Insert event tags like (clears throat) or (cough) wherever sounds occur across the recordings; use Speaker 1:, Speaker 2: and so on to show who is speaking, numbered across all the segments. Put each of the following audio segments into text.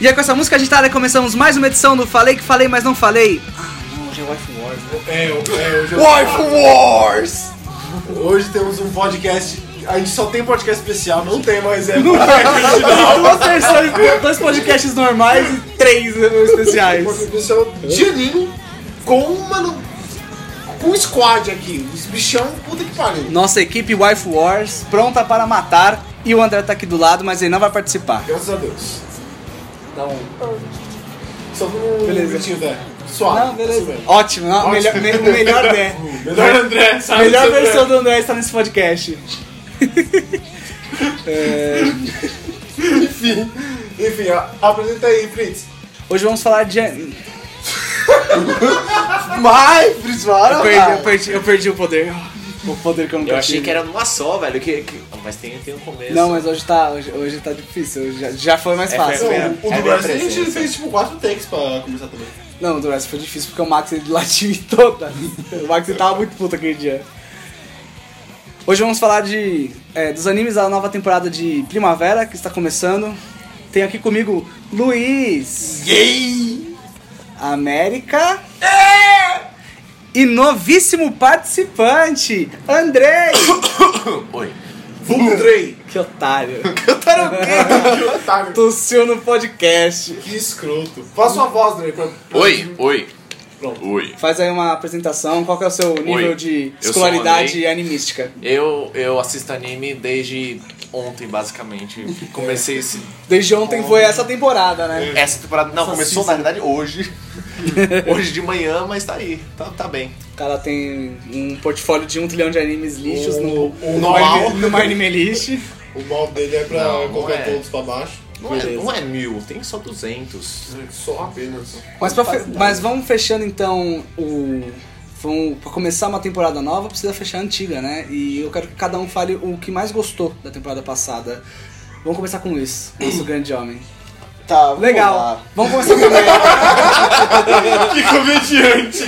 Speaker 1: E é com essa música agitada que começamos mais uma edição do Falei que Falei, mas não falei. Ah, não, hoje é Wife Wars. né?
Speaker 2: É, é, hoje,
Speaker 3: Wife Wars!
Speaker 2: hoje temos um podcast. A gente só tem podcast especial, não tem mais é podcast original.
Speaker 1: Duas versões, dois podcasts normais e três né, especiais.
Speaker 2: Podcast especial de anime com uma. no- Com um squad aqui. Os bichão, puta que pariu.
Speaker 1: Nossa equipe Wife Wars, pronta para matar. E o André tá aqui do lado, mas ele não vai participar.
Speaker 2: Graças a Deus.
Speaker 1: Dá um.
Speaker 2: Só um
Speaker 1: Beleza.
Speaker 2: minutinho, velho. Suave.
Speaker 1: Não, Ah, beleza. Ótimo, não,
Speaker 2: Ótimo.
Speaker 1: melhor- me- o melhor né?
Speaker 2: Melhor André,
Speaker 1: A
Speaker 2: sabe?
Speaker 1: melhor
Speaker 2: Seu André.
Speaker 1: versão do André está nesse podcast.
Speaker 2: Enfim, enfim, ó, apresenta aí, Fritz.
Speaker 1: Hoje vamos falar de. (laughs) an-
Speaker 3: Vai, Fritz, para,
Speaker 1: Eu perdi, eu
Speaker 3: vai.
Speaker 1: perdi, eu perdi o poder. O poder que eu nunca
Speaker 4: Eu achei
Speaker 1: tive.
Speaker 4: que era numa só, velho. Que, que- Mas tem, tem um começo.
Speaker 1: Não, mas hoje tá, hoje, hoje tá difícil. Hoje já, já foi mais
Speaker 4: É,
Speaker 1: fácil.
Speaker 4: foi-
Speaker 2: Não,
Speaker 4: minha-
Speaker 2: o
Speaker 4: é
Speaker 2: do
Speaker 4: minha
Speaker 2: Brasil a gente
Speaker 4: presença.
Speaker 2: fez tipo quatro takes pra começar também.
Speaker 1: Não, o do resto foi difícil porque o Max ele latiu (laughs) em toda. O Max ele tava muito puto aquele dia. Hoje vamos falar de é, dos animes da nova temporada de Primavera que está começando. Tem aqui comigo Luiz,
Speaker 2: Gay!
Speaker 1: América e novíssimo participante, Andrei. (coughs)
Speaker 4: Oi.
Speaker 2: Vulgo
Speaker 1: (laughs)
Speaker 2: Drey!
Speaker 1: que otário.
Speaker 2: Otário.
Speaker 1: Tossiu no podcast.
Speaker 2: Que escroto. Faça sua voz, Drey. Pra...
Speaker 5: Oi, oi.
Speaker 2: Pronto.
Speaker 5: Oi.
Speaker 1: Faz aí uma apresentação, qual que é o seu nível
Speaker 5: Oi,
Speaker 1: de
Speaker 5: eu sou o
Speaker 1: escolaridade
Speaker 5: Andrei.
Speaker 1: animística?
Speaker 4: Eu, eu assisto anime desde ontem, basicamente. Comecei esse,
Speaker 1: Desde ontem foi essa temporada, né?
Speaker 4: essa temporada. Não,
Speaker 1: Essa
Speaker 4: começou
Speaker 1: season.
Speaker 4: na
Speaker 1: (laughs)
Speaker 4: verdade hoje. hoje de manhã, mas tá aí. Tá, tá bem.
Speaker 5: É.
Speaker 1: O cara tem um portfólio de um trilhão de animes lixos no,
Speaker 2: O
Speaker 1: no,
Speaker 2: normal.
Speaker 1: anime- numa anime list.
Speaker 2: O mal dele é pra
Speaker 4: Não, não
Speaker 2: colocar
Speaker 4: é.
Speaker 2: todos pra baixo.
Speaker 4: Não é,
Speaker 1: Beleza.
Speaker 4: não é mil, tem só 200.
Speaker 2: Só apenas.
Speaker 1: Mas, pra fe- mas vamos fechando então o. Vamos, pra começar uma temporada nova, precisa fechar a antiga, né? E eu quero que cada um fale o que mais gostou da temporada passada. Vamos começar com o Luiz, nosso grande homem.
Speaker 3: Tá, vamos
Speaker 1: Legal!
Speaker 3: lá.
Speaker 1: Vamos começar com ele.
Speaker 2: (laughs) Que comediante!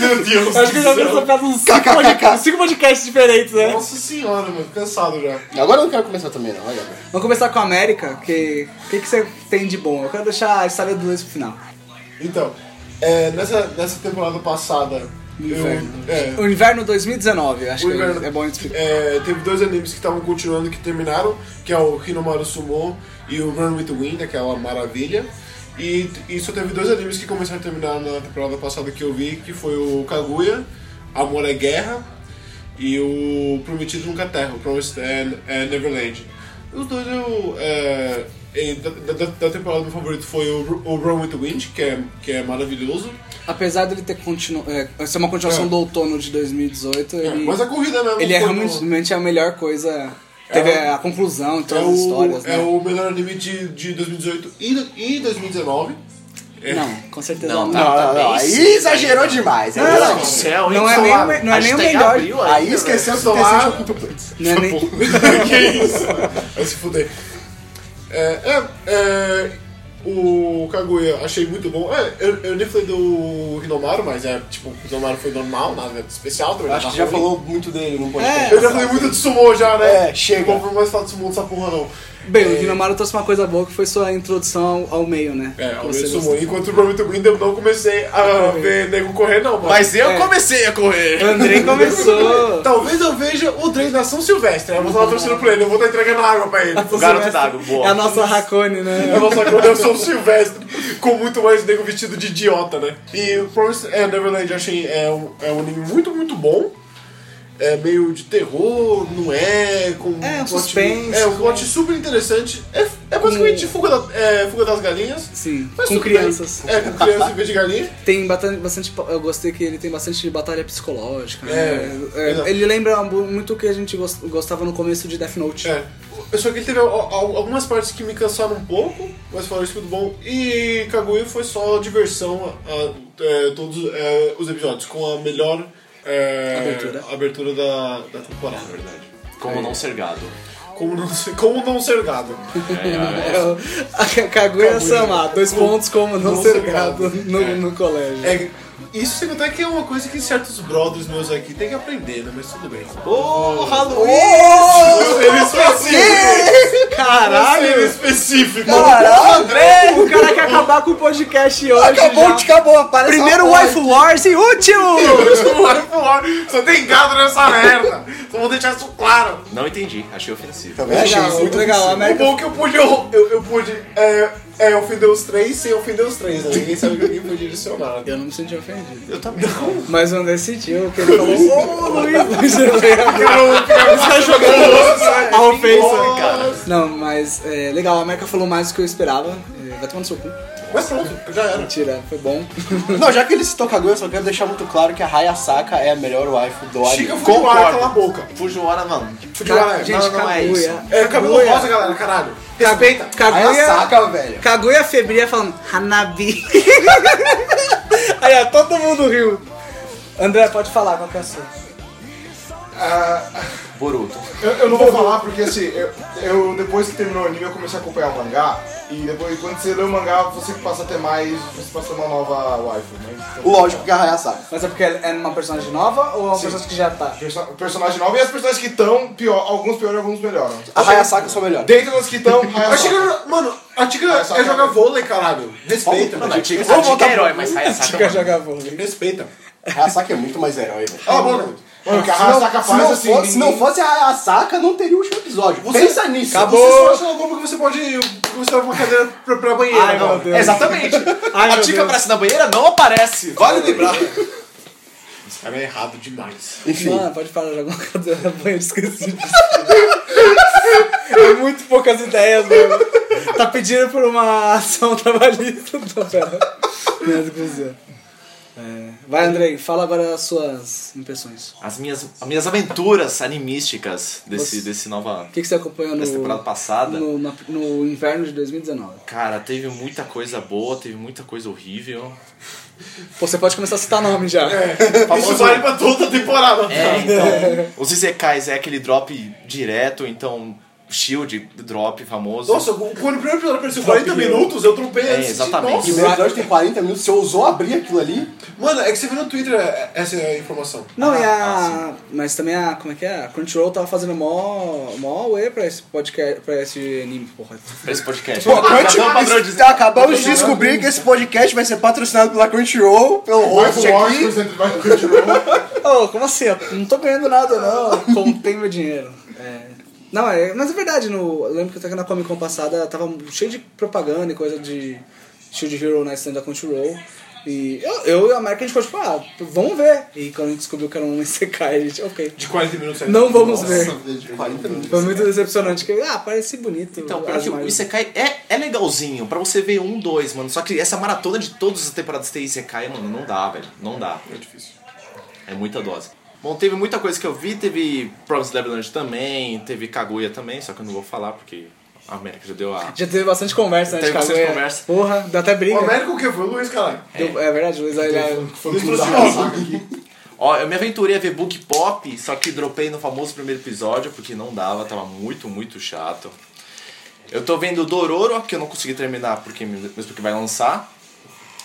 Speaker 2: Meu Deus!
Speaker 1: Acho que eu já vi
Speaker 2: do céu.
Speaker 1: essa piada uns cinco podca- cinco podcasts diferentes, né?
Speaker 2: Nossa senhora, mano, cansado já.
Speaker 3: Agora eu não quero começar também, não. Vai, Gabriel.
Speaker 1: Vamos começar com a América, que o que, que você tem de bom? Eu quero deixar a história do Luiz pro final.
Speaker 2: Então, é, nessa, nessa temporada passada,
Speaker 1: Inverno.
Speaker 2: eu. é,
Speaker 1: O inverno 2019, acho
Speaker 2: O
Speaker 1: que
Speaker 2: inverno-
Speaker 1: é bom explicar.
Speaker 2: É, teve dois animes que estavam continuando e que terminaram, que é o Hinomaru Sumo e o Run with the Wind, né, aquela maravilha. E, e só teve dois animes que começaram a terminar na temporada passada que eu vi, que foi o Kaguya, Amor é Guerra, e o Prometido Nunca Terra, o Promised and, and Neverland. Os dois eu... é, e da, da, da temporada meu favorito foi o, o Run with the Wind, que é, que é maravilhoso.
Speaker 1: Apesar dele ter continu... é, ser uma continuação
Speaker 2: É.
Speaker 1: do outono de 2018,
Speaker 2: É,
Speaker 1: ele,
Speaker 2: mas um a corrida mesmo...
Speaker 1: ele é
Speaker 2: foi
Speaker 1: realmente,
Speaker 2: no-
Speaker 1: realmente a melhor coisa. Teve a conclusão de
Speaker 2: É
Speaker 1: todas as
Speaker 2: o,
Speaker 1: histórias,
Speaker 2: é
Speaker 1: né?
Speaker 2: o melhor anime de, de 2018 e, do- e
Speaker 1: (laughs)
Speaker 2: 2019. É.
Speaker 1: Não, com certeza não.
Speaker 4: Não,
Speaker 3: Não, não, não.
Speaker 4: bem
Speaker 3: Aí
Speaker 4: cedo
Speaker 3: exagerou
Speaker 4: ainda.
Speaker 3: demais. Aí,
Speaker 1: Não, não,
Speaker 4: do
Speaker 3: não.
Speaker 4: céu,
Speaker 1: Não é nem o me- não é
Speaker 4: A
Speaker 1: nem
Speaker 4: gente
Speaker 1: o
Speaker 4: tá em
Speaker 1: melhor.
Speaker 4: abril ainda,
Speaker 3: aí esqueceu que tem
Speaker 2: Solar-
Speaker 3: sentido quintuplets.
Speaker 1: Não é nem-
Speaker 2: que isso? Vai se fuder. É, é, é, o Kaguya achei muito bom. É, eu, eu nem falei do Hinomaru, mas é tipo, o Hinomaru foi normal, nada especial também.
Speaker 3: Acho
Speaker 2: nada
Speaker 3: que já
Speaker 2: ruim.
Speaker 3: falou muito dele no
Speaker 1: podcast.
Speaker 3: podcast.
Speaker 2: Eu já falei muito de sumo já, né?
Speaker 3: É, chega.
Speaker 2: Não vou mais falar de sumo dessa porra não.
Speaker 1: Bem, o Dinomaru trouxe uma coisa boa que foi sua introdução ao, ao meio, né?
Speaker 2: É, ao
Speaker 1: Que
Speaker 2: menos
Speaker 1: você
Speaker 2: sumo. Enquanto o Prometheus Wind eu não comecei a ver nego correr não, mano.
Speaker 4: Mas eu
Speaker 1: É.
Speaker 4: comecei a correr.
Speaker 1: gostou. O
Speaker 4: (laughs)
Speaker 1: Andrei
Speaker 2: (laughs)
Speaker 1: começou.
Speaker 2: Talvez eu veja o Drake na São Silvestre. Eu vou estar torcendo pra ele, eu vou estar entregando água pra ele.
Speaker 4: O garoto d'água, boa.
Speaker 1: É a nossa Hakone, né?
Speaker 2: (laughs) Eu vou só que eu sou o Silvestre, com muito mais nego vestido de idiota, né? E o Promised é, Neverland eu achei é um, é um anime muito, muito bom. É meio de terror, não é? Com
Speaker 1: É, um
Speaker 2: plot-
Speaker 1: suspense,
Speaker 2: É um
Speaker 1: com-
Speaker 2: plot super interessante. É, é basicamente fuga, da- é, fuga das galinhas.
Speaker 1: Sim,
Speaker 2: mas
Speaker 1: com
Speaker 2: tudo bem.
Speaker 1: crianças.
Speaker 2: É, com crianças em vez de galinha.
Speaker 1: Tem bastante, bastante. Eu gostei que ele tem bastante batalha psicológica. né?
Speaker 2: É,
Speaker 1: É,
Speaker 2: exato.
Speaker 1: ele lembra mu- muito o que a gente gos- gostava no começo de Death Note. né?
Speaker 2: É. Só que ele teve al- al- algumas partes que me cansaram um pouco, mas fora isso tudo bom. E Kaguya foi só diversão a, é, todos é, os episódios, com a melhor é,
Speaker 1: Abertura.
Speaker 2: abertura da, da temporada, na verdade.
Speaker 4: Como não ser gado.
Speaker 2: Como não ser, como não ser gado.
Speaker 1: É, o- (laughs) a Kaguya Sama, dois pontos como não,
Speaker 2: não
Speaker 1: ser
Speaker 2: ser
Speaker 1: gado
Speaker 2: gado.
Speaker 1: no, no colégio.
Speaker 2: É, isso sem contar que é uma coisa que certos brothers meus aqui tem que
Speaker 3: É.
Speaker 2: aprender, né? Mas tudo bem.
Speaker 4: Ô, Halloween!
Speaker 2: Eles faziam Ser
Speaker 1: Caralho!
Speaker 2: específico.
Speaker 1: Caralho, André! O cara quer acabar com o podcast hoje. já.
Speaker 3: Acabou, te acabou. aparece
Speaker 1: Primeiro
Speaker 3: uma
Speaker 1: Wife Wars e último!
Speaker 2: Só tem gato nessa merda. Só vou deixar isso claro.
Speaker 4: Não entendi, É, achei
Speaker 1: Tá
Speaker 4: ofensivo.
Speaker 3: Também achei isso muito
Speaker 1: legal.
Speaker 3: ofensivo.
Speaker 2: O bom é que eu pude, eu, eu, eu pude é, é, ofender os três sem ofender os três. Né? Ninguém sabe que alguém foi direcionado.
Speaker 1: Eu não me senti ofendido.
Speaker 4: Eu também.
Speaker 1: Mas o André sentiu, que ele falou, ô Luiz, (laughs) Luiz Oliveira."
Speaker 2: Você
Speaker 1: (laughs)
Speaker 2: tá jogando
Speaker 1: a ofensa, cara. Não, mas é legal, a América falou mais do que eu esperava. É, Vai tomar no seu cu.
Speaker 2: Mas pronto, já era.
Speaker 1: Mentira, foi bom.
Speaker 3: Não, já que ele citou Kaguya, eu só quero deixar muito claro que a Hayasaka é a melhor wife do anime.
Speaker 2: Chica Fujiwara, cala a boca.
Speaker 4: Fujiwara não.
Speaker 2: Fujiwara,
Speaker 1: gente,
Speaker 4: não, não é
Speaker 1: Kaguya.
Speaker 4: isso.
Speaker 2: É cabelo
Speaker 1: Kaguya.
Speaker 2: rosa, galera, caralho. Respeita.
Speaker 1: é-
Speaker 4: é
Speaker 1: Kaguya,
Speaker 3: Hayasaka, velho.
Speaker 1: Kaguya Febria falando Hanabi. (laughs) Aí, ó, todo mundo riu. André, pode falar qual que é a sua.
Speaker 4: Boruto.
Speaker 5: Eu, eu não vou falar porque assim, eu, eu- depois que terminou o anime eu comecei a acompanhar o mangá e depois quando você lê o mangá você passa a ter mais, você passa a ter uma nova waifu, né? Então,
Speaker 3: Lógico que é a Hayasaka.
Speaker 1: Mas é porque é uma personagem nova ou é uma personagem que já tá?
Speaker 5: perso- personagem nova e as personagens que estão pior, alguns pioram e alguns melhoram.
Speaker 3: A Hayasaka sou a melhor.
Speaker 5: Dentro das que estão,
Speaker 2: A Chica, mano, a Chica
Speaker 5: Essa
Speaker 2: é jogar
Speaker 5: cara.
Speaker 2: vôlei, caralho.
Speaker 3: né,
Speaker 2: Respeita.
Speaker 4: Não, mas Chica,
Speaker 3: Vamos
Speaker 4: Chica
Speaker 3: voltar
Speaker 4: é herói,
Speaker 1: (laughs)
Speaker 4: mas Hayasaka
Speaker 1: Chica
Speaker 4: não.
Speaker 1: joga vôlei.
Speaker 2: Respeita.
Speaker 3: Hayasaka é muito mais herói, velho.
Speaker 2: Cala a boca.
Speaker 5: Mano, o que a
Speaker 3: Se não-
Speaker 5: Hayasaka
Speaker 3: se
Speaker 5: faz
Speaker 3: não
Speaker 5: assim.
Speaker 3: fosse- Se não
Speaker 5: ninguém-
Speaker 3: fosse a Hayasaka, não teria o último episódio.
Speaker 2: Você-
Speaker 3: Pensa nisso.
Speaker 2: Você só acha louco que você pode você leva uma cadeira pra, pra banheira.
Speaker 1: Ai,
Speaker 2: não.
Speaker 1: meu Deus.
Speaker 4: Exatamente.
Speaker 1: Ai,
Speaker 4: a
Speaker 1: meu
Speaker 4: Chica
Speaker 1: Deus.
Speaker 4: aparece na banheira? Não aparece. Vale lembrar.
Speaker 2: Esse cara é errado demais.
Speaker 3: Enfim.
Speaker 1: Mano, pode parar de jogar uma cadeira (laughs) na banheira, esqueci disso. é muito poucas ideias, mano. Tá pedindo por uma ação (laughs) trabalhista. Não, pera. Não, inclusive. É. Vai, Andrei, fala agora as suas impressões.
Speaker 4: As minhas, as minhas aventuras animísticas desse,
Speaker 1: Você-
Speaker 4: desse nova...
Speaker 1: O que, que você acompanhou no,
Speaker 4: Dessa temporada passada.
Speaker 1: no, na- no inverno de 2019?
Speaker 4: Cara, teve muita coisa boa, teve muita coisa horrível.
Speaker 1: Pô, você pode começar a citar nome já.
Speaker 2: Isso vale pra toda a temporada.
Speaker 4: É, então, os Isekais é aquele drop direto, então Shield, drop famoso.
Speaker 2: Nossa, quando o primeiro episódio apareceu 40 minutos, eu trompei
Speaker 4: É,
Speaker 2: antes. de-
Speaker 4: exatamente.
Speaker 3: O primeiro episódio tem 40 minutos, você ousou abrir aquilo ali?
Speaker 2: Nossa. Mano, é que você viu no Twitter é, essa é a informação.
Speaker 1: Não, e a.
Speaker 4: Ah,
Speaker 1: mas também a. Como é que é? A Crunchyroll tava fazendo mó. mó uê pra esse podcast. pra esse anime, porra.
Speaker 4: Pra esse podcast.
Speaker 3: Pô,
Speaker 4: Já dá um padrão de-
Speaker 3: Crunch, acabamos de descobrir que esse podcast vai ser patrocinado pela Crunchyroll, pelo host
Speaker 5: (laughs) Waifu Wars, por
Speaker 3: aqui.
Speaker 5: exemplo, vai continuar.
Speaker 1: Ô, como assim? Eu não tô ganhando nada, não. Contém meu dinheiro. É. Não, é, mas é verdade, no, eu lembro que até na Comic Con passada tava cheio de propaganda e coisa de Shield Hero na stand da Crunchyroll. E eu, eu e a América a gente ficou tipo, ah, vamos ver. E quando a gente descobriu que era um ICK, a gente, ok.
Speaker 2: De 40 minutos. é-
Speaker 1: Não vamos
Speaker 2: Nossa,
Speaker 1: ver.
Speaker 2: de 40 minutos.
Speaker 1: Foi muito decepcionante, que ah, parece bonito.
Speaker 4: Então,
Speaker 1: as
Speaker 4: pior que o
Speaker 1: imagens.
Speaker 4: Isekai é, é legalzinho, pra você ver um, dois, mano. Só que essa maratona de todas as temporadas ter Isekai, mano, não dá, velho. Não dá.
Speaker 2: É difícil.
Speaker 4: É muita dose. Bom, teve muita coisa que eu vi, teve Promised Neverland também, teve Kaguya também, só que eu não vou falar porque a América já deu a...
Speaker 1: Já teve bastante conversa, né? de
Speaker 4: Teve bastante
Speaker 1: Kaguya.
Speaker 4: conversa.
Speaker 1: Porra, deu até
Speaker 2: O
Speaker 1: briga.
Speaker 2: Américo o que foi? O Luiz, caralho.
Speaker 1: Deu- é. verdade, o Luiz aí,
Speaker 2: um
Speaker 1: ele-
Speaker 5: Foi tudo da
Speaker 2: Destrução.
Speaker 5: Hayasaka aqui.
Speaker 4: Ó, eu me aventurei a ver Book Pop, só que dropei no famoso primeiro episódio, porque não dava, tava muito, muito chato. Eu tô vendo Dororo, que eu não consegui terminar, porque mesmo porque vai lançar.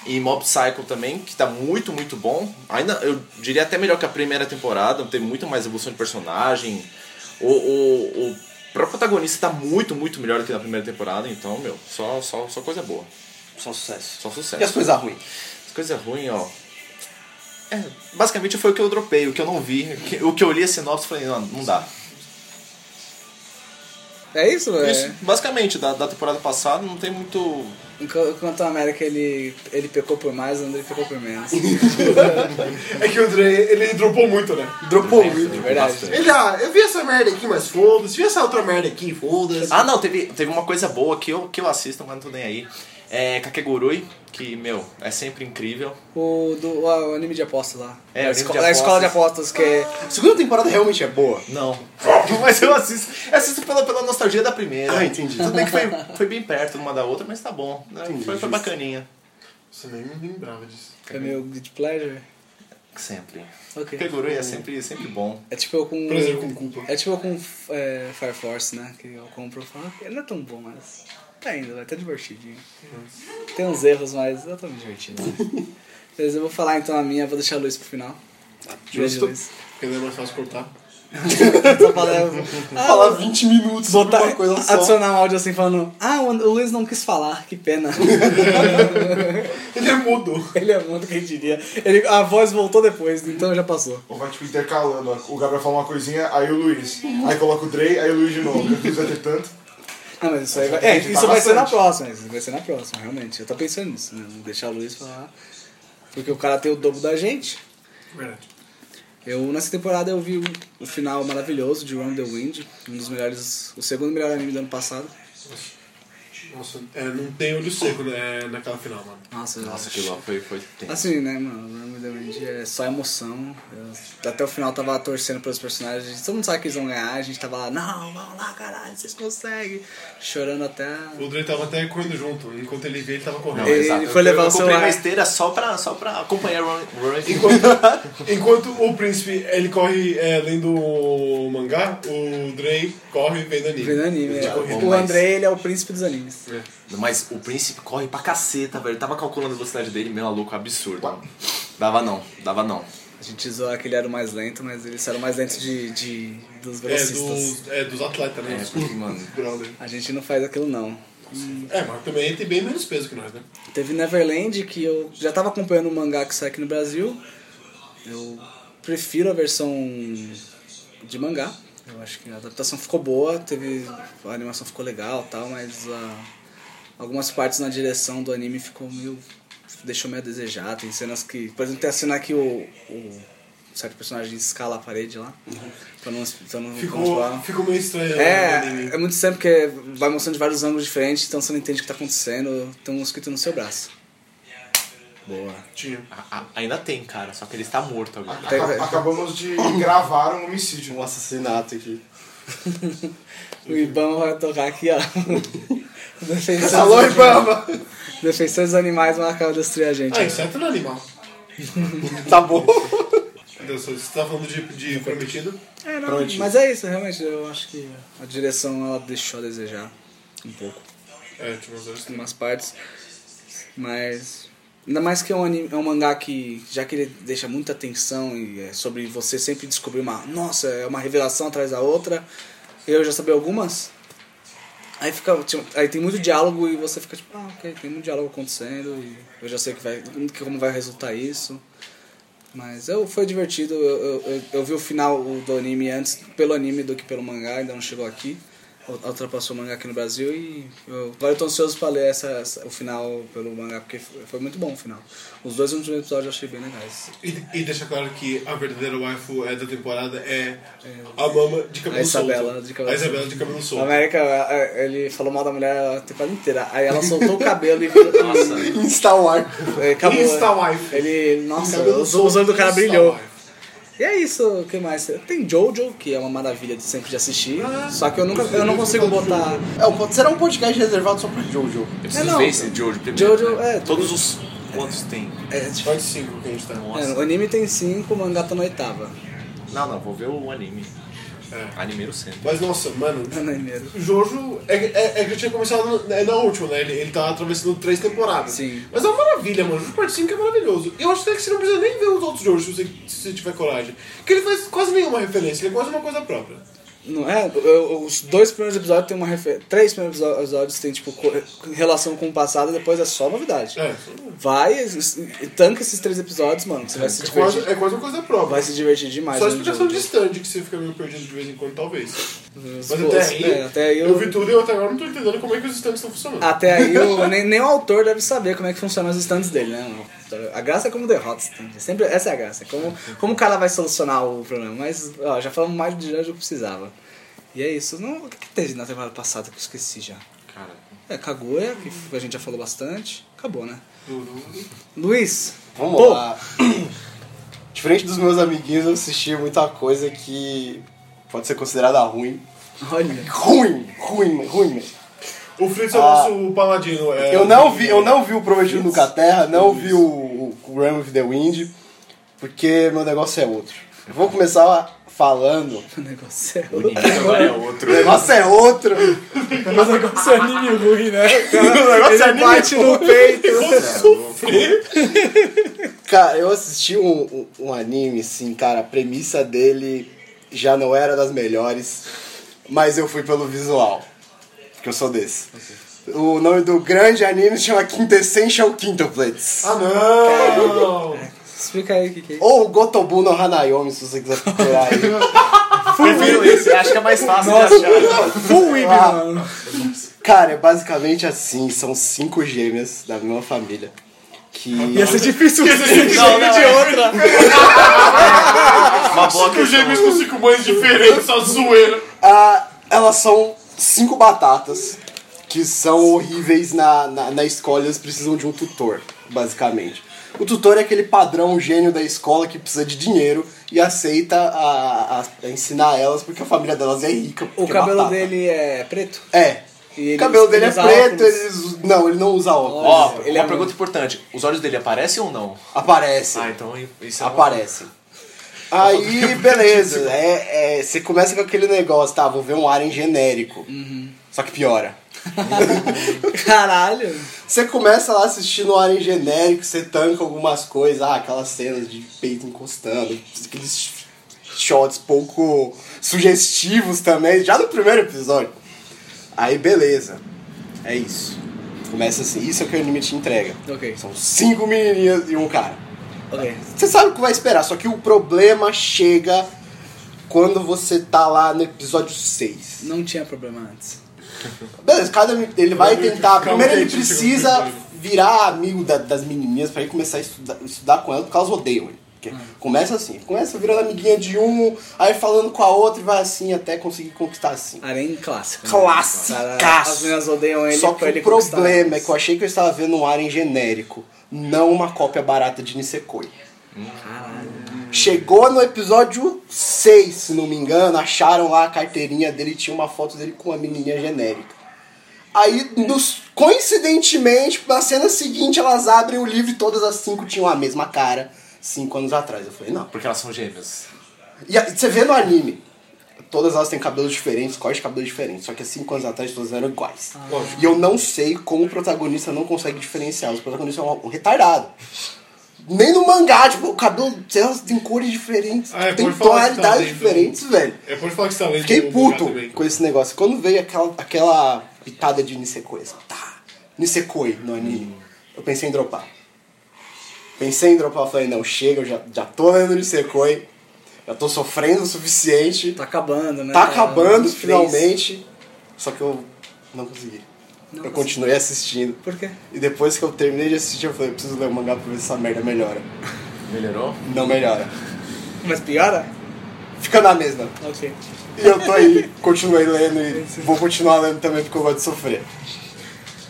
Speaker 4: E Mob Psycho também, que tá muito, muito bom. Ainda, eu diria até melhor que a primeira temporada, tem muito mais evolução de personagem. O, o, o próprio protagonista tá muito, muito melhor do que na primeira temporada, então, meu, só, só, só coisa boa.
Speaker 3: Só um sucesso.
Speaker 4: Só sucesso.
Speaker 3: E as coisas ruins?
Speaker 4: As coisas ruins, ó. É, basicamente foi o que eu dropei, o que eu não vi. o que- O que eu li a sinopse falei, não, não dá.
Speaker 1: É isso, velho?
Speaker 4: Isso, basicamente, da, da temporada passada não tem muito.
Speaker 1: Enqu- Enquanto a América ele, ele pecou por mais, o André pecou por menos.
Speaker 2: É que o Dre, ele dropou muito, né?
Speaker 3: Dropou
Speaker 1: É
Speaker 3: muito.
Speaker 1: verdade.
Speaker 2: Ele, ah, eu vi essa merda aqui, mas foda-se. Vi essa outra merda aqui, foda-se.
Speaker 4: Ah, não, teve, teve uma coisa boa que eu, que eu assisto, mas não tô nem aí. É Kakegurui, que, meu, é sempre incrível.
Speaker 1: O, do, o anime de apostas lá. a,
Speaker 4: É, o anime de
Speaker 1: esco- a escola de apostas que é.
Speaker 3: A segunda temporada realmente é boa.
Speaker 4: Não. (laughs) mas eu assisto. Eu assisto pela, pela nostalgia da primeira.
Speaker 3: Ah, entendi.
Speaker 4: Tudo bem que foi, foi bem perto uma da outra, mas tá bom. né?
Speaker 3: Entendi,
Speaker 4: Foi, foi
Speaker 3: justo.
Speaker 4: bacaninha.
Speaker 2: Você nem me lembrava disso.
Speaker 1: É meio good pleasure.
Speaker 4: Sempre.
Speaker 1: Ok.
Speaker 4: Kakegurui é sempre, sempre bom.
Speaker 1: É tipo eu com.
Speaker 2: Prazer com culpa.
Speaker 1: É tipo eu com é, Fire Force, né? Que eu compro e falo, "Ah, não é tão bom, mas. Tá indo, vai, tá divertidinho. Tem uns erros, mas eu tô me divertindo. Beleza, eu vou falar então a minha, vou deixar a Luiz pro final. Beijo,
Speaker 2: Justo.
Speaker 1: Luiz.
Speaker 2: Porque daí é mais fácil cortar.
Speaker 1: Só falei, Ah,
Speaker 3: Falar 20 minutos sobre
Speaker 1: botar,
Speaker 3: Tipo, uma coisa só.
Speaker 1: adicionar um áudio assim falando, ah, o And- o Luiz não quis falar, que pena.
Speaker 2: Ele é mudo.
Speaker 1: Ele é muito quem diria. Ele, a voz voltou depois, então já passou.
Speaker 5: Ou vai tipo intercalando. ó. O Gabriel fala uma coisinha, aí o Luiz. Aí coloca o Dre, aí o Luiz de novo. O Luiz vai ter tanto.
Speaker 1: Ah, mas isso aí vai,
Speaker 5: Tem
Speaker 1: é,
Speaker 5: que
Speaker 1: isso
Speaker 5: falar
Speaker 1: vai ser na
Speaker 5: bastante.
Speaker 1: próxima, isso vai ser na próxima, realmente. Eu tô pensando nisso, né? Vou deixar o Luiz falar. Porque o cara tem o dobro da gente.
Speaker 2: Verdade.
Speaker 1: Eu, nessa temporada eu vi o, o final maravilhoso de Round the Wind, um dos melhores, o segundo melhor anime do ano passado.
Speaker 2: Nossa, é, não tem olho seco né, naquela final, mano.
Speaker 1: Nossa,
Speaker 4: Nossa, aquilo lá foi, foi tenso.
Speaker 1: Assim, né, mano? Round the Wind é só emoção. Eu, até o final tava torcendo pelos personagens. Todo mundo sabe que eles vão ganhar. A gente tava lá, não, vamos lá, caralho, vocês conseguem. Chorando até.
Speaker 2: O Dre tava até correndo junto. Enquanto ele vê, ele tava correndo.
Speaker 1: Ele foi levar
Speaker 4: eu,
Speaker 1: o
Speaker 4: eu comprei
Speaker 1: celular.
Speaker 4: uma esteira só pra, só pra acompanhar o Rory.
Speaker 2: Enquanto, enquanto o príncipe ele corre é, lendo o mangá, o Dre corre vendo anime.
Speaker 1: Vendo anime, é.
Speaker 4: corrida,
Speaker 1: O
Speaker 4: mas-
Speaker 1: André, ele é o príncipe dos animes.
Speaker 4: Mas o príncipe corre pra caceta, velho. Ele tava calculando a velocidade dele, meu louco, absurdo. Dava não, dava não.
Speaker 1: A gente zoa que ele era o mais lento, mas eles eram o mais lentos de, de, dos
Speaker 2: É,
Speaker 1: velocistas.
Speaker 2: dos, é dos atletas, né?
Speaker 4: É,
Speaker 2: Dos
Speaker 4: porque, mano.
Speaker 2: brother.
Speaker 1: A gente não faz aquilo, não.
Speaker 2: É, mas também ele tem bem menos peso que nós, né?
Speaker 1: Teve Neverland, que eu já tava acompanhando um mangá que sai aqui no Brasil. Eu prefiro a versão de mangá. Eu acho que a adaptação ficou boa, teve a animação ficou legal e tal, mas ah, algumas partes na direção do anime ficou meio deixou meio a desejar. Tem cenas que, por exemplo, tem a cena que o, o certo personagem escala a parede lá. Pra não, pra não pra não
Speaker 2: Ficou,
Speaker 1: spoiler.
Speaker 2: Então, tipo, ah, ficou meio estranho né? o
Speaker 1: É,
Speaker 2: anime.
Speaker 1: é muito estranho porque vai mostrando de vários ângulos diferentes, então você não entende o que tá acontecendo, tem um mosquito no seu braço. Boa.
Speaker 2: Tinha.
Speaker 4: A- a- ainda tem, cara, só que ele está morto agora.
Speaker 1: Tem-
Speaker 5: Aca- Acabamos de gravar um homicídio.
Speaker 3: Um assassinato aqui.
Speaker 1: O Ibama vai tocar aqui, ó. (laughs) Defensores,
Speaker 3: Alô, Ibama!
Speaker 1: Defensores dos animais vão acabar de destruir a gente.
Speaker 2: Ah, exceto no animal.
Speaker 1: É.
Speaker 3: Tá bom? (laughs)
Speaker 2: Deus, Você tá falando de, de prometido?
Speaker 1: É, não, mas é isso, realmente, eu acho que a direção ela deixou a desejar um pouco
Speaker 2: É, tinha umas horas
Speaker 1: em umas partes. Mas. Ainda mais que é um, anime, é um mangá que, já que ele deixa muita tensão e é sobre você sempre descobrir uma. Nossa, é uma revelação atrás da outra. Eu já sabia algumas. Aí, fica, tipo, aí tem muito diálogo e você fica tipo, ah, ok, tem muito diálogo acontecendo e eu já sei que vai, que como vai resultar isso. Mas eu, foi divertido, eu, eu, eu, eu vi o final do anime antes, pelo anime do que pelo mangá, ainda não chegou aqui. U- Ultrapassou o mangá aqui no Brasil e eu, agora eu tô ansioso pra ler essa, essa- o final pelo mangá, porque f- foi muito bom o final. Os dois últimos episódios eu achei bem legais.
Speaker 2: E, e deixa claro que a verdadeira waifu é, da temporada é a mama de cabelo
Speaker 1: A Isabela
Speaker 2: solto.
Speaker 1: de Tá cabelo
Speaker 2: a Isabela de cabelo
Speaker 1: A
Speaker 2: solto.
Speaker 1: América, é, é, ele falou mal da mulher a temporada inteira, aí ela soltou o cabelo e virou.
Speaker 4: Nossa,
Speaker 3: Insta o ar.
Speaker 1: É, acabou.
Speaker 2: Insta-wife.
Speaker 1: Ele, nossa,
Speaker 2: Cabelo
Speaker 1: os, os olhos do cara
Speaker 2: solto,
Speaker 1: brilhou.
Speaker 2: Insta-wife.
Speaker 1: E é isso, o que mais? Tem Jojo, que é uma maravilha de sempre de assistir, só que eu, nunca, eu não consigo botar...
Speaker 3: É, um pod- será um podcast reservado só pra Jojo?
Speaker 4: eu
Speaker 1: É,
Speaker 4: preciso
Speaker 1: não.
Speaker 4: ver esse Jojo primeiro.
Speaker 1: Jojo,
Speaker 4: né?
Speaker 1: é,
Speaker 4: Todos os. Quantos tem?
Speaker 1: É, tipo,
Speaker 2: Parte 5 que a gente tá.
Speaker 1: é,
Speaker 4: Nossa.
Speaker 1: o anime tem 5, o mangá tá na oitava. (laughs) É.
Speaker 4: Não, não, vou ver o anime.
Speaker 2: É.
Speaker 4: Animeiro sempre.
Speaker 2: Mas nossa, mano,
Speaker 1: Tá na primeira.
Speaker 2: Jojo é, é, é que eu tinha começado no- é na última, né? Ele, ele tá atravessando três temporadas.
Speaker 1: Sim.
Speaker 2: Mas é uma maravilha, mano. Jojo Parte 5 é maravilhoso. E eu acho até que você não precisa nem ver os outros Jojos se você, se você tiver coragem. Porque ele faz quase nenhuma referência, ele é quase uma coisa própria.
Speaker 1: Não é? Eu- os dois primeiros episódios tem uma refer... Três primeiros episo- episódios tem, tipo, co- relação com o passado, depois é só novidade.
Speaker 2: É,
Speaker 1: Vai, es- es- tanca esses três episódios, mano, que você vai se
Speaker 2: é, quase,
Speaker 1: divertir.
Speaker 2: é quase uma coisa própria.
Speaker 1: Vai se divertir demais.
Speaker 2: Só a
Speaker 3: um
Speaker 1: né,
Speaker 2: explicação
Speaker 1: Jojo?
Speaker 2: distante que você fica meio perdido de vez em quando, talvez.
Speaker 1: Os-
Speaker 2: Mas até
Speaker 1: os-
Speaker 2: aí,
Speaker 1: é, até aí
Speaker 2: eu...
Speaker 1: eu-
Speaker 2: vi tudo e eu até agora não tô entendendo como é que os stands estão funcionando.
Speaker 1: Até aí, o- nem, nem o autor deve saber como é que funcionam os stands dele, né? mano? A graça é como derrota os stands. Sempre, essa é a graça. Como, como o cara vai solucionar o problema. Mas, ó, já falamos mais de Jojo que eu precisava. E é isso. Não, o que, que teve na temporada passada que eu esqueci já?
Speaker 4: Cara,
Speaker 1: É, Kaguya, que f- a gente já falou bastante. Acabou, né?
Speaker 2: Do- do-
Speaker 1: Luiz,
Speaker 3: Vamos
Speaker 1: Pô.
Speaker 3: lá. (clears throat) Diferente dos meus amiguinhos, eu assisti muita coisa que pode ser considerada ruim.
Speaker 1: olha.
Speaker 3: Ruim, ruim, ruim. mesmo.
Speaker 2: O Fritz é o
Speaker 3: Ah.
Speaker 2: nosso paladino. é-
Speaker 3: Eu não vi, eu não vi o Prometido Nunca Terra, não vi o, o Run with the Wind, porque meu negócio é outro. Eu vou comear falando.
Speaker 1: O negócio é
Speaker 4: o anime agora (laughs) é outro.
Speaker 3: O negócio é outro!
Speaker 1: O negócio é anime ruim, né?
Speaker 3: O
Speaker 1: (laughs)
Speaker 3: negócio
Speaker 1: Ele
Speaker 3: é anime
Speaker 1: bate no peito.
Speaker 3: Cara, eu assisti um, um, um anime, assim, cara, a premissa dele já não era das melhores, mas eu fui pelo visual. Porque eu sou desse. O nome do grande anime se chama Quintessential Quintuplets.
Speaker 2: Ah, não!
Speaker 1: Explica aí o que, que é.
Speaker 3: Ou Gotobu no Hanayomi, se você quiser procurar aí.
Speaker 4: Prefiro esse, acho que é mais fácil de
Speaker 1: (laughs)
Speaker 4: achar.
Speaker 1: Full Weeb, mano.
Speaker 3: Cara, é basicamente assim, são cinco gêmeas da mesma família. Que.
Speaker 1: Ia ser difícil
Speaker 4: Não, não, é
Speaker 1: outra.
Speaker 4: Uma boa
Speaker 2: Os
Speaker 4: questão.
Speaker 2: gêmeos com cinco
Speaker 3: (laughs)
Speaker 2: mães diferentes, só zoeira.
Speaker 3: Ah, elas são cinco batatas que são horríveis na, na, na escola e elas precisam de um tutor, basicamente. O tutor é aquele padrão gênio da escola que precisa de dinheiro e aceita a, a- a ensinar elas porque a família delas é rica.
Speaker 1: O
Speaker 3: porque é
Speaker 1: cabelo
Speaker 3: batata.
Speaker 1: dele é preto?
Speaker 3: É.
Speaker 1: E ele-
Speaker 3: o cabelo dele é
Speaker 1: ele usa
Speaker 3: preto,
Speaker 1: óculos?
Speaker 3: ele usa- Não, ele não usa óculos.
Speaker 4: Ó,
Speaker 1: Ele
Speaker 4: uma
Speaker 1: é
Speaker 4: pergunta importante. Os olhos dele aparecem ou não?
Speaker 3: Aparece.
Speaker 4: Ah, então isso é uma-
Speaker 3: aparece. Aí, beleza. É, é, você começa com aquele negócio, tá? Vou ver um Aren genérico. Só que piora.
Speaker 1: Caralho.
Speaker 3: Você começa lá assistindo um Aren genérico, você tanca algumas coisas, ah, aquelas cenas de peito encostando, aqueles shots pouco sugestivos também, já no primeiro episódio. Aí, beleza. É isso. Começa assim, isso é o que o anime te entrega.
Speaker 1: Ok,
Speaker 3: São cinco menininhas e um cara.
Speaker 1: ok.
Speaker 3: Você sabe o que vai esperar, só que o problema chega quando você tá lá no episódio 6.
Speaker 1: Não tinha problema antes.
Speaker 3: Beleza, cada um- ele vai
Speaker 2: Primeiro,
Speaker 3: tentar.
Speaker 2: calma
Speaker 3: Primeiro
Speaker 2: aí,
Speaker 3: ele
Speaker 2: gente,
Speaker 3: precisa
Speaker 2: segundo
Speaker 3: virar amigo da- das menininhas pra ele começar a estudar, estudar com elas, porque elas odeiam ele. Porque começa assim, começa virando amiguinha de um, aí falando com a outra e vai assim até conseguir conquistar assim.
Speaker 1: Arém clássico. né?
Speaker 3: Clássicaço.
Speaker 1: Cara, As meninas odeiam ele
Speaker 3: Só que
Speaker 1: pra ele
Speaker 3: o problema
Speaker 1: conquistar.
Speaker 3: é que eu achei que eu estava vendo um Aren genérico, não uma cópia barata de Nisekoi. Chegou no episódio 6, se não me engano, acharam lá a carteirinha dele, tinha uma foto dele com uma menininha genérica. Aí, nos- coincidentemente, na cena seguinte, elas abrem o livro e todas as cinco tinham a mesma cara, cinco anos atrás. Eu falei, não.
Speaker 4: Porque elas são gêmeas.
Speaker 3: E aí, você vê no anime, todas elas têm cabelos diferentes, cortes de cabelo diferentes, só que há cinco anos atrás todas eram iguais.
Speaker 2: Ah.
Speaker 3: E eu não sei como o protagonista não consegue diferenciar. O protagonista é um, um retardado. Nem no mangá, tipo, o cabelo delas tem cores diferentes,
Speaker 2: Ah, é,
Speaker 3: tem
Speaker 2: pode falar que tá
Speaker 3: tonalidades
Speaker 2: dentro.
Speaker 3: diferentes, velho.
Speaker 2: É, pode falar que você tá lendo.
Speaker 3: Fiquei
Speaker 2: o mangá
Speaker 3: puto
Speaker 2: também.
Speaker 3: com esse negócio. Quando veio aquela, aquela pitada de Nisekoi, assim, tá, Nisekoi no anime, eu pensei em dropar. Pensei em dropar, falei, não, chega, eu já, já tô lendo Nisekoi, já tô sofrendo o suficiente,
Speaker 1: Tá acabando, né?
Speaker 3: tá acabando
Speaker 1: nos três.
Speaker 3: finalmente, só que eu não consegui.
Speaker 1: Não
Speaker 3: eu
Speaker 1: consegui.
Speaker 3: continuei assistindo.
Speaker 1: Por quê?
Speaker 3: E depois que eu terminei de assistir, eu falei, eu preciso ler o mangá pra ver se essa merda melhora.
Speaker 4: Melhorou?
Speaker 3: Não melhora.
Speaker 1: Mas piora?
Speaker 3: Fica na mesma.
Speaker 1: Ok.
Speaker 3: E eu tô aí, continuei lendo e vou continuar lendo também porque eu gosto de sofrer.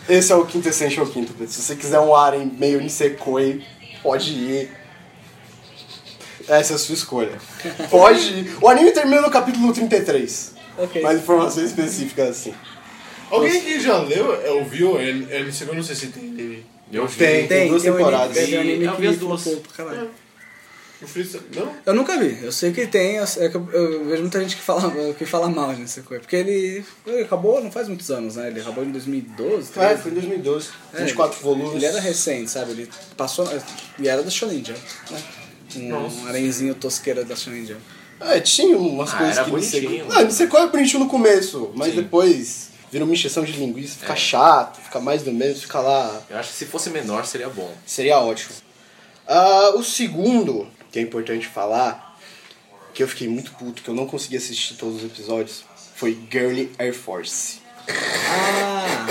Speaker 3: Esse é o quinto Essential Quinto. Se você quiser um Aren meio Nisekoi, pode ir. Essa é a sua escolha. Pode ir. O anime termina no capítulo 33.
Speaker 1: Ok.
Speaker 3: Mais informações específicas assim.
Speaker 2: Alguém que já leu, é, ouviu, é, é, eu não sei se tem anime.
Speaker 4: Eu vi.
Speaker 3: Tem. duas
Speaker 1: um
Speaker 3: temporadas.
Speaker 1: anime- tem um anime
Speaker 4: E eu
Speaker 1: que
Speaker 4: vi as
Speaker 1: flopou
Speaker 4: duas. É.
Speaker 1: pra caralho.
Speaker 2: O Freeza- Não?
Speaker 1: Eu nunca vi, eu sei que tem, eu, é que eu- eu vejo muita gente que fala, que fala mal nessa coisa. Porque ele, ele acabou não faz muitos anos, né? Ele acabou em 2012,
Speaker 3: É,
Speaker 1: 13.
Speaker 3: foi em 2012.
Speaker 1: É,
Speaker 3: 24
Speaker 1: ele-
Speaker 3: volumes.
Speaker 1: Ele era recente, sabe? Ele passou. E era da Shonen Jump, né? Um arenzinho tosqueira da Shonen Jump.
Speaker 3: É, tinha umas
Speaker 4: Ah,
Speaker 3: coisas
Speaker 4: era
Speaker 3: que
Speaker 4: bonitinho,
Speaker 3: Nisekoi-
Speaker 4: né?
Speaker 3: Não, Nisekoi é bonitinho no começo, mas depois vira uma encheção de linguiça,
Speaker 4: É.
Speaker 3: fica chato, fica mais do mesmo, fica lá.
Speaker 4: Eu acho que se fosse menor seria bom.
Speaker 3: Seria ótimo. Ah, o segundo, que é importante falar, que eu fiquei muito puto, que eu não consegui assistir todos os episódios, foi Girly Air Force.
Speaker 1: Ah!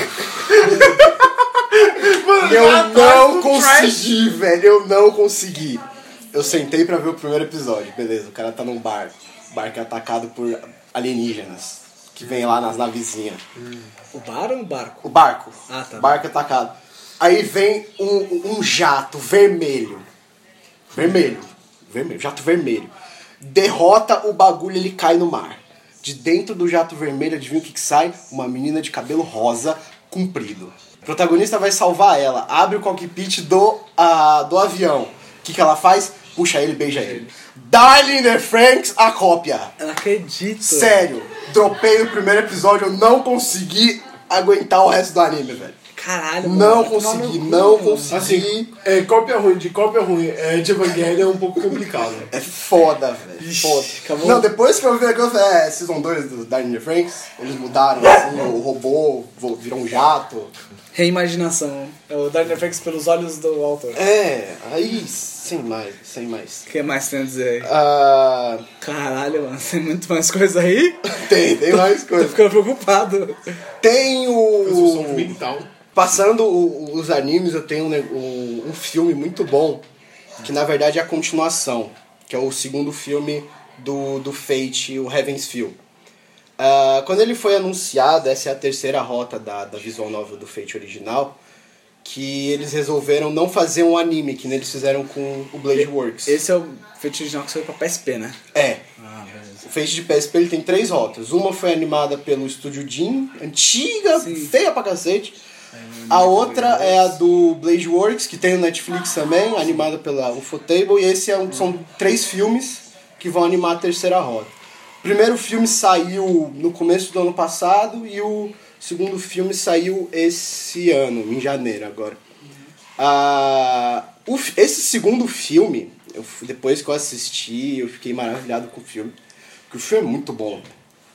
Speaker 3: Eu não consegui, velho, eu não consegui. Eu sentei pra ver o primeiro episódio, beleza, o cara tá num bar. O bar que é atacado por alienígenas, que vem lá nas navezinhas.
Speaker 1: O bar ou o barco?
Speaker 3: O barco.
Speaker 1: Ah, tá.
Speaker 3: Barco atacado. Aí vem um, um jato vermelho. Vermelho. Vermelho. Jato vermelho. Derrota o bagulho, ele cai no mar. De dentro do jato vermelho, adivinha o que, que sai? Uma menina de cabelo rosa, comprido. O protagonista vai salvar ela. Abre o cockpit do, ah, do avião. O que, que ela faz? Puxa ele, beija ele. Darling the Franks, a cópia.
Speaker 1: Eu não acredito.
Speaker 3: Sério, dropei no primeiro episódio, eu não consegui aguentar o resto do anime, velho.
Speaker 1: Caralho, mano.
Speaker 3: Não
Speaker 1: vai tomar no
Speaker 3: consegui,
Speaker 1: cu,
Speaker 3: não
Speaker 1: mano.
Speaker 3: consegui.
Speaker 2: Assim, é, cópia ruim de cópia ruim é, de Evangelho é um pouco complicado.
Speaker 3: É foda, velho.
Speaker 1: Ixi,
Speaker 3: Foda.
Speaker 1: acabou.
Speaker 3: Não, depois que eu vi o negócio, é Season 2 do Darnell Franks, eles mudaram, assim, o robô vo- virou um jato.
Speaker 1: Reimaginação. É o Dark Franks pelos olhos do autor.
Speaker 3: É, aí, sem mais, sem mais.
Speaker 1: O que mais tem a dizer aí?
Speaker 3: Ah, (laughs)
Speaker 1: Caralho, mano, tem muito mais coisa aí?
Speaker 3: tem, tem mais
Speaker 1: Tô
Speaker 3: coisas.
Speaker 1: ficando preocupado.
Speaker 3: Tem
Speaker 2: Construção
Speaker 3: o...
Speaker 2: mental.
Speaker 3: Passando o- os animes, eu tenho um, ne- um- um filme muito bom, que na verdade é a continuação, que é o segundo filme do, do Fate, o Heaven's Feel. Ah, quando ele foi anunciado, essa é a terceira rota da, da visual novel do Fate original, que eles resolveram não fazer um anime, que nem eles fizeram com o Blade Works.
Speaker 1: Esse é o feitiço original que saiu pra PSP, né?
Speaker 3: É,
Speaker 1: Ah, beleza.
Speaker 3: o Fate de PSP ele tem três rotas. Uma foi animada pelo Estúdio Jim, antiga, feia pra cacete. A outra é a do Blade Works, que tem no Netflix também, animada pela Ufotable. E esse é um- são três filmes que vão animar a terceira rota. O primeiro filme saiu no começo do ano passado e o segundo filme saiu esse ano, em janeiro agora. Ah, o fi- esse segundo filme, eu fu- depois que eu assisti, eu fiquei maravilhado com o filme. Porque o filme é muito bom.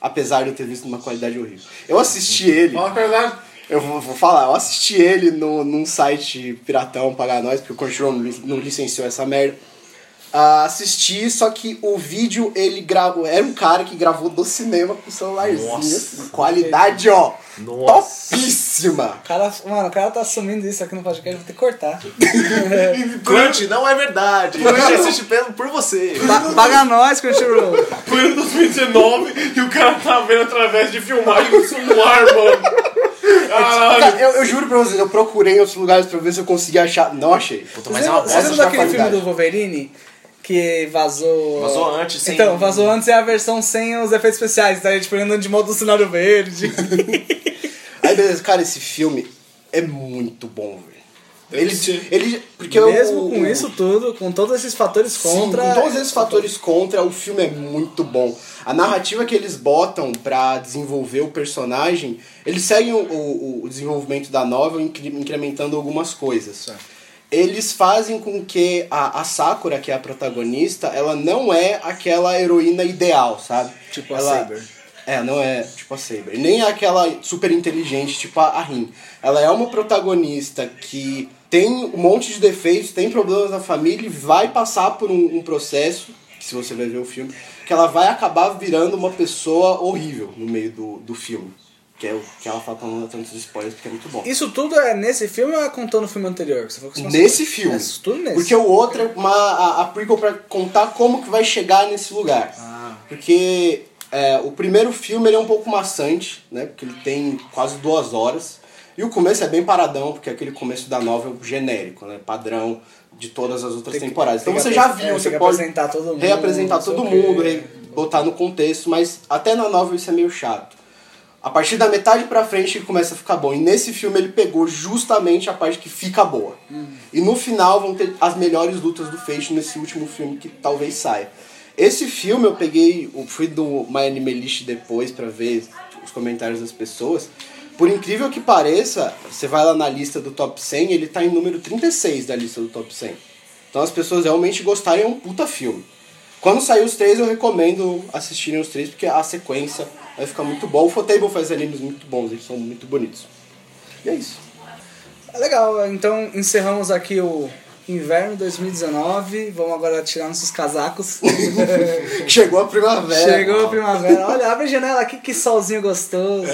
Speaker 3: Apesar de eu ter visto numa qualidade horrível. Eu
Speaker 4: Uhum.
Speaker 3: assisti ele.
Speaker 2: Fala a verdade.
Speaker 3: Eu vou, vou falar, eu assisti ele no, num site piratão pagar nós, porque o Crunchyroll não, li- não licenciou essa merda. Ah, assisti, só que o vídeo ele gravou. Era um cara que gravou do cinema com o celularzinho.
Speaker 4: Nossa.
Speaker 3: assim, qualidade, ó.
Speaker 4: Nossa.
Speaker 3: Topíssima!
Speaker 1: O cara, mano, o cara tá assumindo isso aqui no podcast, vou ter que cortar.
Speaker 4: Crunch não é verdade. Crunch assiste pelo- por você.
Speaker 1: Pa- Paga nós, Crunchyroll.
Speaker 2: Foi em 2019 e o cara tá vendo através de filmagem do celular, mano. Caralho.
Speaker 3: Cara, eu, eu juro pra vocês, eu procurei em outros lugares pra ver se eu conseguia achar. Não achei.
Speaker 4: Puta,
Speaker 1: Você
Speaker 4: mas é uma
Speaker 1: lembra, você
Speaker 4: bosta.
Speaker 1: lembra
Speaker 3: de
Speaker 1: daquele filme
Speaker 3: qualidade.
Speaker 1: do Wolverine? Que vazou.
Speaker 4: Vazou antes, sem-
Speaker 1: Então, vazou antes é a versão sem os efeitos especiais, tá? Tipo, andando de modo do cenário verde.
Speaker 3: Aí beleza, cara, esse filme é muito bom, velho. Ele,
Speaker 2: Sim.
Speaker 3: ele, porque o-
Speaker 1: Mesmo com
Speaker 3: o-
Speaker 1: isso tudo, com todos esses fatores
Speaker 3: Sim,
Speaker 1: contra.
Speaker 3: com todos esses fatores contra, o filme é muito bom. A narrativa que eles botam pra desenvolver o personagem, eles seguem o, o- o desenvolvimento da novel incre- incrementando algumas coisas. Eles fazem com que a, a Sakura, que é a protagonista, ela não é aquela heroína ideal, sabe?
Speaker 1: Tipo a
Speaker 3: ela,
Speaker 1: Saber.
Speaker 3: É, não é tipo a Saber. Nem é aquela super inteligente, tipo a a Rin. Ela é uma protagonista que tem um monte de defeitos, tem problemas na família e vai passar por um, um processo, que se você vai ver o filme, que ela vai acabar virando uma pessoa horrível no meio do, do filme. Que é o que ela fala pra não dar tantos spoilers, porque é muito bom.
Speaker 1: Isso tudo é nesse filme ou é contando o filme anterior? Que você falou que você não
Speaker 3: Nesse
Speaker 1: sabe?
Speaker 3: filme.
Speaker 1: É isso tudo nesse.
Speaker 3: Porque o outro é uma, a, a prequel pra contar como que vai chegar nesse lugar.
Speaker 1: Ah.
Speaker 3: Porque é, o primeiro filme ele é um pouco maçante, né? Porque ele tem quase duas horas. E o começo é bem paradão, porque é aquele começo da novel genérico, né? Padrão de todas as outras
Speaker 1: Tem que-
Speaker 3: temporadas. Então
Speaker 1: tem que
Speaker 3: você já
Speaker 1: apres-
Speaker 3: viu,
Speaker 1: é,
Speaker 3: você
Speaker 1: tem que
Speaker 3: pode
Speaker 1: apresentar todo mundo,
Speaker 3: reapresentar
Speaker 1: não sei
Speaker 3: todo
Speaker 1: o quê.
Speaker 3: mundo, re- botar no contexto, mas até na novel isso é meio chato. A partir da metade pra frente que começa a ficar bom. E nesse filme ele pegou justamente a parte que fica boa. E no final vão ter as melhores lutas do Fate nesse último filme que talvez saia. Esse filme eu peguei, eu fui do My Anime List depois pra ver os comentários das pessoas. Por incrível que pareça, você vai lá na lista do top 100, ele tá em número 36 da lista do top 100. Então as pessoas realmente gostaram, é um puta filme. Quando sair os três, eu recomendo assistirem os três, porque a sequência vai ficar muito boa. O Fotable faz animes muito bons, eles são muito bonitos. E é isso.
Speaker 1: Legal, então encerramos aqui o inverno 2019. Vamos agora tirar nossos
Speaker 3: (laughs)
Speaker 1: casacos.
Speaker 3: Chegou a primavera.
Speaker 1: Chegou a primavera. Olha, abre a janela aqui, que solzinho gostoso.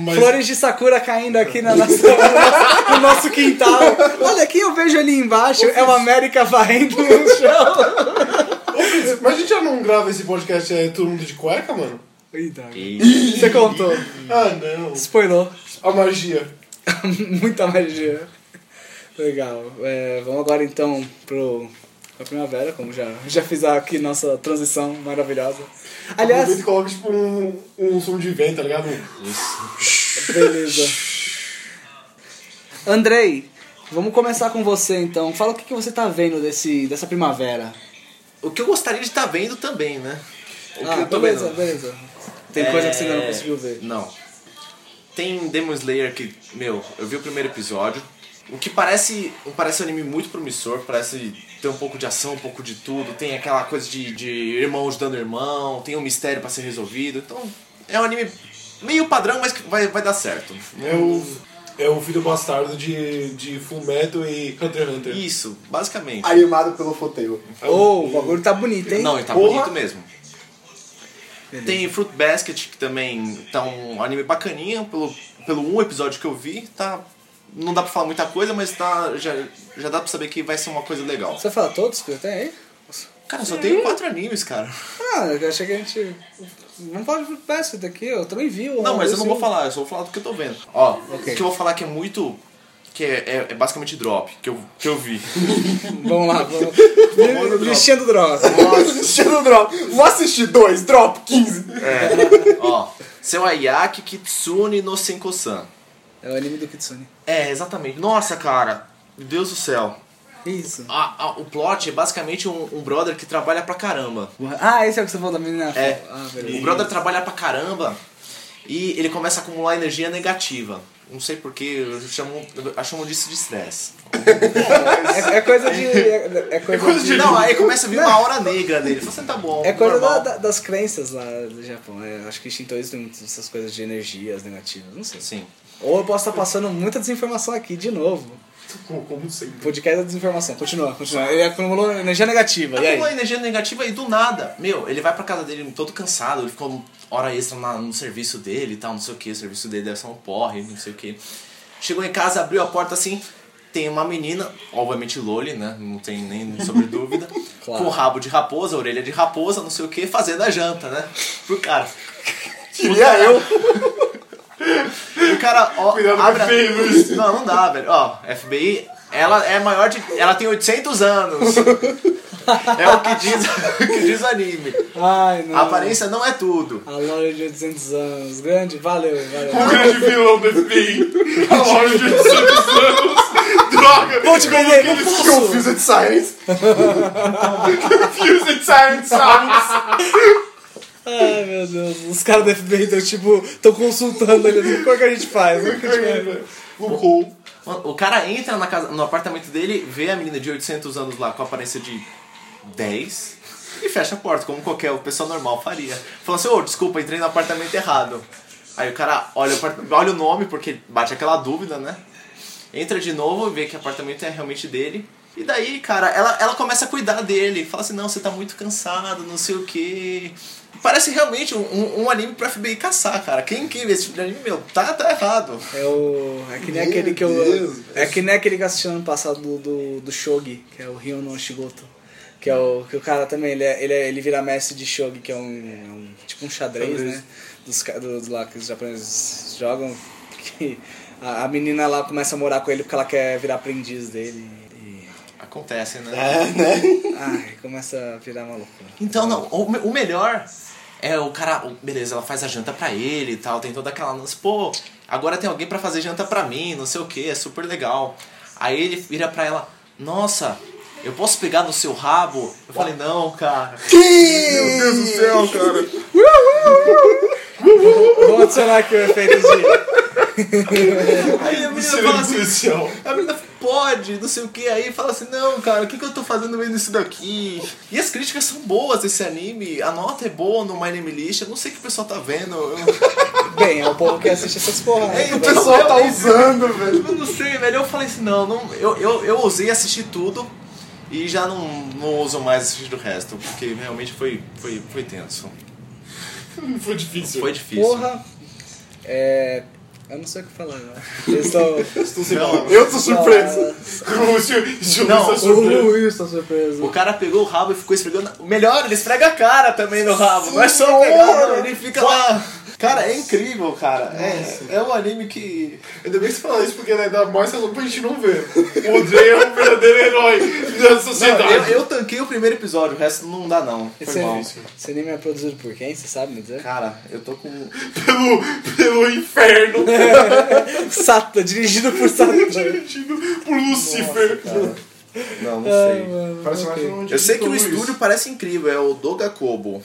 Speaker 2: mas-
Speaker 1: Flores de Sakura caindo aqui na nossa- no, nosso, no nosso quintal. Olha, quem eu vejo ali embaixo é o América varrendo no chão.
Speaker 2: Mas a gente já não grava esse podcast é todo mundo de cueca, mano?
Speaker 1: Eita,
Speaker 4: E-
Speaker 1: Você contou.
Speaker 2: Ah, não.
Speaker 1: Spoilou.
Speaker 2: A magia.
Speaker 1: (laughs) Muita magia. Legal. É, vamos agora então pro a primavera, como já, já fiz aqui nossa transição maravilhosa.
Speaker 2: Aliás...
Speaker 1: Aliás,
Speaker 2: O coloca tipo um, um som de vento, tá ligado?
Speaker 1: beleza. Andrei, vamos começar com você então. Fala o que, que você tá vendo desse, dessa primavera.
Speaker 4: O que eu gostaria de estar vendo também, né? O que
Speaker 1: ah,
Speaker 4: eu tô
Speaker 1: beleza,
Speaker 4: vendo.
Speaker 1: beleza. Tem
Speaker 4: É,
Speaker 1: coisa que você ainda não conseguiu ver.
Speaker 4: Não. Tem Demon Slayer que, meu, eu vi o primeiro episódio. O que parece, parece um anime muito promissor, parece ter um pouco de ação, um pouco de tudo. Tem aquela coisa de, de irmão ajudando irmão, tem um mistério pra ser resolvido. Então, é um anime meio padrão, mas que vai, vai dar certo.
Speaker 2: É o, é o filho bastardo de, de Fullmetal e Hunter x Hunter.
Speaker 4: Isso, basicamente.
Speaker 3: Animado pelo Foteu.
Speaker 1: Ô, o bagulho tá bonito, hein?
Speaker 4: é um Não, e tá
Speaker 2: Porra.
Speaker 4: bonito mesmo. Tem Fruit Basket, que também tá um anime bacaninha, pelo, pelo um episódio que eu vi, tá. Não dá pra falar muita coisa, mas tá, já, já dá pra saber que vai ser uma coisa legal.
Speaker 1: Você fala todos que eu tenho aí?
Speaker 4: Cara, só tem quatro animes, cara.
Speaker 1: Ah, eu achei que a gente. Não pode pro peça daqui, eu também vi. o-
Speaker 4: Não, mas eu não vou falar, eu só vou falar do que eu tô vendo. Ó,
Speaker 1: Ok.
Speaker 4: o que eu vou falar que é muito. que é, é- é basicamente drop, que eu, que eu vi.
Speaker 1: Vamos lá,
Speaker 4: (laughs)
Speaker 1: vamos. Listinha do Droga.
Speaker 3: Assistindo drop. Vou assistir dois, drop 15.
Speaker 4: É, Ó, seu Ayaki Kitsune no Senko-san.
Speaker 1: É o anime do Kitsune.
Speaker 4: É, exatamente. Nossa, cara, meu Deus do céu.
Speaker 1: Isso.
Speaker 4: A- a- o plot é basicamente um, um brother que trabalha pra caramba.
Speaker 1: Ah, esse é o que você falou da menina.
Speaker 4: É.
Speaker 1: Ah,
Speaker 4: o
Speaker 1: beleza.
Speaker 4: brother trabalha pra caramba e ele começa a acumular energia negativa. Não sei porquê, chamam, a chamam disso um de estresse.
Speaker 1: É, é coisa de. É, é coisa, de.
Speaker 4: Não, aí começa a vir uma hora negra nele. Você tá bom.
Speaker 1: É coisa da-
Speaker 4: normal.
Speaker 1: da- das crenças lá do Japão. É, acho que shintoísmo tem muitas dessas coisas de energias negativas. Não sei.
Speaker 4: Sim.
Speaker 1: Ou eu posso estar passando muita desinformação aqui de novo.
Speaker 2: Como, como sempre.
Speaker 1: Podcast da desinformação. Continua, continua. Ele acumulou energia negativa. E
Speaker 4: Acumula
Speaker 1: aí?
Speaker 4: energia negativa e do nada, meu, ele vai pra casa dele todo cansado, ele ficou hora extra na- no serviço dele e tal, não sei o que, o serviço dele deve ser um porre, não sei o que. Chegou em casa, abriu a porta assim, tem uma menina, obviamente Loli, né? Não tem nem
Speaker 1: (laughs)
Speaker 4: sobre dúvida,
Speaker 1: Claro.
Speaker 4: com rabo de raposa, orelha de raposa, não sei o que, fazendo a janta, né? Pro cara.
Speaker 3: Queria eu.
Speaker 4: (laughs) O cara, ó,
Speaker 2: Cuidado com
Speaker 4: abre a-
Speaker 2: o FBI,
Speaker 4: Não, não dá, velho. Ó, FBI, ela é maior de. Ela tem 800 anos. É o que diz, (laughs) o que diz o anime.
Speaker 1: Ai, não.
Speaker 4: A aparência não é tudo.
Speaker 1: A Laura de 800 anos. Grande, valeu, valeu.
Speaker 2: O grande vilão do FBI. A hora de 800 anos. Droga.
Speaker 1: Vou te vender, não posso.
Speaker 3: Confused Science.
Speaker 2: Confused Science Science.
Speaker 1: Ai, meu Deus. Os caras da FBI estão, tipo, estão consultando ele. assim, Como é que a gente faz? Como é que a gente faz?
Speaker 2: Uhul.
Speaker 4: Mano, O cara entra na casa, no apartamento dele, vê a menina de 800 anos lá com a aparência de 10 e fecha a porta, como qualquer pessoa normal faria. Falando assim, ô, desculpa, entrei no apartamento errado. Aí o cara olha o, apart- olha o nome, porque bate aquela dúvida, né? Entra de novo, vê que o apartamento é realmente dele. E daí, cara, ela, ela começa a cuidar dele. Fala assim, não, você tá muito cansado, não sei o quê. Parece realmente um, um, um anime pro FBI caçar, cara. Quem que vê esse tipo de anime, meu, tá, tá errado.
Speaker 1: É o. É que nem
Speaker 3: Meu
Speaker 1: aquele que eu.
Speaker 3: Deus.
Speaker 1: É que nem aquele que eu assisti ano passado do, do, do Shogi, que é o Ryo no Shigoto. Que é o. Que o cara também, ele, é- ele, é- ele vira mestre de Shogi, que é um. é um- tipo um xadrez, né? Dos, ca- do, do lá que os japoneses jogam. Que a, a menina lá começa a morar com ele porque ela quer virar aprendiz dele. E,
Speaker 4: Acontece, né?
Speaker 3: É,
Speaker 1: ai, começa a virar uma loucura.
Speaker 4: Então, não, o, me- o melhor é o cara. o- Beleza, ela faz a janta pra ele e tal, tem toda aquela lance, pô, agora tem alguém pra fazer janta pra mim, não sei o que, é super legal. Aí ele vira pra ela, nossa, eu posso pegar no seu rabo? Eu falei, não, cara.
Speaker 2: Meu Deus do céu, cara.
Speaker 1: Vou adicionar aqui o efeito de.
Speaker 4: (laughs) Aí a menina
Speaker 2: Seria
Speaker 4: fala assim.
Speaker 2: policial.
Speaker 4: A menina pode, não sei o que, aí fala assim, não, cara, o que, que eu tô fazendo vendo isso daqui? E as críticas são boas desse anime, a nota é boa no My Name List, eu não sei o que o pessoal tá vendo. eu-
Speaker 1: Bem, é o povo que assiste essas porra. né?
Speaker 4: É,
Speaker 3: O
Speaker 4: (laughs)
Speaker 3: pessoal tá usando, velho.
Speaker 4: Eu não sei, velho. Eu falei assim, não, não eu, eu, eu usei assistir tudo e já não, não uso mais assistir do resto, porque realmente foi, foi, foi tenso.
Speaker 2: Foi difícil.
Speaker 4: Foi difícil.
Speaker 1: Porra! É. Eu não sei o que falar. né? Eu
Speaker 3: (laughs)
Speaker 1: estou.
Speaker 2: Estou sem palavras.
Speaker 3: Eu tô surpreso.
Speaker 2: Como se eu- se eu
Speaker 4: Não,
Speaker 2: não estou
Speaker 1: O
Speaker 2: surpreso.
Speaker 1: Will está surpreso.
Speaker 4: O cara pegou o rabo e ficou esfregando. O Melhor, ele esfrega a cara também no rabo. Não é só pegar, não, ele fica lá. Cara, é incrível, cara. É, é um anime que.
Speaker 2: Ainda bem que você fala isso, porque né, dá mais razão pra gente não ver. O Dre é um verdadeiro herói da
Speaker 4: Eu,
Speaker 2: sociedade.
Speaker 4: eu tanquei o primeiro episódio, o resto não dá, não. Foi
Speaker 1: Esse,
Speaker 4: mal.
Speaker 1: esse anime é produzido por quem? Você sabe me
Speaker 4: (laughs)
Speaker 1: dizer?
Speaker 4: Cara, eu tô com.
Speaker 2: Pelo, pelo inferno.
Speaker 1: Satan, dirigido por (laughs) Satan.
Speaker 2: Dirigido por Lucifer.
Speaker 4: Não, não sei.
Speaker 5: (laughs) Parece mais um
Speaker 4: Eu sei que o
Speaker 5: Luiz.
Speaker 4: estúdio parece incrível, é o Doga Kobo.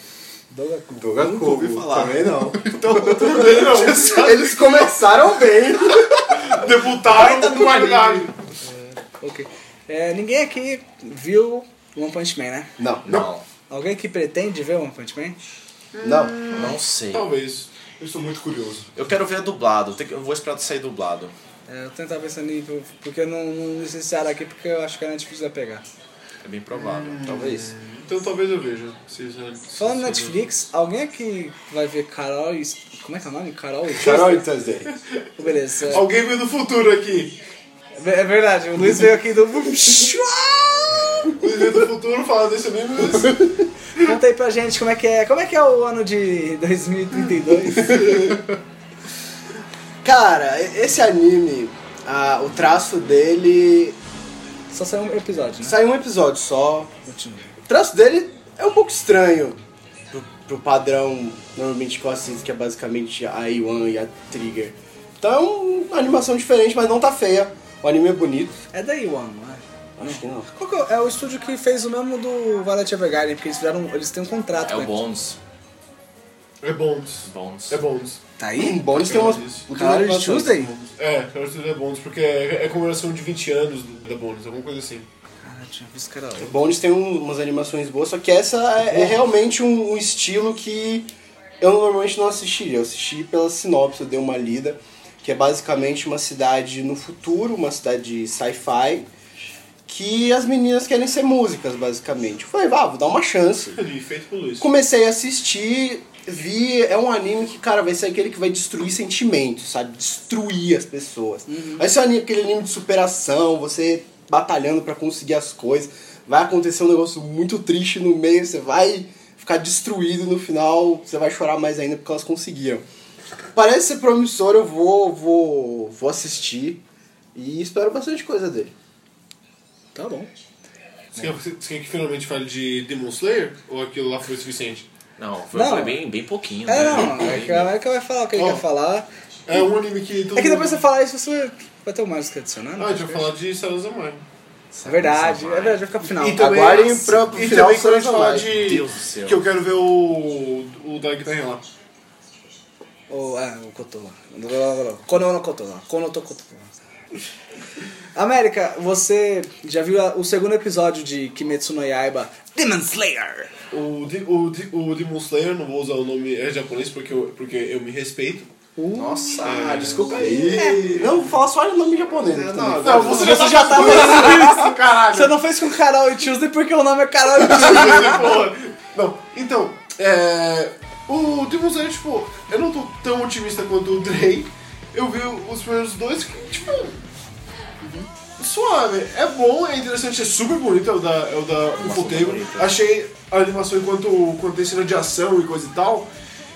Speaker 1: Dogaku.
Speaker 3: Dogaku.
Speaker 4: Nunca ouvi falar.
Speaker 3: Também
Speaker 4: (laughs)
Speaker 3: não.
Speaker 2: Então, tudo bem, não.
Speaker 3: Eles começaram bem.
Speaker 2: Debutaram com qualidade.
Speaker 1: Ok. É, ninguém aqui viu One Punch Man, né?
Speaker 3: Não,
Speaker 4: Não,
Speaker 1: Alguém que pretende ver One Punch Man?
Speaker 3: não.
Speaker 4: não sei.
Speaker 2: Talvez. Eu estou muito curioso.
Speaker 4: Eu quero ver dublado. tem que- Eu vou esperar sair dublado.
Speaker 1: É, eu tenho tava pensando em porque eu não, não licenciaram aqui porque eu acho que a Netflix vai pegar.
Speaker 4: É bem provável. Talvez.
Speaker 2: Então talvez eu veja. Se, é- se, se-
Speaker 1: Falando
Speaker 2: se-
Speaker 1: na Netflix, alguém aqui vai ver Carol e... Como é que é o nome? Carol e...
Speaker 3: Carol e Thursday.
Speaker 1: Beleza.
Speaker 2: Alguém veio do futuro aqui.
Speaker 1: É é verdade, o Luiz veio aqui do...
Speaker 2: Alguém veio do futuro falar desse anime. mas-
Speaker 1: Conta aí pra gente como é que é, como é, que é o ano de 2032.
Speaker 3: Cara, e- esse anime, ah, o traço dele.
Speaker 1: Só saiu um episódio, né?
Speaker 3: Saiu um episódio só.
Speaker 1: Continua.
Speaker 3: O traço dele é um pouco estranho pro, pro padrão normalmente que eu assisto, que é basicamente a A1 e a Trigger. Então é uma animação diferente, mas não tá feia. O anime é bonito.
Speaker 1: É da Iwan, não é?
Speaker 3: Acho que não.
Speaker 1: Qual que é o- é o estúdio que fez o mesmo do Violet Evergarden, porque eles fizeram, eles têm um contrato
Speaker 4: É
Speaker 1: com
Speaker 4: o
Speaker 1: a-
Speaker 4: Bones.
Speaker 2: É Bones.
Speaker 4: Bones.
Speaker 2: É Bones.
Speaker 1: Tá
Speaker 3: Em
Speaker 1: aí?
Speaker 3: Bones tem umas.
Speaker 1: Caralho, de Tuesday?
Speaker 2: É, eu acho que é Bones, porque é, é comemoração de 20 anos do- da Bones, alguma coisa assim.
Speaker 1: Cara, eu tinha visto que era
Speaker 3: O Bones tem um- umas animações boas, só que essa é, é realmente um, um estilo que eu normalmente não assistiria. Eu assisti pela sinopse, eu dei uma lida, que é basicamente uma cidade no futuro, uma cidade de sci-fi, que as meninas querem ser músicas, basicamente. Eu falei, vá, vou dar uma chance.
Speaker 2: Ali, é feito por Luiz.
Speaker 3: Comecei a assistir, vi, é um anime que, cara, vai ser aquele que vai destruir sentimentos, sabe? Destruir as pessoas. Vai ser um anime- aquele anime de superação, você batalhando pra conseguir as coisas. Vai acontecer um negócio muito triste no meio, você vai ficar destruído no final, você vai chorar mais ainda porque elas conseguiram. Parece ser promissor, eu vou, vou, vou assistir e espero bastante coisa dele.
Speaker 1: Tá bom.
Speaker 2: Você quer, você- você quer que finalmente fale de Demon Slayer? Ou aquilo lá foi o suficiente?
Speaker 4: Não, foi,
Speaker 1: Não.
Speaker 4: foi bem, bem pouquinho.
Speaker 1: É,
Speaker 4: né?
Speaker 1: não,
Speaker 4: Bem-
Speaker 1: é que a Erika vai falar o que ele
Speaker 2: Ó.
Speaker 1: quer falar.
Speaker 2: É um anime que todo
Speaker 1: É que depois
Speaker 2: mundo...
Speaker 1: você falar isso, você vai ter o mais que adicionar, né?
Speaker 2: Ah, a gente vai falar de Sarah Zamai.
Speaker 1: É verdade, é verdade, vai ficar pro final.
Speaker 2: E também-
Speaker 3: Aguardem pra- pro
Speaker 2: e
Speaker 3: final
Speaker 2: também quando a gente
Speaker 3: Sarah
Speaker 2: falar
Speaker 3: Zamai.
Speaker 2: de...
Speaker 4: Deus do céu.
Speaker 2: Que eu quero ver o... O da guitarra lá.
Speaker 1: Ou, é, o Kotola. Kono no Kotola. Kono to Kotola. América, você já viu a- o segundo episódio de Kimetsu no Yaiba, Demon Slayer?
Speaker 2: O, de, o, de, o Demon Slayer, não vou usar o nome é japonês porque eu, porque eu me respeito.
Speaker 4: Nossa, ah, desculpa
Speaker 3: Não, vou falar só o nome japonês. aqui também.
Speaker 2: Não, você já tá
Speaker 1: já tava...
Speaker 2: isso, caralho!
Speaker 1: Você não fez com Carol e Tuesday porque o nome é Carol e Tuesday.
Speaker 2: Porra. Não, então, é, o Demon Slayer, tipo, eu não tô tão otimista quanto o Drake. Eu vi os primeiros dois que, tipo, suave. É bom, é interessante, é super bonito, é o da, é o da Ufo Table.
Speaker 4: bonita.
Speaker 2: Achei a animação enquanto, enquanto tem cena de ação e coisa e tal.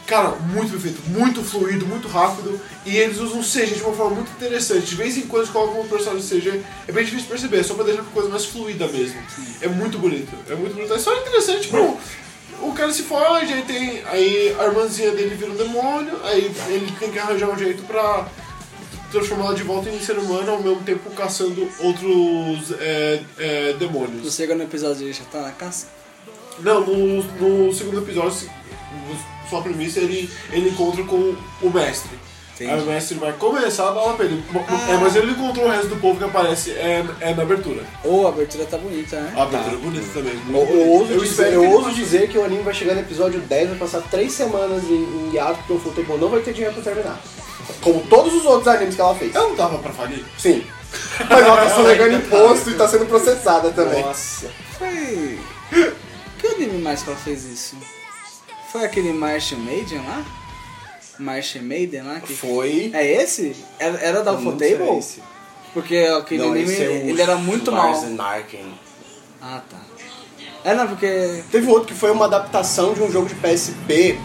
Speaker 2: Cara, muito perfeito, muito fluido, muito rápido. E eles usam CG de uma forma muito interessante. De vez em quando eles colocam um personagem CG. É bem difícil perceber, é só pra deixar a coisa mais fluida mesmo. É muito bonito, é muito bonito. É só interessante, tipo, o cara se foge, aí tem. Aí a irmãzinha dele vira um demônio, aí ele tem que arranjar um jeito pra transformar ela de volta em ser humano ao mesmo tempo caçando outros é, é,
Speaker 1: No
Speaker 2: demônios.
Speaker 1: segundo episódio ele já tá na caça?
Speaker 2: Não, no, no segundo episódio, se- no- sua premissa, ele, ele encontra com o mestre.
Speaker 1: Entendi.
Speaker 2: Aí o mestre vai começar a falar pra ele. Mo-
Speaker 1: Ah.
Speaker 2: É, mas ele encontrou o resto do povo que aparece é, é na abertura.
Speaker 1: Ô, a abertura tá bonita, né?
Speaker 2: A abertura é bonita também. muito
Speaker 3: Eu, eu
Speaker 2: bonita.
Speaker 3: ouso, dizer,
Speaker 2: espero
Speaker 3: eu
Speaker 2: que ele
Speaker 3: ouso
Speaker 2: faça-
Speaker 3: dizer que o anime vai chegar no episódio 10, vai passar 3 semanas em, em hiato, porque o futebol não vai ter dinheiro pra terminar. Como todos os outros animes que ela fez.
Speaker 2: Ela não tava pra falir?
Speaker 3: Sim. (laughs) Mas ela tá sonegando imposto e tá sendo processada também.
Speaker 4: Nossa.
Speaker 1: Foi... Que anime mais que ela fez isso? Foi aquele Martian Maiden lá? Martian Maiden lá? Que...
Speaker 3: Foi.
Speaker 1: É esse? Era, era da
Speaker 3: Não,
Speaker 1: Alpha
Speaker 3: não sei é
Speaker 1: Table?
Speaker 3: esse.
Speaker 1: Porque aquele
Speaker 3: Não,
Speaker 1: anime,
Speaker 3: esse é o
Speaker 1: ele era muito mal.
Speaker 3: Schwarzen Arken.
Speaker 1: Ah, tá. É, não, porque...
Speaker 3: Teve outro que foi uma adaptação de um jogo de PSP,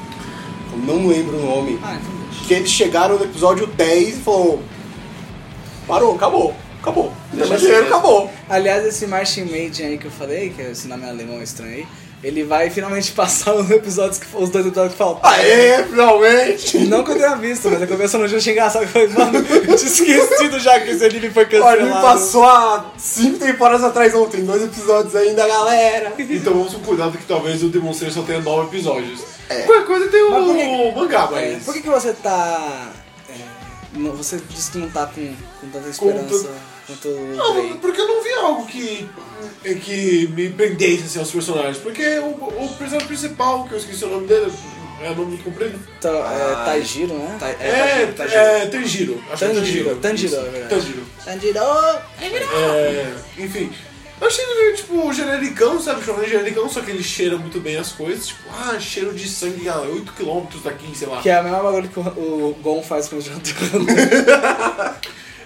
Speaker 3: eu não lembro o nome,
Speaker 1: Ah, então deixa.
Speaker 3: que eles chegaram no episódio 10 e falou: Parou, acabou, acabou. Mas
Speaker 2: quieto.
Speaker 3: dinheiro acabou.
Speaker 1: Aliás, esse Martian Maiden aí que eu falei, que é esse nome alemão estranho aí, Ele vai finalmente (laughs) passar os episódios que os dois episódios que faltam.
Speaker 3: Aê, finalmente!
Speaker 1: Não que eu tenha visto, mas a conversa no dia achei engraçado. Eu falei, mano, eu tinha esquecido já que esse anime foi
Speaker 3: O
Speaker 1: cancelado.
Speaker 3: anime passou há cinco temporadas atrás ontem, dois episódios ainda, galera.
Speaker 2: Então vamos com cuidado que talvez o Demon Slayer só tenha nove episódios.
Speaker 3: É.
Speaker 2: Qualquer coisa tem o
Speaker 1: Mas por que-
Speaker 2: mangá,
Speaker 1: É,
Speaker 2: mas...
Speaker 1: Por que, que você tá. é, não- você disse que não tá com, com tanta esperança quanto o
Speaker 2: Não,
Speaker 1: Drake?
Speaker 2: porque eu não vi algo que, que me prendesse assim, aos personagens. Porque o, o personagem principal, que eu esqueci o nome dele, é o nome muito comprido.
Speaker 1: Tá, é, Taijiro, né?
Speaker 4: Tá-
Speaker 2: É,
Speaker 4: é, tá- tá
Speaker 2: é, Tanjiro. Acho que é
Speaker 1: Tanjiro, Tanjiro,
Speaker 2: Isso,
Speaker 1: é verdade.
Speaker 2: Tanjiro.
Speaker 1: Tanjiro!
Speaker 2: É, enfim. Eu achei ele, tipo, genericão, sabe? Shonen genericão, só que ele cheira muito bem as coisas. Tipo, ah, cheiro de sangue a 8km daqui, sei lá.
Speaker 1: Que é a mesma bagulho que o, o Gon faz com o Jotaro.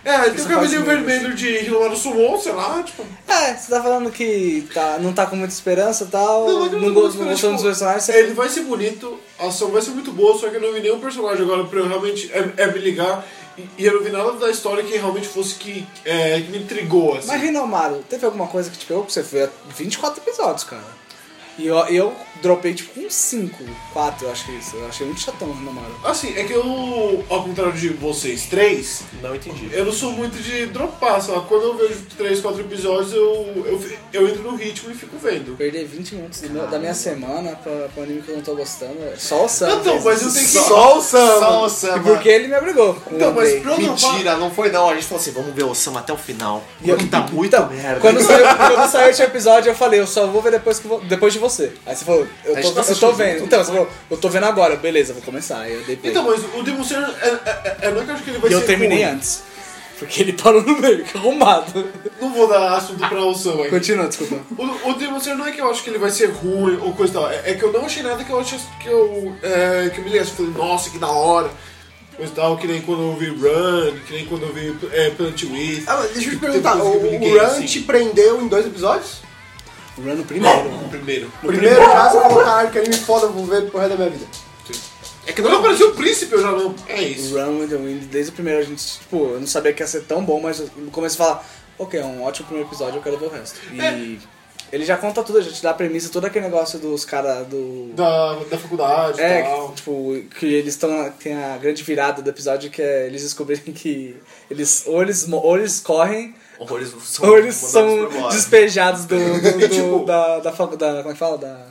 Speaker 2: É, tem o
Speaker 1: Isso
Speaker 2: cabelinho
Speaker 1: faz muito.
Speaker 2: vermelho de Hiromaru Sumo, sei lá, tipo...
Speaker 1: É, você tá falando que tá, não tá com muita esperança e tal,
Speaker 2: Não,
Speaker 1: não,
Speaker 2: mas eu
Speaker 1: não,
Speaker 2: não
Speaker 1: go-
Speaker 2: gosto,
Speaker 1: não
Speaker 2: mas,
Speaker 1: gostando
Speaker 2: tipo,
Speaker 1: dos personagens, você...
Speaker 2: Ele vai ser bonito, a ação vai ser muito boa, só que eu não vi nenhum personagem agora pra eu realmente é, é me ligar. E, e eu não vi nada da história que realmente fosse que, é, que me intrigou, assim.
Speaker 1: Mas Rinomaru, teve alguma coisa que te pegou? Porque você fez 24 episódios, cara. E eu, eu dropei tipo com 5, 4, eu acho que é isso. Eu achei muito chatão o Rinomaru.
Speaker 2: Assim, é que eu, ao contrário de vocês três,
Speaker 4: Não entendi.
Speaker 2: eu não sou muito de dropar, sei lá. Quando eu vejo três, quatro episódios, eu, eu, fi- eu entro no ritmo e fico vendo.
Speaker 1: Perder 20 minutos do meu- da minha semana pra, pra um anime que eu não tô gostando. é Só o Sam.
Speaker 2: Então,
Speaker 1: fez
Speaker 2: mas
Speaker 1: isso.
Speaker 2: eu tenho que.
Speaker 3: Só o
Speaker 4: Só
Speaker 3: Sam.
Speaker 4: o
Speaker 1: E
Speaker 4: Sama.
Speaker 1: porque ele me obrigou. Eu
Speaker 2: Então, mas
Speaker 1: odeio.
Speaker 2: pra eu dropar.
Speaker 4: Mentira, não foi não. A gente falou assim, vamos ver o Sama até o final.
Speaker 1: E eu-
Speaker 4: Porque tá muito
Speaker 1: Então,
Speaker 4: merda.
Speaker 1: Quando saiu, quando saiu esse episódio, eu falei, eu só vou ver depois, que vo- depois de você. Aí você falou, eu
Speaker 4: A
Speaker 1: tô,
Speaker 4: gente tá
Speaker 1: eu tô
Speaker 4: assistindo
Speaker 1: vendo.
Speaker 4: junto.
Speaker 1: Então, você falou, eu tô vendo agora, beleza, vou começar. Aí eu dei play.
Speaker 2: Então, mas o Demon Slayer, é, é, é, não é que eu acho que ele vai
Speaker 1: E
Speaker 2: ser.
Speaker 1: eu terminei
Speaker 2: ruim.
Speaker 1: antes. Porque ele parou no meio, que arrumado.
Speaker 2: Não vou dar assunto pra o Sam aí.
Speaker 1: Continua, desculpa.
Speaker 2: O, o Demon Slayer não é que eu acho que ele vai ser ruim ou coisa e tal. É, é que eu não achei nada que eu achasse que eu. É, que eu me ligasse. Falei, nossa, que da hora. Coisa e tal, que nem quando eu vi Run, que nem quando eu vi é, Plant With.
Speaker 3: Ah, mas deixa eu
Speaker 2: Tem
Speaker 3: te perguntar,
Speaker 2: coisa que eu
Speaker 3: o,
Speaker 2: me
Speaker 3: o
Speaker 2: liguei,
Speaker 3: Run
Speaker 2: assim.
Speaker 3: te prendeu em dois episódios?
Speaker 1: Run no primeiro.
Speaker 2: no primeiro.
Speaker 3: O primeiro já você falou, caralho, que anime foda, eu vou ver pro resto da minha vida.
Speaker 4: É que
Speaker 2: Quando
Speaker 4: não
Speaker 2: apareceu o príncipe, eu já não. É isso.
Speaker 1: Run with the Wind, desde o primeiro a gente, tipo, eu não sabia que ia ser tão bom, mas eu comecei a falar, ok, é um ótimo primeiro episódio, eu quero ver o resto. E
Speaker 4: é?
Speaker 1: ele já conta tudo, já te dá a premissa, todo aquele negócio dos caras do.
Speaker 2: Da, da faculdade e
Speaker 1: É,
Speaker 2: tal.
Speaker 1: que, tipo, que eles estão. Tem a grande virada do episódio que é eles descobrirem que. Eles, ou, eles, mo- ou eles correm,
Speaker 4: Horrores são
Speaker 1: ou eles
Speaker 4: mandados
Speaker 1: são
Speaker 4: pra fora.
Speaker 1: despejados do. (laughs) do- do-
Speaker 2: tipo-
Speaker 1: da, da, fa- da- Como é que fala? Da.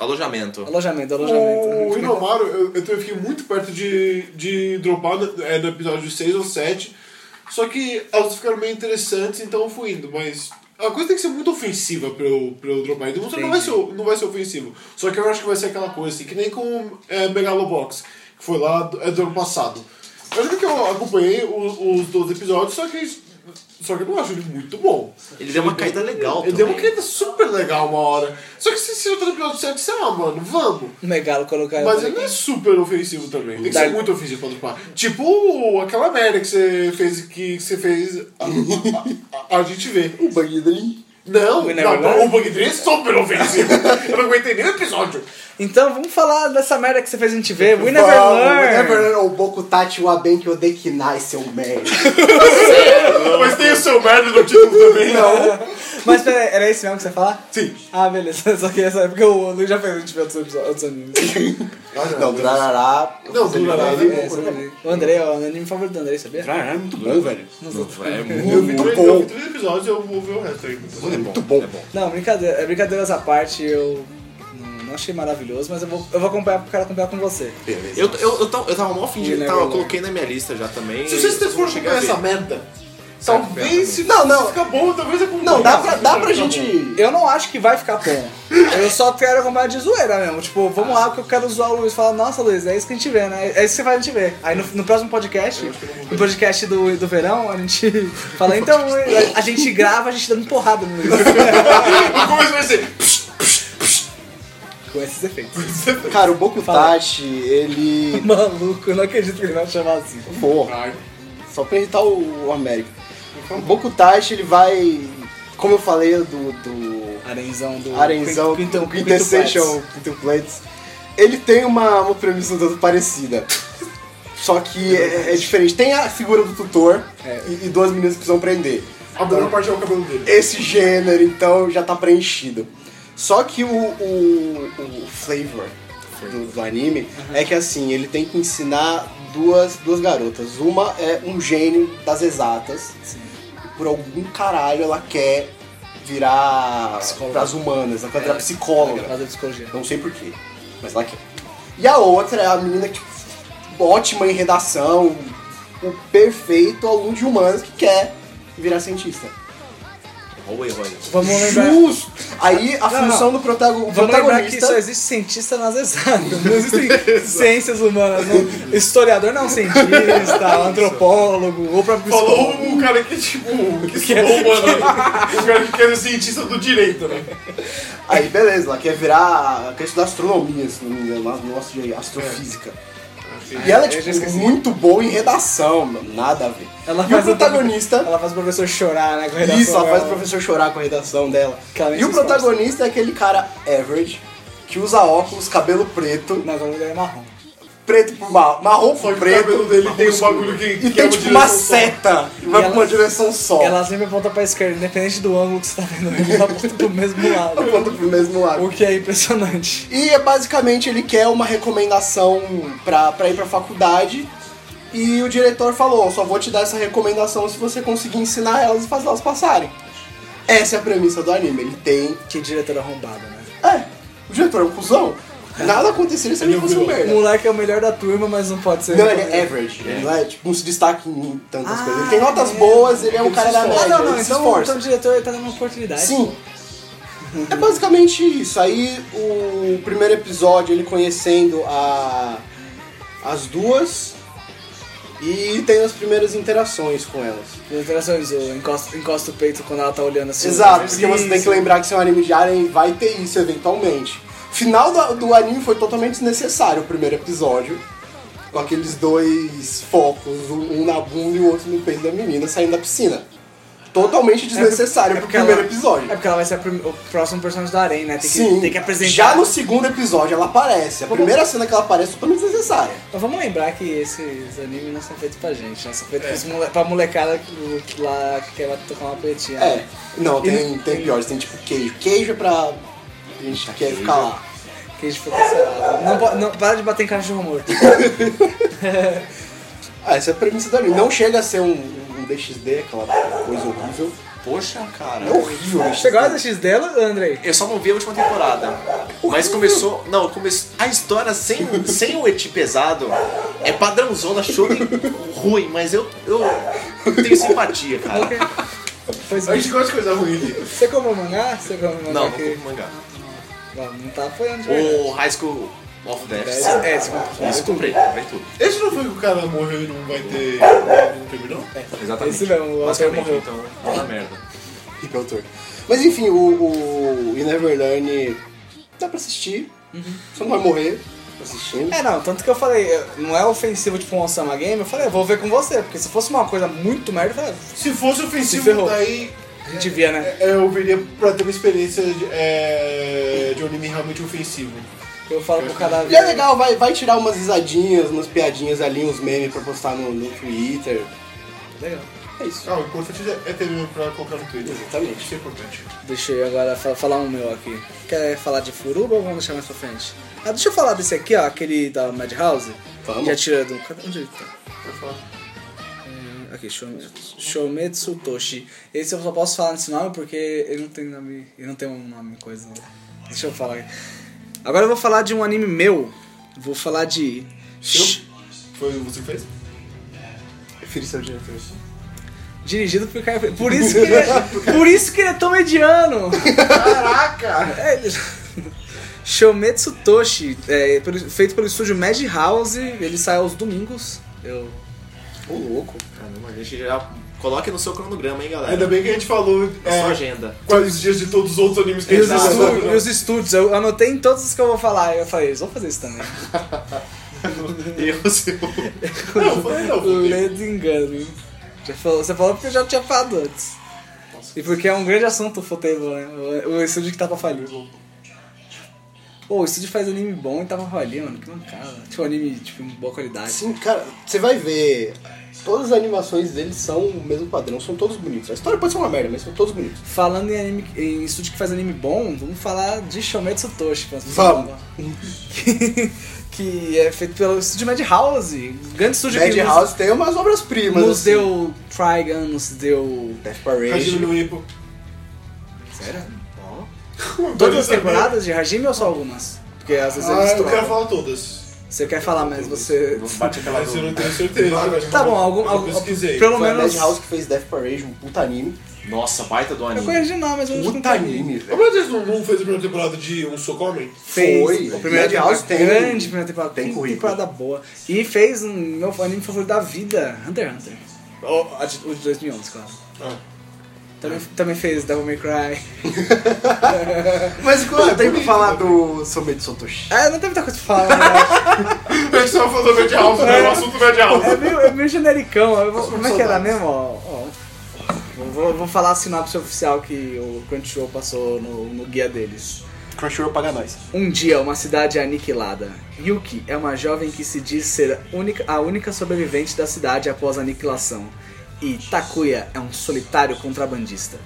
Speaker 4: Alojamento.
Speaker 1: Alojamento, Tipo, né? do
Speaker 2: O
Speaker 1: alojamento.
Speaker 2: Inomaru, eu, eu também fiquei muito perto de, de dropar no, é, no episódio 6 ou 7. Só que elas ficaram meio interessantes, então eu fui indo. Mas a coisa tem que ser muito ofensiva pra eu, pra eu dropar. Então não vai, ser, não vai ser ofensivo. Só que eu acho que vai ser aquela coisa assim, que nem com é, Megalobox, que foi lá do, é, do ano passado. Eu acho que eu acompanhei os, os 12 episódios, só que. Só que eu não acho ele muito bom.
Speaker 4: Ele deu uma caída legal
Speaker 2: Ele deu uma
Speaker 4: também.
Speaker 2: queda super legal uma hora. Só que se, se eu tô no episódio 7, sei lá, mano, vamos.
Speaker 1: O Megalo colocar.
Speaker 2: Mas ele não é super ofensivo também. Tem que
Speaker 1: Dark-
Speaker 2: ser muito ofensivo pra dropar. Tipo aquela merda que você fez que você fez a, a- a- a gente ver.
Speaker 3: O Bang Dream.
Speaker 2: Não,
Speaker 3: né,
Speaker 1: We
Speaker 2: não,
Speaker 1: never
Speaker 2: não,
Speaker 1: learn.
Speaker 2: o Bug Dream é super
Speaker 3: (laughs)
Speaker 2: ofensivo. Eu não aguentei nem o episódio.
Speaker 1: Então vamos falar dessa merda que você fez a gente ver. We never
Speaker 3: Vamos,
Speaker 1: learn.
Speaker 3: Neverland, o Bokutachi Wabenki Odekinai, seu merda.
Speaker 2: Mas tem o seu merda no título também.
Speaker 1: Não. Mas peraí, era esse mesmo que você ia falar?
Speaker 2: Sim.
Speaker 1: Ah, beleza. (laughs) Só que essa é porque o Luiz já fez a gente ver outros, episódios- outros animes.
Speaker 3: Não, Durarará.
Speaker 2: Não, Durarará,
Speaker 1: É, essa eu vi. o André, ó, o anime favorito do André, sabia?
Speaker 3: Durarará é muito bom, velho.
Speaker 4: É
Speaker 2: Eu vi,
Speaker 3: Muito
Speaker 2: três,
Speaker 3: bom.
Speaker 2: eu vi três episódios e eu vou ver o resto aí.
Speaker 4: muito
Speaker 3: bom.
Speaker 4: É bom.
Speaker 1: Não, brincadeira, é brincadeiras à parte, eu não- não achei maravilhoso, mas eu vou, eu vou acompanhar pro cara acompanhar com você.
Speaker 4: Eu, eu, eu, tava- eu tava mó fim de.
Speaker 1: We
Speaker 4: Tava, eu
Speaker 1: never
Speaker 4: coloquei na minha lista já também.
Speaker 2: Se vocês forem chegar
Speaker 4: a ver.
Speaker 2: essa merda, talvez se
Speaker 3: Não, não.
Speaker 2: ficar bom, talvez eu
Speaker 3: Não, dá pra, dá pra gente...
Speaker 1: Eu não acho que vai ficar bom. Eu só quero acompanhar de zoeira mesmo. Tipo, vamos lá, porque eu quero zoar o Luiz. Falar, nossa, Luiz, é isso que a gente vê, né? É isso que você faz a gente ver. Aí no, no próximo podcast, no podcast do, do verão, a gente (laughs) fala, então, a, a gente grava, a gente dando porrada no Luiz.
Speaker 2: O começo vai ser.
Speaker 1: (laughs) Com esses efeitos.
Speaker 3: Cara, o Bokutachi, ele...
Speaker 1: Maluco, eu não acredito que ele vai te chamar assim.
Speaker 3: Porra. Só pra irritar o, o América. O Bokutachi, ele vai. Como eu falei do, do
Speaker 1: Arenzão do.
Speaker 3: Arenzão,
Speaker 1: Quinto-
Speaker 3: do
Speaker 1: Quinto-
Speaker 3: Quintessential Quintuplets, ele tem uma, uma premissa um tanto parecida. Só que é, é diferente. Tem a figura do tutor
Speaker 1: É.
Speaker 3: e, e duas
Speaker 2: "Ah,
Speaker 3: meninas precisam prender.
Speaker 2: A melhor parte é o cabelo dele.
Speaker 3: Esse gênero, então, já tá preenchido. Só que o, o, o flavor do, do anime é que assim, ele tem que ensinar duas, duas garotas. Uma é um gênio das exatas. Por algum caralho ela quer virar
Speaker 1: Psicóloga.
Speaker 3: pras humanas, É. ela quer virar
Speaker 1: Psicóloga.
Speaker 3: psicóloga.
Speaker 1: Fazer psicologia.
Speaker 3: Não sei porquê, mas lá que é. E a outra é a menina que tipo, ótima em redação, o perfeito aluno de humanos que quer virar cientista.
Speaker 4: Olha o erro aí.
Speaker 1: Vamos lembrar.
Speaker 3: Justo! Aí a
Speaker 1: Não,
Speaker 3: função do protago- o
Speaker 1: Vamos lembrar que
Speaker 3: protagonista.
Speaker 1: só existe cientista nas exatas. Não
Speaker 3: (laughs)
Speaker 1: existem ciências humanas. Não. Historiador não é um cientista, antropólogo, ou próprio
Speaker 2: Falou
Speaker 1: psicólogo.
Speaker 2: o cara que, tipo, que estudou
Speaker 3: (laughs) é tipo
Speaker 2: humano. O Um cara que quer ser cientista do direito, né?
Speaker 3: Aí beleza, ela quer virar. quer estudar astronomia, se não me engano, lá no nosso de astrofísica. E ela é
Speaker 1: eu já
Speaker 3: tipo,
Speaker 1: esqueci.
Speaker 3: muito boa em redação, mano. Nada a ver.
Speaker 1: Ela
Speaker 3: e o
Speaker 1: faz a-
Speaker 3: protagonista.
Speaker 1: Ela faz o professor chorar, né? Com a redação
Speaker 3: Isso, ela faz o
Speaker 1: dela.
Speaker 3: professor chorar com a redação dela.
Speaker 1: Claramente
Speaker 3: e o
Speaker 1: vocês
Speaker 3: protagonista é aquele cara average, que usa óculos, cabelo preto,
Speaker 1: Não, agora ele é marrom.
Speaker 3: preto por marrom, marrom por
Speaker 2: O
Speaker 3: preto,
Speaker 2: cabelo dele tem um bagulho que.
Speaker 3: e
Speaker 2: que é
Speaker 3: tem tipo uma
Speaker 2: direção só.
Speaker 3: seta, e vai
Speaker 1: E
Speaker 3: pra uma
Speaker 1: ela-
Speaker 3: direção só.
Speaker 1: Ela sempre aponta pra esquerda, independente do ângulo que você tá vendo, ela aponta pro mesmo lado.
Speaker 3: Aponta pro mesmo lado.
Speaker 1: O que é impressionante.
Speaker 3: E é basicamente ele quer uma recomendação pra, pra ir pra faculdade. E o diretor falou: só vou te dar essa recomendação se você conseguir ensinar elas e fazer elas passarem. Essa é a premissa do anime. Ele tem.
Speaker 1: Que diretora arrombada, né?
Speaker 3: É, o diretor é um cuzão. Nada aconteceria se ele fosse um merda.
Speaker 1: O moleque é o melhor da turma, mas não pode ser.
Speaker 3: Não, ele é average, ele não é tipo, não se destaca em tantas
Speaker 1: Ah,
Speaker 3: coisas. Ele tem notas
Speaker 1: é.
Speaker 3: boas, ele é um cara da média,
Speaker 1: Ah, não, não,
Speaker 3: ele se
Speaker 1: então, então
Speaker 3: esforça.
Speaker 1: o diretor tá dando uma oportunidade.
Speaker 3: Sim. É basicamente isso. Aí o primeiro episódio ele conhecendo a as duas e tem as primeiras interações com elas.
Speaker 1: As interações, o encosta, encosta o peito quando ela tá olhando assim.
Speaker 3: Exato, porque você tem que
Speaker 1: Isso.
Speaker 3: lembrar que se é um anime de Arem vai ter isso eventualmente. Final do, do anime foi totalmente desnecessário o primeiro episódio. Com aqueles dois focos, um, um na bunda e o outro no peito da menina saindo da piscina. Totalmente desnecessário
Speaker 1: É
Speaker 3: pro
Speaker 1: porque
Speaker 3: primeiro
Speaker 1: ela- É
Speaker 3: episódio.
Speaker 1: porque ela vai ser a prim- o próximo personagem da Arém, né? Tem que,
Speaker 3: Sim,
Speaker 1: tem que apresentar. assim?
Speaker 3: já no segundo episódio ela aparece. A
Speaker 1: Vamos-
Speaker 3: primeira cena que ela aparece é totalmente desnecessária.
Speaker 1: Mas vamos lembrar que esses animes não são feitos pra gente, né? São
Speaker 4: É.
Speaker 1: feitos pros mole- pra molecada que, que lá que quer tocar uma né? pretinha.
Speaker 3: É, não, tem,
Speaker 1: E-
Speaker 3: tem piores, tem tipo queijo. Queijo é pra gente que quer ficar lá.
Speaker 1: Que a gente foi cancelado. Não, po- não, para de bater em cachorro morto.
Speaker 3: Ah, essa é a premissa do anime. Não chega a ser um, um DXD, aquela coisa horrível.
Speaker 4: Poxa, cara.
Speaker 3: É horrível o DXD.
Speaker 1: Você gosta da X dela, Andrei?
Speaker 4: Eu só não vi a última temporada. Mas começou. Não, começou. A história sem, sem o (laughs) eti pesado é padrãozona, shonen ruim, mas eu, eu tenho simpatia, cara.
Speaker 1: Pois
Speaker 2: A
Speaker 1: bem.
Speaker 2: gente gosta de coisa ruim né? ali.
Speaker 1: Você comprou mangá? Você comprou mangá
Speaker 4: Não, não
Speaker 1: que...
Speaker 4: compro mangá.
Speaker 1: Não, não tá apoiando de verdade.
Speaker 4: O High School of Death.
Speaker 1: É, é, desculpa.
Speaker 4: Isso, comprei, comprei tudo.
Speaker 2: Esse não foi que o cara morreu e não vai ter. Não terminou?
Speaker 3: É.
Speaker 4: Exatamente.
Speaker 1: Esse mesmo, o autor
Speaker 4: Basicamente,
Speaker 1: morreu.
Speaker 4: então, tá na merda.
Speaker 3: Hip Autor. Mas enfim, o, o You Never Learn dá pra assistir.
Speaker 1: Uhum.
Speaker 3: Você não vai morrer assistindo.
Speaker 1: É, não, tanto que eu falei, eu- não é ofensivo tipo um Osama Game, eu falei, eu vou ver com você, porque se fosse uma coisa muito merda, eu falei,
Speaker 2: Se fosse
Speaker 1: Se
Speaker 2: ofensivo,
Speaker 1: ferrou.
Speaker 2: daí
Speaker 1: a gente via, né?
Speaker 2: é, eu viria pra ter uma experiência de, é, de um anime realmente ofensivo.
Speaker 1: Eu falo pro cada
Speaker 3: E é legal, vai, vai tirar umas risadinhas, umas piadinhas ali, uns memes pra postar no, no Twitter.
Speaker 1: Legal.
Speaker 3: É isso.
Speaker 2: Ah, o importante é ter meme pra colocar no Twitter.
Speaker 3: Exatamente.
Speaker 2: Isso é importante.
Speaker 1: Deixa eu agora fa- falar um meu aqui. Quer falar de Furuba ou vamos deixar mais pra frente? Ah, deixa eu falar desse aqui, ó, aquele da Madhouse.
Speaker 3: Vamos.
Speaker 1: Que atira do... Cadê- Onde ele tá? É,
Speaker 2: Pode falar.
Speaker 1: Aqui, Shometsu, Shometsu Toshi. Esse eu só posso falar nesse nome porque ele não tem nome. Ele não tem um nome, coisa. Deixa eu falar aqui. Agora eu vou falar de um anime meu. Vou falar de. Sh-
Speaker 2: Foi o que você fez?
Speaker 3: É. Prefiro ser o diretor.
Speaker 1: Dirigido por Caio Por isso que ele
Speaker 3: (laughs)
Speaker 1: é, por isso que ele é tão mediano!
Speaker 5: Caraca!
Speaker 1: É, ele- Shometsu Toshi, é, pelo- feito pelo estúdio Madhouse, ele sai aos domingos. Eu.
Speaker 3: Ô louco.
Speaker 4: Caramba, a gente já coloque no seu cronograma, hein, galera.
Speaker 2: Ainda bem que a gente falou
Speaker 4: Na sua
Speaker 2: é,
Speaker 4: agenda.
Speaker 2: quase os dias de todos os outros animes que
Speaker 1: E
Speaker 2: a
Speaker 1: os,
Speaker 2: gente né?
Speaker 4: Exato.
Speaker 2: falou.
Speaker 1: estu- e os estúdios, eu anotei em todos os que eu vou falar. Eu falei, eles vão fazer isso também.
Speaker 4: Erro seu.
Speaker 1: (laughs)
Speaker 2: Não, foi- não, foi-
Speaker 1: Lendo engano. Já falou, você falou porque eu já tinha falado antes. E porque é um grande assunto o futebol, né? O o estúdio que tá pra falir. Pô, o estúdio faz anime bom e tava ali, mano, que mancada. Tipo, anime, tipo, de boa qualidade.
Speaker 3: Assim, cara, você vai ver. Todas as animações deles são o mesmo padrão, são todos bonitos. A história pode ser uma merda, mas são todos bonitos.
Speaker 1: Falando em, anime, em estúdio que faz anime bom, vamos falar de Shometsu Toshi. pra vocês
Speaker 3: Vamos.
Speaker 1: falarem. (laughs) Que- que é feito pelo estúdio Madhouse, grande estúdio que nos-
Speaker 3: Madhouse tem umas obras-primas.
Speaker 1: nos
Speaker 3: assim.
Speaker 1: deu Trigun, nos deu...
Speaker 3: Death Parade.
Speaker 2: Cajino no Ipo.
Speaker 1: Sério?
Speaker 3: (laughs)
Speaker 1: Todas as temporadas de Hajime ou só algumas? Porque às vezes
Speaker 2: Ah,
Speaker 1: eles
Speaker 2: eu quero
Speaker 1: trocam.
Speaker 2: falar todas.
Speaker 1: Você quer falar, mas você...
Speaker 4: Bate aquela
Speaker 2: Mas eu não tenho certeza.
Speaker 1: Tá bom, algum,
Speaker 2: Eu
Speaker 1: algum,
Speaker 2: pesquisei.
Speaker 1: pelo
Speaker 3: Foi a
Speaker 1: menos...
Speaker 3: Madhouse que fez Death Parade, um puta anime.
Speaker 4: Nossa, baita do
Speaker 1: Eu
Speaker 4: anime.
Speaker 1: conheço de nome, mas eu não
Speaker 3: Puta anime,
Speaker 2: A
Speaker 3: velho.
Speaker 2: Brothers no Moon fez a primeira temporada (laughs) de Um Soco Homem?
Speaker 1: Fez.
Speaker 3: Foi.
Speaker 1: O primeiro
Speaker 3: Madhouse tem-
Speaker 1: Grande primeira temporada.
Speaker 3: tem
Speaker 1: que
Speaker 3: currículo.
Speaker 1: temporada boa. E fez um meu anime favorito da vida, Hunter x Hunter. Ou, a de- O de 2011, claro.
Speaker 2: Ah.
Speaker 1: Também, também fez Devil May Cry.
Speaker 3: Mas quando tem pra falar do Sometsu Sotoshi.
Speaker 1: Ah, não tem muita coisa pra falar, né?
Speaker 2: A gente tava falando do Mad House, né? O assunto Mad
Speaker 1: É
Speaker 2: House.
Speaker 1: meio, é meio genericão. eu vou- como é que era mesmo? Ó, ó. Vou, vou- vou falar a sinopse oficial que o Crunchyroll passou no- no guia deles.
Speaker 3: Crunchyroll paga nós.
Speaker 1: Um dia, uma cidade é aniquilada. Yuki é uma jovem que se diz ser única- a única sobrevivente da cidade após a aniquilação. E Takuya é um solitário contrabandista.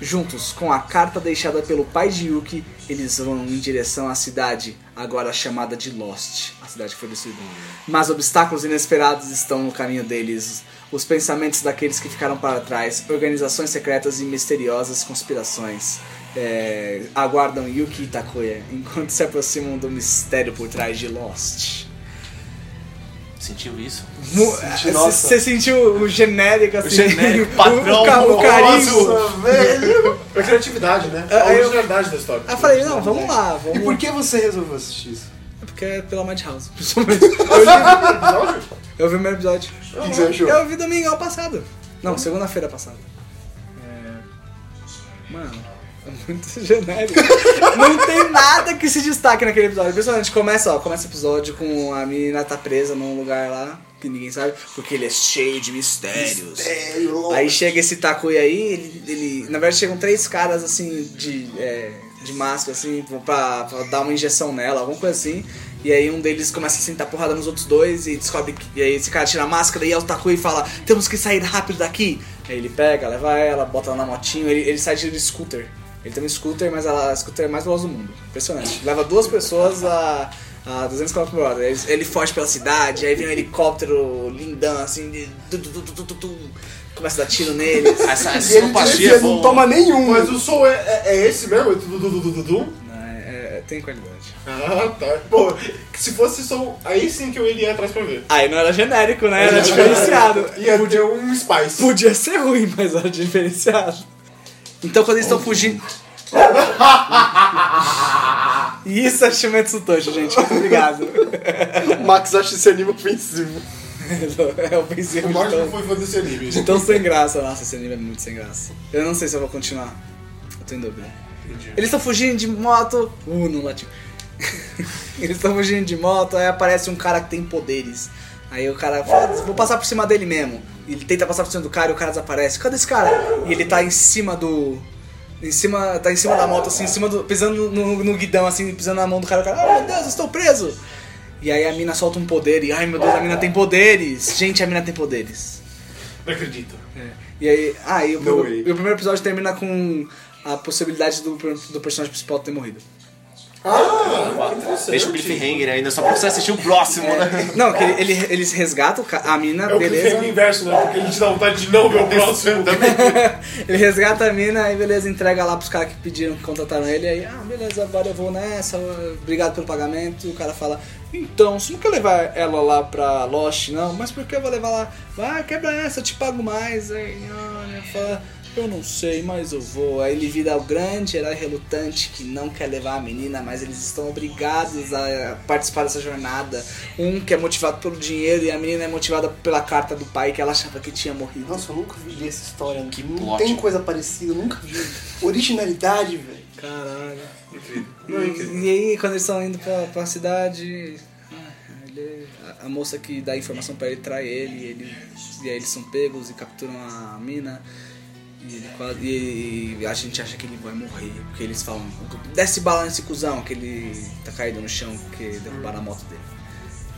Speaker 1: Juntos, com a carta deixada pelo pai de Yuki, eles vão em direção à cidade, agora chamada de Lost. A cidade que foi destruída. Mas obstáculos inesperados estão no caminho deles. Os pensamentos daqueles que ficaram para trás, organizações secretas e misteriosas conspirações é, aguardam Yuki e Takuya enquanto se aproximam do mistério por trás de Lost.
Speaker 4: Sentiu isso?
Speaker 1: (laughs) Você
Speaker 3: nossa.
Speaker 1: sentiu o genérico assim?
Speaker 4: genérico, padrão,
Speaker 1: ca- (laughs) o carisma.
Speaker 2: horroroso. A criatividade, né? A
Speaker 1: É, Aí eu-
Speaker 2: originalidade da história.
Speaker 1: Aí eu falei, não, vamos lá, vamos
Speaker 3: E por que você resolveu assistir isso?
Speaker 1: lá. Porque é pela Madhouse, (laughs) principalmente. Eu vi o primeiro episódio.
Speaker 3: O que que você achou?
Speaker 1: Eu vi domingo passado. Não, segunda-feira passada. É... Mano, é muito (laughs) genérico. Não tem nada que se destaque naquele episódio. Principalmente começa, ó, começa o episódio com a menina tá presa num lugar lá, que ninguém sabe, porque ele é cheio de mistérios.
Speaker 3: é
Speaker 1: Aí chega esse Takuya aí, ele, ele- Na verdade chegam três caras assim de. é, de máscara, assim, pra, pra dar uma injeção nela, alguma coisa assim. E aí um deles começa a sentar porrada nos outros dois e descobre que. E aí esse cara tira a máscara e é o Takuya e fala, temos que sair rápido daqui. Aí ele pega, leva ela, bota ela na motinho, ele, ele sai de scooter. Ele tem um scooter, mas ela, a scooter é mais veloz do mundo. Impressionante. Leva duas pessoas a. a 200 km por hora. Ele, ele foge pela cidade, aí vem um helicóptero lindão, assim, de. tu, tu, tu, tu, tu, tu, tu. começa a dar tiro (laughs) neles.
Speaker 4: Essa essa
Speaker 3: E ele disse que
Speaker 4: simpatia é
Speaker 3: ele
Speaker 4: boa.
Speaker 3: não toma nenhum.
Speaker 2: Mas o som é, é, é esse mesmo? É du, du, du, du, du, du?
Speaker 1: Não, é- é- tem qualidade.
Speaker 2: Ah, tá. Pô, se fosse som, aí sim que eu iria atrás pra ver.
Speaker 1: Aí não era genérico, né? Era diferenciado.
Speaker 2: Ia ter um
Speaker 1: (laughs)
Speaker 2: Spice.
Speaker 1: Podia ser ruim, mas era diferenciado. Então quando eles estão (laughs) fugindo. Isso é Shimetsu Toshi, gente. Muito obrigado.
Speaker 3: O Max acha esse anime ofensivo.
Speaker 1: É o princípio
Speaker 2: O
Speaker 1: de
Speaker 2: Marcos não
Speaker 1: tão,
Speaker 2: foi fã desse anime.
Speaker 1: de tão sem graça. Nossa, esse anime é muito sem graça. Eu não sei se eu vou continuar. Eu tô em dúvida. Eles estão fugindo de moto. Uh, não latim. (laughs) Eles estão fugindo de moto, aí aparece um cara que tem poderes. Aí o cara fala, vou passar por cima dele mesmo. Ele tenta passar por cima do cara e o cara desaparece. Cadê esse cara? E ele tá em cima do. Em cima. Tá em cima da moto, assim, em cima do. Pisando no, no guidão, assim, pisando na mão do cara, o cara, ai meu Deus, eu estou preso! E aí a mina solta um poder e, ai meu Deus, a mina tem poderes! Gente, a mina tem poderes.
Speaker 2: Não acredito.
Speaker 1: E aí, ah, e o,
Speaker 3: No
Speaker 1: prim-
Speaker 3: way.
Speaker 1: e o primeiro episódio termina com a possibilidade do, per- do personagem principal ter morrido. (laughs)
Speaker 4: Deixa o cliffhanger ainda, só pra você assistir o próximo, né?
Speaker 1: Não, que ele, ele, eles resgatam o ca- a mina,
Speaker 2: É o
Speaker 1: beleza.
Speaker 2: cliffhanger inverso, né? Porque ele te dá vontade de não ver o próximo.
Speaker 1: (laughs) Ele resgata a mina, aí beleza, entrega lá pros caras que pediram, que contrataram ele, aí, ah, beleza, agora eu vou nessa, obrigado pelo pagamento. E o cara fala, então, você não quer levar ela lá pra Lost, não? Mas por que eu vou levar lá? Vai, quebra essa, eu te pago mais. Aí, olha, fala, eu não sei, mas eu vou. Aí ele vira o grande herói relutante que não quer levar a menina, mas eles estão obrigados a participar dessa jornada. Um que é motivado pelo dinheiro e a menina é motivada pela carta do pai que ela achava que tinha morrido.
Speaker 3: Nossa, eu nunca vi essa história. Que não
Speaker 4: plot.
Speaker 3: tem coisa parecida, eu nunca vi. Originalidade, velho.
Speaker 1: Caralho. E, e aí, quando eles estão indo pra, pra cidade, ah, ele- a, a moça que dá informação pra ele trai ele, e ele- e aí eles são pegos e capturam a mina. E E, ele quase- e- e a gente acha que ele vai morrer, porque eles falam, desce bala nesse cuzão, que ele tá caído no chão, porque derrubaram a moto dele.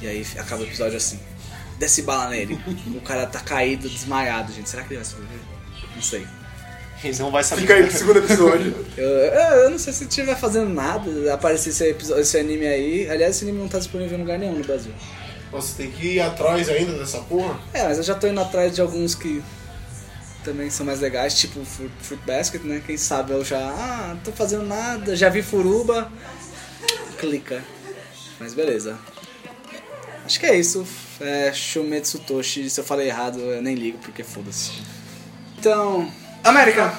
Speaker 1: E aí acaba o episódio assim, desce bala nele. o cara tá caído, desmaiado, gente. Será que ele vai sobreviver? Não sei.
Speaker 4: Ele não vai saber.
Speaker 3: Fica aí pro segundo episódio.
Speaker 1: Eu, eu- eu não sei se estiver fazendo nada, aparecer esse, episódio, esse anime aí. Aliás, esse anime não tá disponível em lugar nenhum no Brasil.
Speaker 2: Nossa, tem que ir atrás ainda dessa porra?
Speaker 1: É, mas eu já tô indo atrás de alguns que também são mais legais, tipo Fruit, Fruit Basket, né? Quem sabe eu já. Ah, não tô fazendo nada, já vi Furuba. Clica. Mas beleza. Acho que é isso. É, Shumetsu Toshi, se eu falei errado, eu nem ligo porque foda-se. Então. América!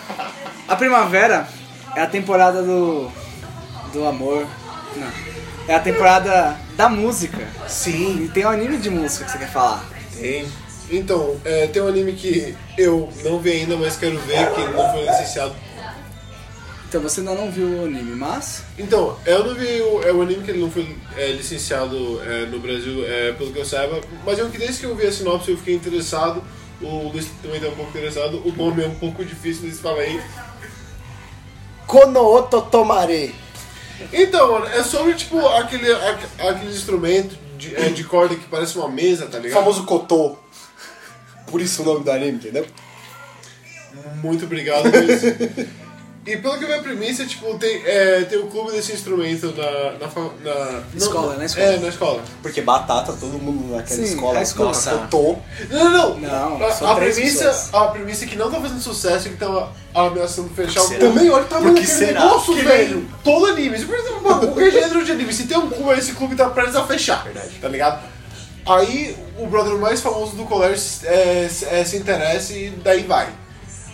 Speaker 1: A primavera é a temporada do. do amor. Não. É a temporada da música. Sim. E tem um anime de música que você quer falar.
Speaker 2: Tem. Então, é, tem um anime que eu não vi ainda, mas quero ver, que não foi licenciado.
Speaker 1: Então você ainda não viu o anime, mas.
Speaker 2: Então, eu não vi o, é um anime que ele não foi é, licenciado é, no Brasil, é, pelo que eu saiba, mas eu que desde que eu vi a sinopse eu fiquei interessado, o Luiz também tá um pouco interessado, o nome é um pouco difícil de se falar aí.
Speaker 3: Konooto Tomare.
Speaker 2: Então, mano, é sobre tipo aquele, aque- aquele instrumento de, é, de corda que parece uma mesa, tá
Speaker 3: O
Speaker 2: ligado?
Speaker 3: famoso Kotô. Por isso o nome do anime, entendeu?
Speaker 2: Muito obrigado, Luiz. E pelo que eu vi a premissa, tipo, tem, é, tem o clube desse instrumento na, na, fa- na-
Speaker 1: Escola,
Speaker 2: não,
Speaker 1: na escola.
Speaker 2: É, na escola.
Speaker 3: Porque batata, todo mundo naquela
Speaker 1: Sim,
Speaker 3: escola.
Speaker 1: a escola.
Speaker 3: Nossa, Kotô.
Speaker 2: Não, não, não.
Speaker 1: Não,
Speaker 2: a,
Speaker 1: são
Speaker 2: a
Speaker 1: três
Speaker 2: premissa,
Speaker 1: pessoas.
Speaker 2: a premissa é que não tá fazendo sucesso e que tá ameaçando fechar o
Speaker 4: será?
Speaker 2: clube.
Speaker 3: Também olha o tamanho
Speaker 4: Por que
Speaker 3: daquele
Speaker 4: será?
Speaker 3: negócio,
Speaker 2: Que
Speaker 3: velho.
Speaker 2: velho, todo anime, se por exemplo, mano, qualquer gênero de anime, se tem um clube, esse clube tá prestes a fechar, tá ligado? Aí o brother mais famoso do colégio é, se- é, se interessa e daí vai.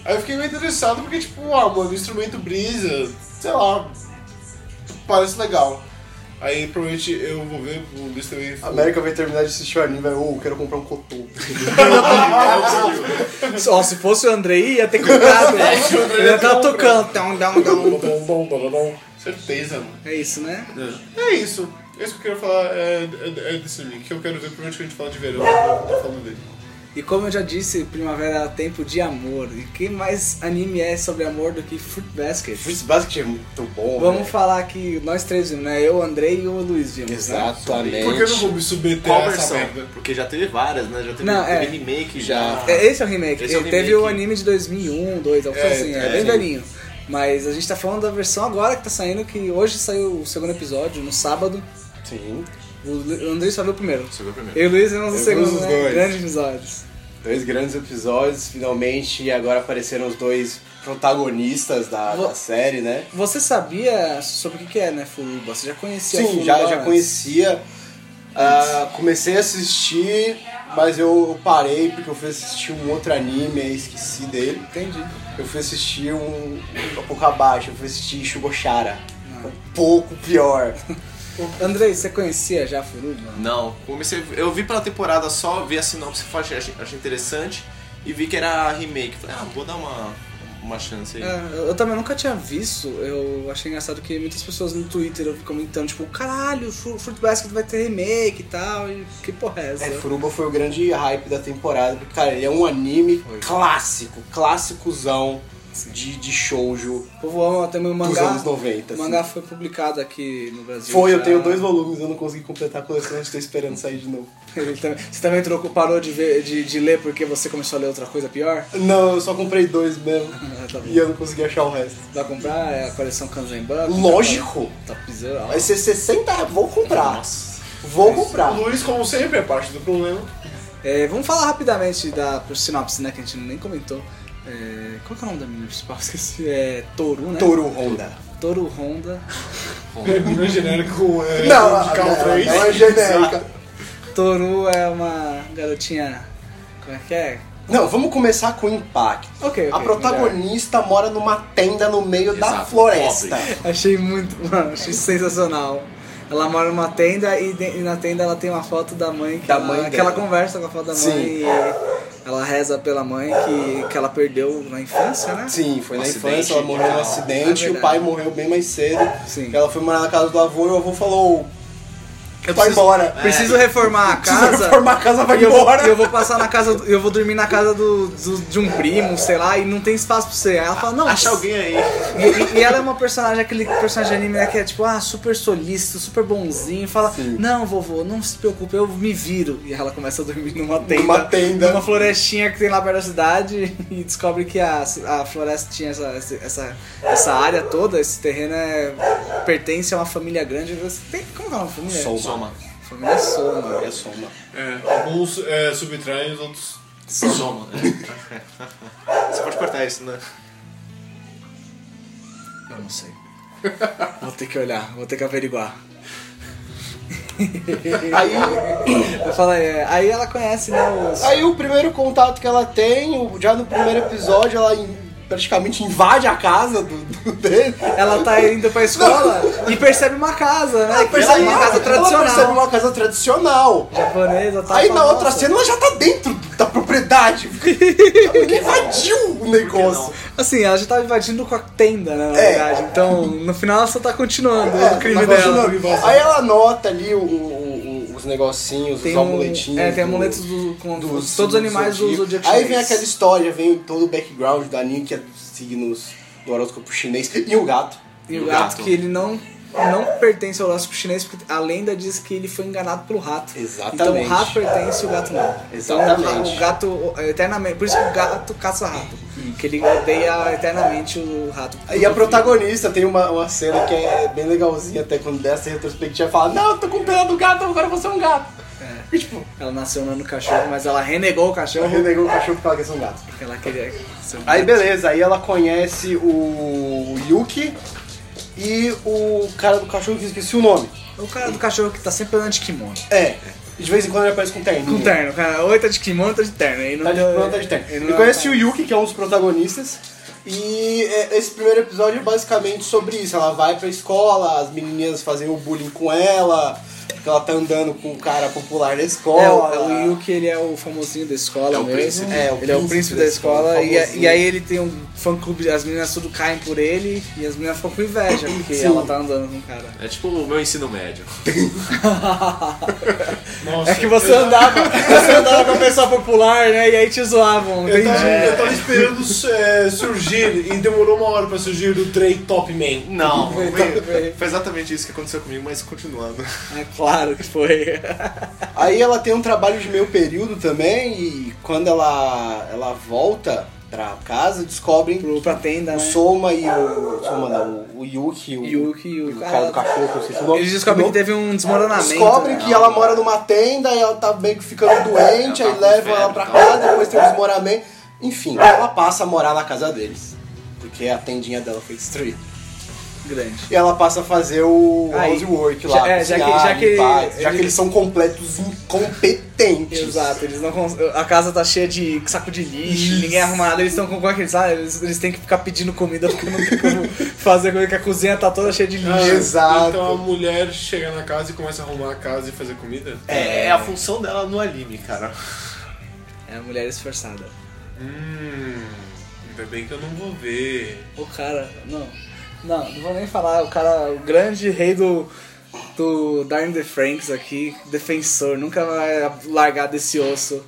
Speaker 2: Aí eu fiquei meio interessado porque, tipo, ah, mano, instrumento brisa, sei lá, parece legal. Aí provavelmente eu vou ver o Luiz também.
Speaker 3: A América vai terminar de assistir o anime, vai, ô, eu quero comprar um Kotô.
Speaker 1: (laughs) Ó, se fosse o Andrei, ia ter (laughs) comprado. né? Ele ia tá tocando. Dão, dão, dão.
Speaker 2: Certeza, mano.
Speaker 1: É isso, né?
Speaker 2: É isso. É isso que eu queria falar é, é, é desse anime, que eu quero ver provavelmente quando a gente fala de verão, eu tô falando dele.
Speaker 1: E como eu já disse, primavera é tempo de amor. E que mais anime é sobre amor do que Fruit Basket?
Speaker 3: Fruits Basket é muito bom,
Speaker 1: Vamos
Speaker 3: velho.
Speaker 1: falar que nós três vimos, né? Eu, o Andrei e o Luiz vimos. né?
Speaker 3: Exatamente.
Speaker 2: Por que eu não vou me submeter
Speaker 4: Qual
Speaker 2: a essa
Speaker 4: versão?
Speaker 2: merda?
Speaker 4: Porque já teve várias, né? Já teve,
Speaker 1: Não, é.
Speaker 4: teve remake já.
Speaker 1: É, Esse é o remake.
Speaker 4: Esse é o
Speaker 1: Ele
Speaker 4: remake.
Speaker 1: Teve o anime de 2001, 2, alguma
Speaker 2: É,
Speaker 1: coisa assim, é,
Speaker 4: é,
Speaker 1: bem
Speaker 4: sim.
Speaker 1: velhinho. Mas a gente tá falando da versão agora que tá saindo, que hoje saiu o segundo episódio, no sábado.
Speaker 3: Sim.
Speaker 1: O Lu- o Andrei só viu o primeiro.
Speaker 4: Você viu primeiro.
Speaker 1: Eu e o Luiz vimos o
Speaker 3: Eu
Speaker 1: segundo,
Speaker 3: vi os
Speaker 1: né?
Speaker 3: dois.
Speaker 1: Grandes episódios.
Speaker 3: Dois grandes episódios, finalmente, e agora apareceram os dois protagonistas da,
Speaker 1: Vou-
Speaker 3: da série, né?
Speaker 1: Você sabia sobre o que que é, né, Furuba? Você já conhecia
Speaker 3: Sim,
Speaker 1: Furuba
Speaker 3: já, já
Speaker 1: antes?
Speaker 3: conhecia. Ah, comecei a assistir, mas eu parei porque eu fui assistir um outro anime, aí esqueci dele.
Speaker 1: Entendi.
Speaker 3: Eu fui assistir um, um pouco abaixo, eu fui assistir Shugoshara. Um pouco pior.
Speaker 1: Andrei, você conhecia já Furuba?
Speaker 4: Não, comecei. Eu vi pela temporada só, vi a sinopse, fa- achei, achei interessante e vi que era remake. Falei, ah, vou dar uma, uma chance aí.
Speaker 1: É, eu também nunca tinha visto. Eu achei engraçado que muitas pessoas no Twitter comentando, tipo, caralho, Fru- Fruit Basket vai ter remake e tal. E que porra é essa?
Speaker 3: É, Furuba foi o grande hype da temporada, porque, cara, ele é um anime clássico, clássicozão de, de shoujo
Speaker 1: O povo ama também o
Speaker 3: dos
Speaker 1: mangá.
Speaker 3: anos
Speaker 1: O
Speaker 3: 90. assim.
Speaker 1: mangá foi publicado aqui no Brasil.
Speaker 3: Foi, eu
Speaker 1: já.
Speaker 3: tenho dois volumes, eu não consegui completar a coleção, estou esperando sair de novo.
Speaker 1: (laughs) Ele também- Você também trocou, parou de, ver, de, de ler porque você começou a ler outra coisa pior?
Speaker 3: Não, eu só comprei dois mesmo.
Speaker 1: Ah, tá bom.
Speaker 3: E eu não consegui achar o resto.
Speaker 1: Vai comprar é, a coleção Kanzenban?
Speaker 3: Lógico.
Speaker 1: Tá pisando.
Speaker 3: Vai ser 60 reais, vou comprar.
Speaker 4: Nossa.
Speaker 3: Vou
Speaker 2: O
Speaker 3: comprar.
Speaker 2: Luiz, como sempre, é parte do problema.
Speaker 1: É, vamos falar rapidamente da pro sinopse, né? Que a gente nem comentou. É, qual que é o nome da menina principal? (laughs) Esqueci. É Toru, né?
Speaker 3: Toru Honda.
Speaker 1: Toru Honda.
Speaker 2: Não é genérico, é
Speaker 3: Uhum. Não,
Speaker 2: de
Speaker 4: um
Speaker 2: Cal
Speaker 3: não,
Speaker 2: três.
Speaker 3: não é genérica.
Speaker 1: Toru é uma garotinha. Como é que é?
Speaker 3: Não, vamos começar com o impacto.
Speaker 1: Ok, ok,
Speaker 3: a protagonista mora numa tenda no meio da
Speaker 4: Exato,
Speaker 3: floresta.
Speaker 4: pobre.
Speaker 1: Achei muito, (laughs) mano, achei sensacional. Ela mora numa tenda e, de- e na tenda ela tem uma foto da mãe que,
Speaker 3: Da
Speaker 1: ela,
Speaker 3: mãe
Speaker 1: que
Speaker 3: dela.
Speaker 1: ela conversa com a foto da mãe
Speaker 3: Sim.
Speaker 1: e ela reza pela mãe que, que ela perdeu na infância, né?
Speaker 3: Sim, foi
Speaker 4: Um
Speaker 3: na
Speaker 4: acidente,
Speaker 3: infância, ela morreu num
Speaker 4: não.
Speaker 1: É
Speaker 3: acidente,
Speaker 1: verdade.
Speaker 3: o pai morreu bem mais cedo.
Speaker 1: Sim.
Speaker 3: Ela foi morar na casa do avô e o avô falou:
Speaker 1: Eu
Speaker 3: Vai
Speaker 4: É.
Speaker 3: embora.
Speaker 1: Preciso reformar a
Speaker 3: Precisa
Speaker 1: casa.
Speaker 3: reformar a casa, vai
Speaker 1: e eu vou,
Speaker 3: embora.
Speaker 1: e eu vou passar na casa, do- eu vou dormir na casa do, do- de um primo, sei lá, e não tem espaço pra você. Aí ela fala, não.
Speaker 4: Acha alguém aí.
Speaker 1: E, e ela é uma personagem, aquele personagem de anime né, que é tipo, ah, super solícito, super bonzinho. Fala, não, vovô, não se preocupe, eu me viro. E ela começa a dormir numa tenda.
Speaker 3: Numa tenda.
Speaker 1: Numa florestinha que tem lá perto da cidade. (laughs) E descobre que a, a floresta tinha essa, esse- essa, essa área toda, esse terreno é, pertence a uma família grande. Você tem- como que é uma família?
Speaker 4: Soma.
Speaker 1: Família Soma.
Speaker 3: É soma.
Speaker 2: É, alguns é, subtraem, os outros.
Speaker 4: Soma. é. Você pode cortar isso, né?
Speaker 1: Eu não sei. (laughs) Vou ter que olhar, vou ter que averiguar.
Speaker 3: Aí,
Speaker 1: Eu falei, é, aí ela conhece, né, os...
Speaker 3: aí o primeiro contato que ela tem, o- já no primeiro episódio, ela in- praticamente invade a casa do, do (laughs) dele.
Speaker 1: Ela tá indo pra escola e percebe uma casa, né?
Speaker 3: Ela
Speaker 1: que
Speaker 3: percebe,
Speaker 1: é uma casa tradicional.
Speaker 3: ela percebe uma casa tradicional.
Speaker 1: japonesa, tá?
Speaker 3: Aí
Speaker 1: Fala,
Speaker 3: na outra
Speaker 1: "Nossa."
Speaker 3: cena ela já tá dentro da
Speaker 1: (laughs)
Speaker 3: propriedade. Ele invadiu o negócio.
Speaker 1: Assim, ela já tava invadindo com a tenda, né, na
Speaker 3: É.
Speaker 1: verdade. Então, no final ela só tá continuando
Speaker 3: É,
Speaker 1: o crime
Speaker 3: mas
Speaker 1: dela. um
Speaker 3: continua. Aí ela anota ali o- o- o- os negocinhos,
Speaker 1: Tem
Speaker 3: os
Speaker 1: um-
Speaker 3: amuletinhos.
Speaker 1: é, tem
Speaker 3: do-
Speaker 1: amuletos do- com- com
Speaker 3: dos-
Speaker 1: todos os animais do zodíaco
Speaker 3: Aí
Speaker 1: chinês.
Speaker 3: vem aquela história, vem todo o background da Nin, que é dos signos do horóscopo chinês. E o gato.
Speaker 1: E o
Speaker 4: do
Speaker 1: gato,
Speaker 4: gato.
Speaker 1: que ele não, não pertence ao horóscopo chinês, porque a lenda diz que ele foi enganado pelo rato. Então
Speaker 3: Exatamente.
Speaker 1: o rato pertence e o gato não. Então
Speaker 3: Exatamente.
Speaker 1: o gato eternamente. Por isso que o gato caça o rato. Que ele odeia eternamente o rato.
Speaker 3: E a protagonista tem uma, uma cena que é bem legalzinha, até quando dessa retrospectiva fala: Não, eu tô com pena do gato, agora você é um gato. E, tipo,
Speaker 1: Ela nasceu no cachorro, mas ela renegou o
Speaker 3: ela
Speaker 1: cachorro.
Speaker 3: renegou o cachorro porque ela quer ser um gato.
Speaker 1: Porque ela queria ser um
Speaker 3: Aí beleza, aí ela conhece o Yuki e o cara do cachorro que eu esqueci o nome.
Speaker 1: O cara do cachorro que tá sempre andando de kimono.
Speaker 3: É. De vez em quando ele aparece com terno.
Speaker 1: Com terno, cara. Ou ele tá de kimono, ou tá de terno. Ele não
Speaker 3: Tá de, não, tá de terno.
Speaker 1: Ele
Speaker 3: Ele,
Speaker 1: não é-
Speaker 3: conhece o Yuki, que é um dos protagonistas. E é, esse primeiro episódio é basicamente sobre isso. Ela vai pra escola, as menininhas fazem o bullying com ela, porque ela tá andando com o cara popular da escola.
Speaker 1: É, o, o Yuki, ele é o famosinho da escola
Speaker 4: É o
Speaker 1: mesmo.
Speaker 4: príncipe.
Speaker 3: É, o
Speaker 1: ele é o príncipe da escola. E,
Speaker 3: famosinho.
Speaker 1: e aí ele tem um fã-clube, as meninas tudo caem por ele e as meninas ficam com inveja, porque
Speaker 3: Sim.
Speaker 1: ela tá andando com o cara.
Speaker 4: É tipo o meu ensino médio.
Speaker 2: Nossa,
Speaker 1: É que você
Speaker 2: eu-
Speaker 1: andava, você andava com a pessoa popular, né? E aí te zoavam,
Speaker 2: Eu tava,
Speaker 1: entendi.
Speaker 2: eu tava esperando é, surgir e demorou uma hora pra surgir do Trey Top Man.
Speaker 4: Não,
Speaker 1: Foi, foi.
Speaker 4: foi, foi exatamente isso que aconteceu comigo, mas continuando.
Speaker 1: É claro que foi.
Speaker 3: Aí ela tem um trabalho de meio período também, e quando ela, ela volta pra casa, descobrem
Speaker 1: Pro, pra tenda, né?
Speaker 3: O Soma e o. Soma não, o Yuki, o,
Speaker 1: Yuki e o
Speaker 3: o cara,
Speaker 1: cara-
Speaker 3: do cachorro, que eu esqueci o nome.
Speaker 1: Eles descobrem que teve um desmoronamento.
Speaker 3: Descobrem
Speaker 1: né?
Speaker 3: que ela mora numa tenda e ela tá meio que ficando doente,
Speaker 4: Ela
Speaker 3: aí
Speaker 4: tá com
Speaker 3: levam
Speaker 4: febre
Speaker 3: ela pra
Speaker 4: e
Speaker 3: casa, depois tem um desmoronamento. Enfim,
Speaker 1: É.
Speaker 3: ela passa a morar na casa deles. Porque a tendinha dela foi destruída.
Speaker 1: Grande.
Speaker 3: E ela passa a fazer o
Speaker 1: Aí,
Speaker 3: housework
Speaker 1: já-
Speaker 3: lá.
Speaker 1: é, já que-
Speaker 3: cozinhar,
Speaker 1: já que-
Speaker 3: limpar, já que
Speaker 1: ele-
Speaker 3: eles são completos incompetentes.
Speaker 1: Exato, eles não cons- A casa tá cheia de saco de lixo, ninguém arrumado, eles estão com como é que eles, ah, eles, eles têm que ficar pedindo comida porque não tem como (laughs) fazer coisa, que a cozinha tá toda cheia de lixo.
Speaker 3: Exato.
Speaker 2: Então a mulher chega na casa e começa a arrumar a casa e fazer comida.
Speaker 4: É, a função dela no anime, cara.
Speaker 1: É a mulher esforçada.
Speaker 2: Hum, ainda bem que eu não vou ver.
Speaker 1: O cara. Não. Não, não vou nem falar. O cara, o grande rei do. Do Darren the Franks aqui, defensor, nunca vai largar desse osso.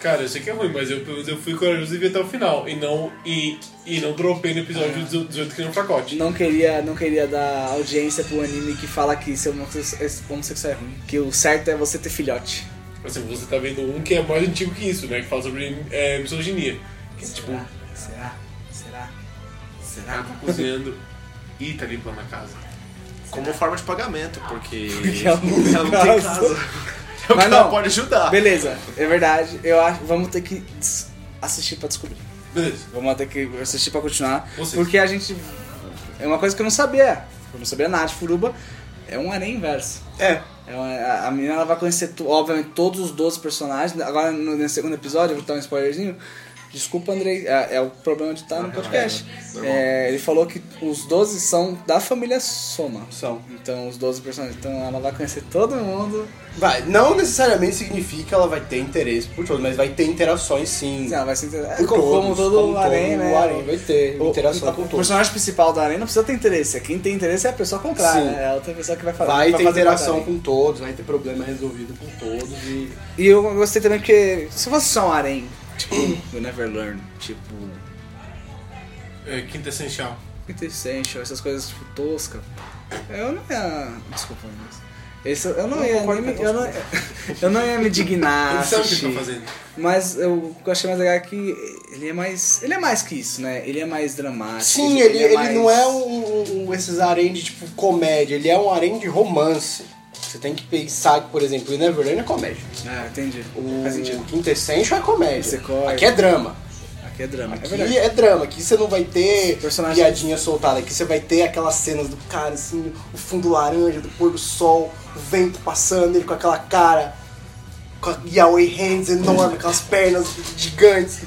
Speaker 2: Cara, eu sei que é ruim, mas eu, pelo menos eu fui corajoso e vi até o final. E não, e, e não dropei no episódio 18 que no pacote.
Speaker 1: Não queria, não queria dar audiência pro anime que fala que ser homosse- homossexual é ruim. Que o certo é você ter filhote.
Speaker 2: Assim, você tá vendo um que é mais antigo que isso, né? Que fala sobre é, misoginia. Que tipo,
Speaker 1: Será? Será? Será?
Speaker 2: ela tá cozinhando e tá limpando a casa.
Speaker 4: Como forma de pagamento, porque,
Speaker 1: ela não
Speaker 4: ela não tem
Speaker 1: casa.
Speaker 4: casa. É (laughs) o
Speaker 1: Mas
Speaker 4: que ela
Speaker 1: não.
Speaker 4: pode ajudar.
Speaker 1: Beleza, é verdade. Eu acho. Vamos ter que des- assistir pra descobrir.
Speaker 2: Beleza.
Speaker 1: Vamos ter que assistir pra continuar.
Speaker 2: Vocês.
Speaker 1: Porque a gente. É uma coisa que eu não sabia. Eu não sabia nada de Furuba. É um anime inverso.
Speaker 3: É.
Speaker 1: É uma- a, a menina ela vai conhecer, tu- obviamente, todos os 12 personagens. Agora, no, nesse segundo episódio, eu vou dar um spoilerzinho. Desculpa, Andrei, é, é o problema de estar no podcast. É, ele falou que os 12 são da família Soma.
Speaker 3: São.
Speaker 1: Então, os 12 personagens. Então, ela vai conhecer todo mundo.
Speaker 3: Vai, não necessariamente significa que ela vai ter interesse por todos, mas vai ter interações sim.
Speaker 1: Assim, ela vai se interessar.
Speaker 3: Com
Speaker 1: como
Speaker 3: todos,
Speaker 1: todo
Speaker 3: como
Speaker 1: o Arém,
Speaker 3: todo
Speaker 1: né?
Speaker 3: o harém vai ter interação
Speaker 2: tá
Speaker 1: o,
Speaker 3: com
Speaker 1: o
Speaker 3: todos.
Speaker 1: personagem principal da Arém não precisa ter interesse. Quem tem interesse é a pessoa contrária,
Speaker 3: Sim.
Speaker 1: né? É a outra pessoa que vai falar.
Speaker 3: Vai
Speaker 1: vai
Speaker 3: ter
Speaker 1: fazer
Speaker 3: interação
Speaker 1: batalha.
Speaker 3: com todos, vai ter problema resolvido com todos e.
Speaker 1: E eu gostei também porque se fosse só um Arém, (coughs) tipo, do Never Learn, tipo,
Speaker 2: É, quinta essencial.
Speaker 1: Quintessential, essas coisas tipo tosca. Eu não ia. Desculpa, mas. Esse, eu não, ia nem me, eu, não, eu não ia (laughs) me dignar.
Speaker 2: Ele sabe o que
Speaker 1: assistir.
Speaker 2: ele tá fazendo.
Speaker 1: Mas eu achei mais legal é que ele é mais. Ele é mais que isso, né? Ele é mais dramático.
Speaker 3: Sim, ele, ele
Speaker 1: mais-
Speaker 3: não é um, um- esses harém de tipo comédia, ele é um harém de romance. Você tem que pensar que, por exemplo, o Neverland é comédia.
Speaker 1: Ah, entendi.
Speaker 3: O
Speaker 1: Faz sentido.
Speaker 3: Quintessential é comédia.
Speaker 1: Você corre.
Speaker 3: Aqui é drama.
Speaker 1: Aqui é drama. é
Speaker 3: Aqui
Speaker 1: verdade.
Speaker 3: é, drama, aqui você não vai ter
Speaker 1: Personagem-
Speaker 3: piadinha soltada, aqui você vai ter aquelas cenas do cara assim, o fundo laranja, do pôr do sol, o vento passando, ele com aquela cara, com a Yahweh Hands enorme, aquelas pernas gigantes.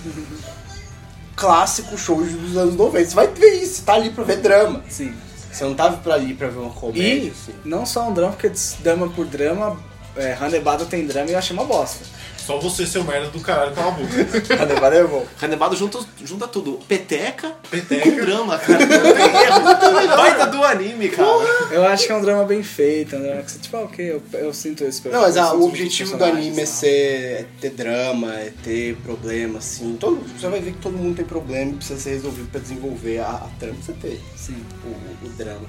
Speaker 3: Clássico show dos anos 90. Você vai ver isso, você tá ali pra ver drama.
Speaker 1: Sim.
Speaker 3: Você não tava pra ali pra ver uma comédia,
Speaker 1: E
Speaker 3: assim.
Speaker 1: não só um drama, porque drama por drama, é, Hanebada tem drama e eu achei uma
Speaker 3: (laughs)
Speaker 1: bosta.
Speaker 2: Só você, seu merda do caralho, cala a boca.
Speaker 3: Hanebada é bom.
Speaker 4: Canebado junta, junta tudo. Peteca,
Speaker 2: Peteca.
Speaker 4: com drama, (laughs) cara. É muito melhor. Baita do anime, cara.
Speaker 1: Eu acho que é um drama bem feito, é um drama que você, tipo, ah, ok, eu, eu sinto esse tipo
Speaker 3: Não, mas ah,
Speaker 1: eu sinto
Speaker 3: o
Speaker 1: os
Speaker 3: objetivo do
Speaker 1: personagens,
Speaker 3: anime é,
Speaker 1: tá?
Speaker 3: ser, é ter drama, é ter problema, assim. Todo, você vai ver que todo mundo tem problema e precisa ser resolvido pra desenvolver a, a trama que você tem,
Speaker 1: Sim.
Speaker 3: o, o drama.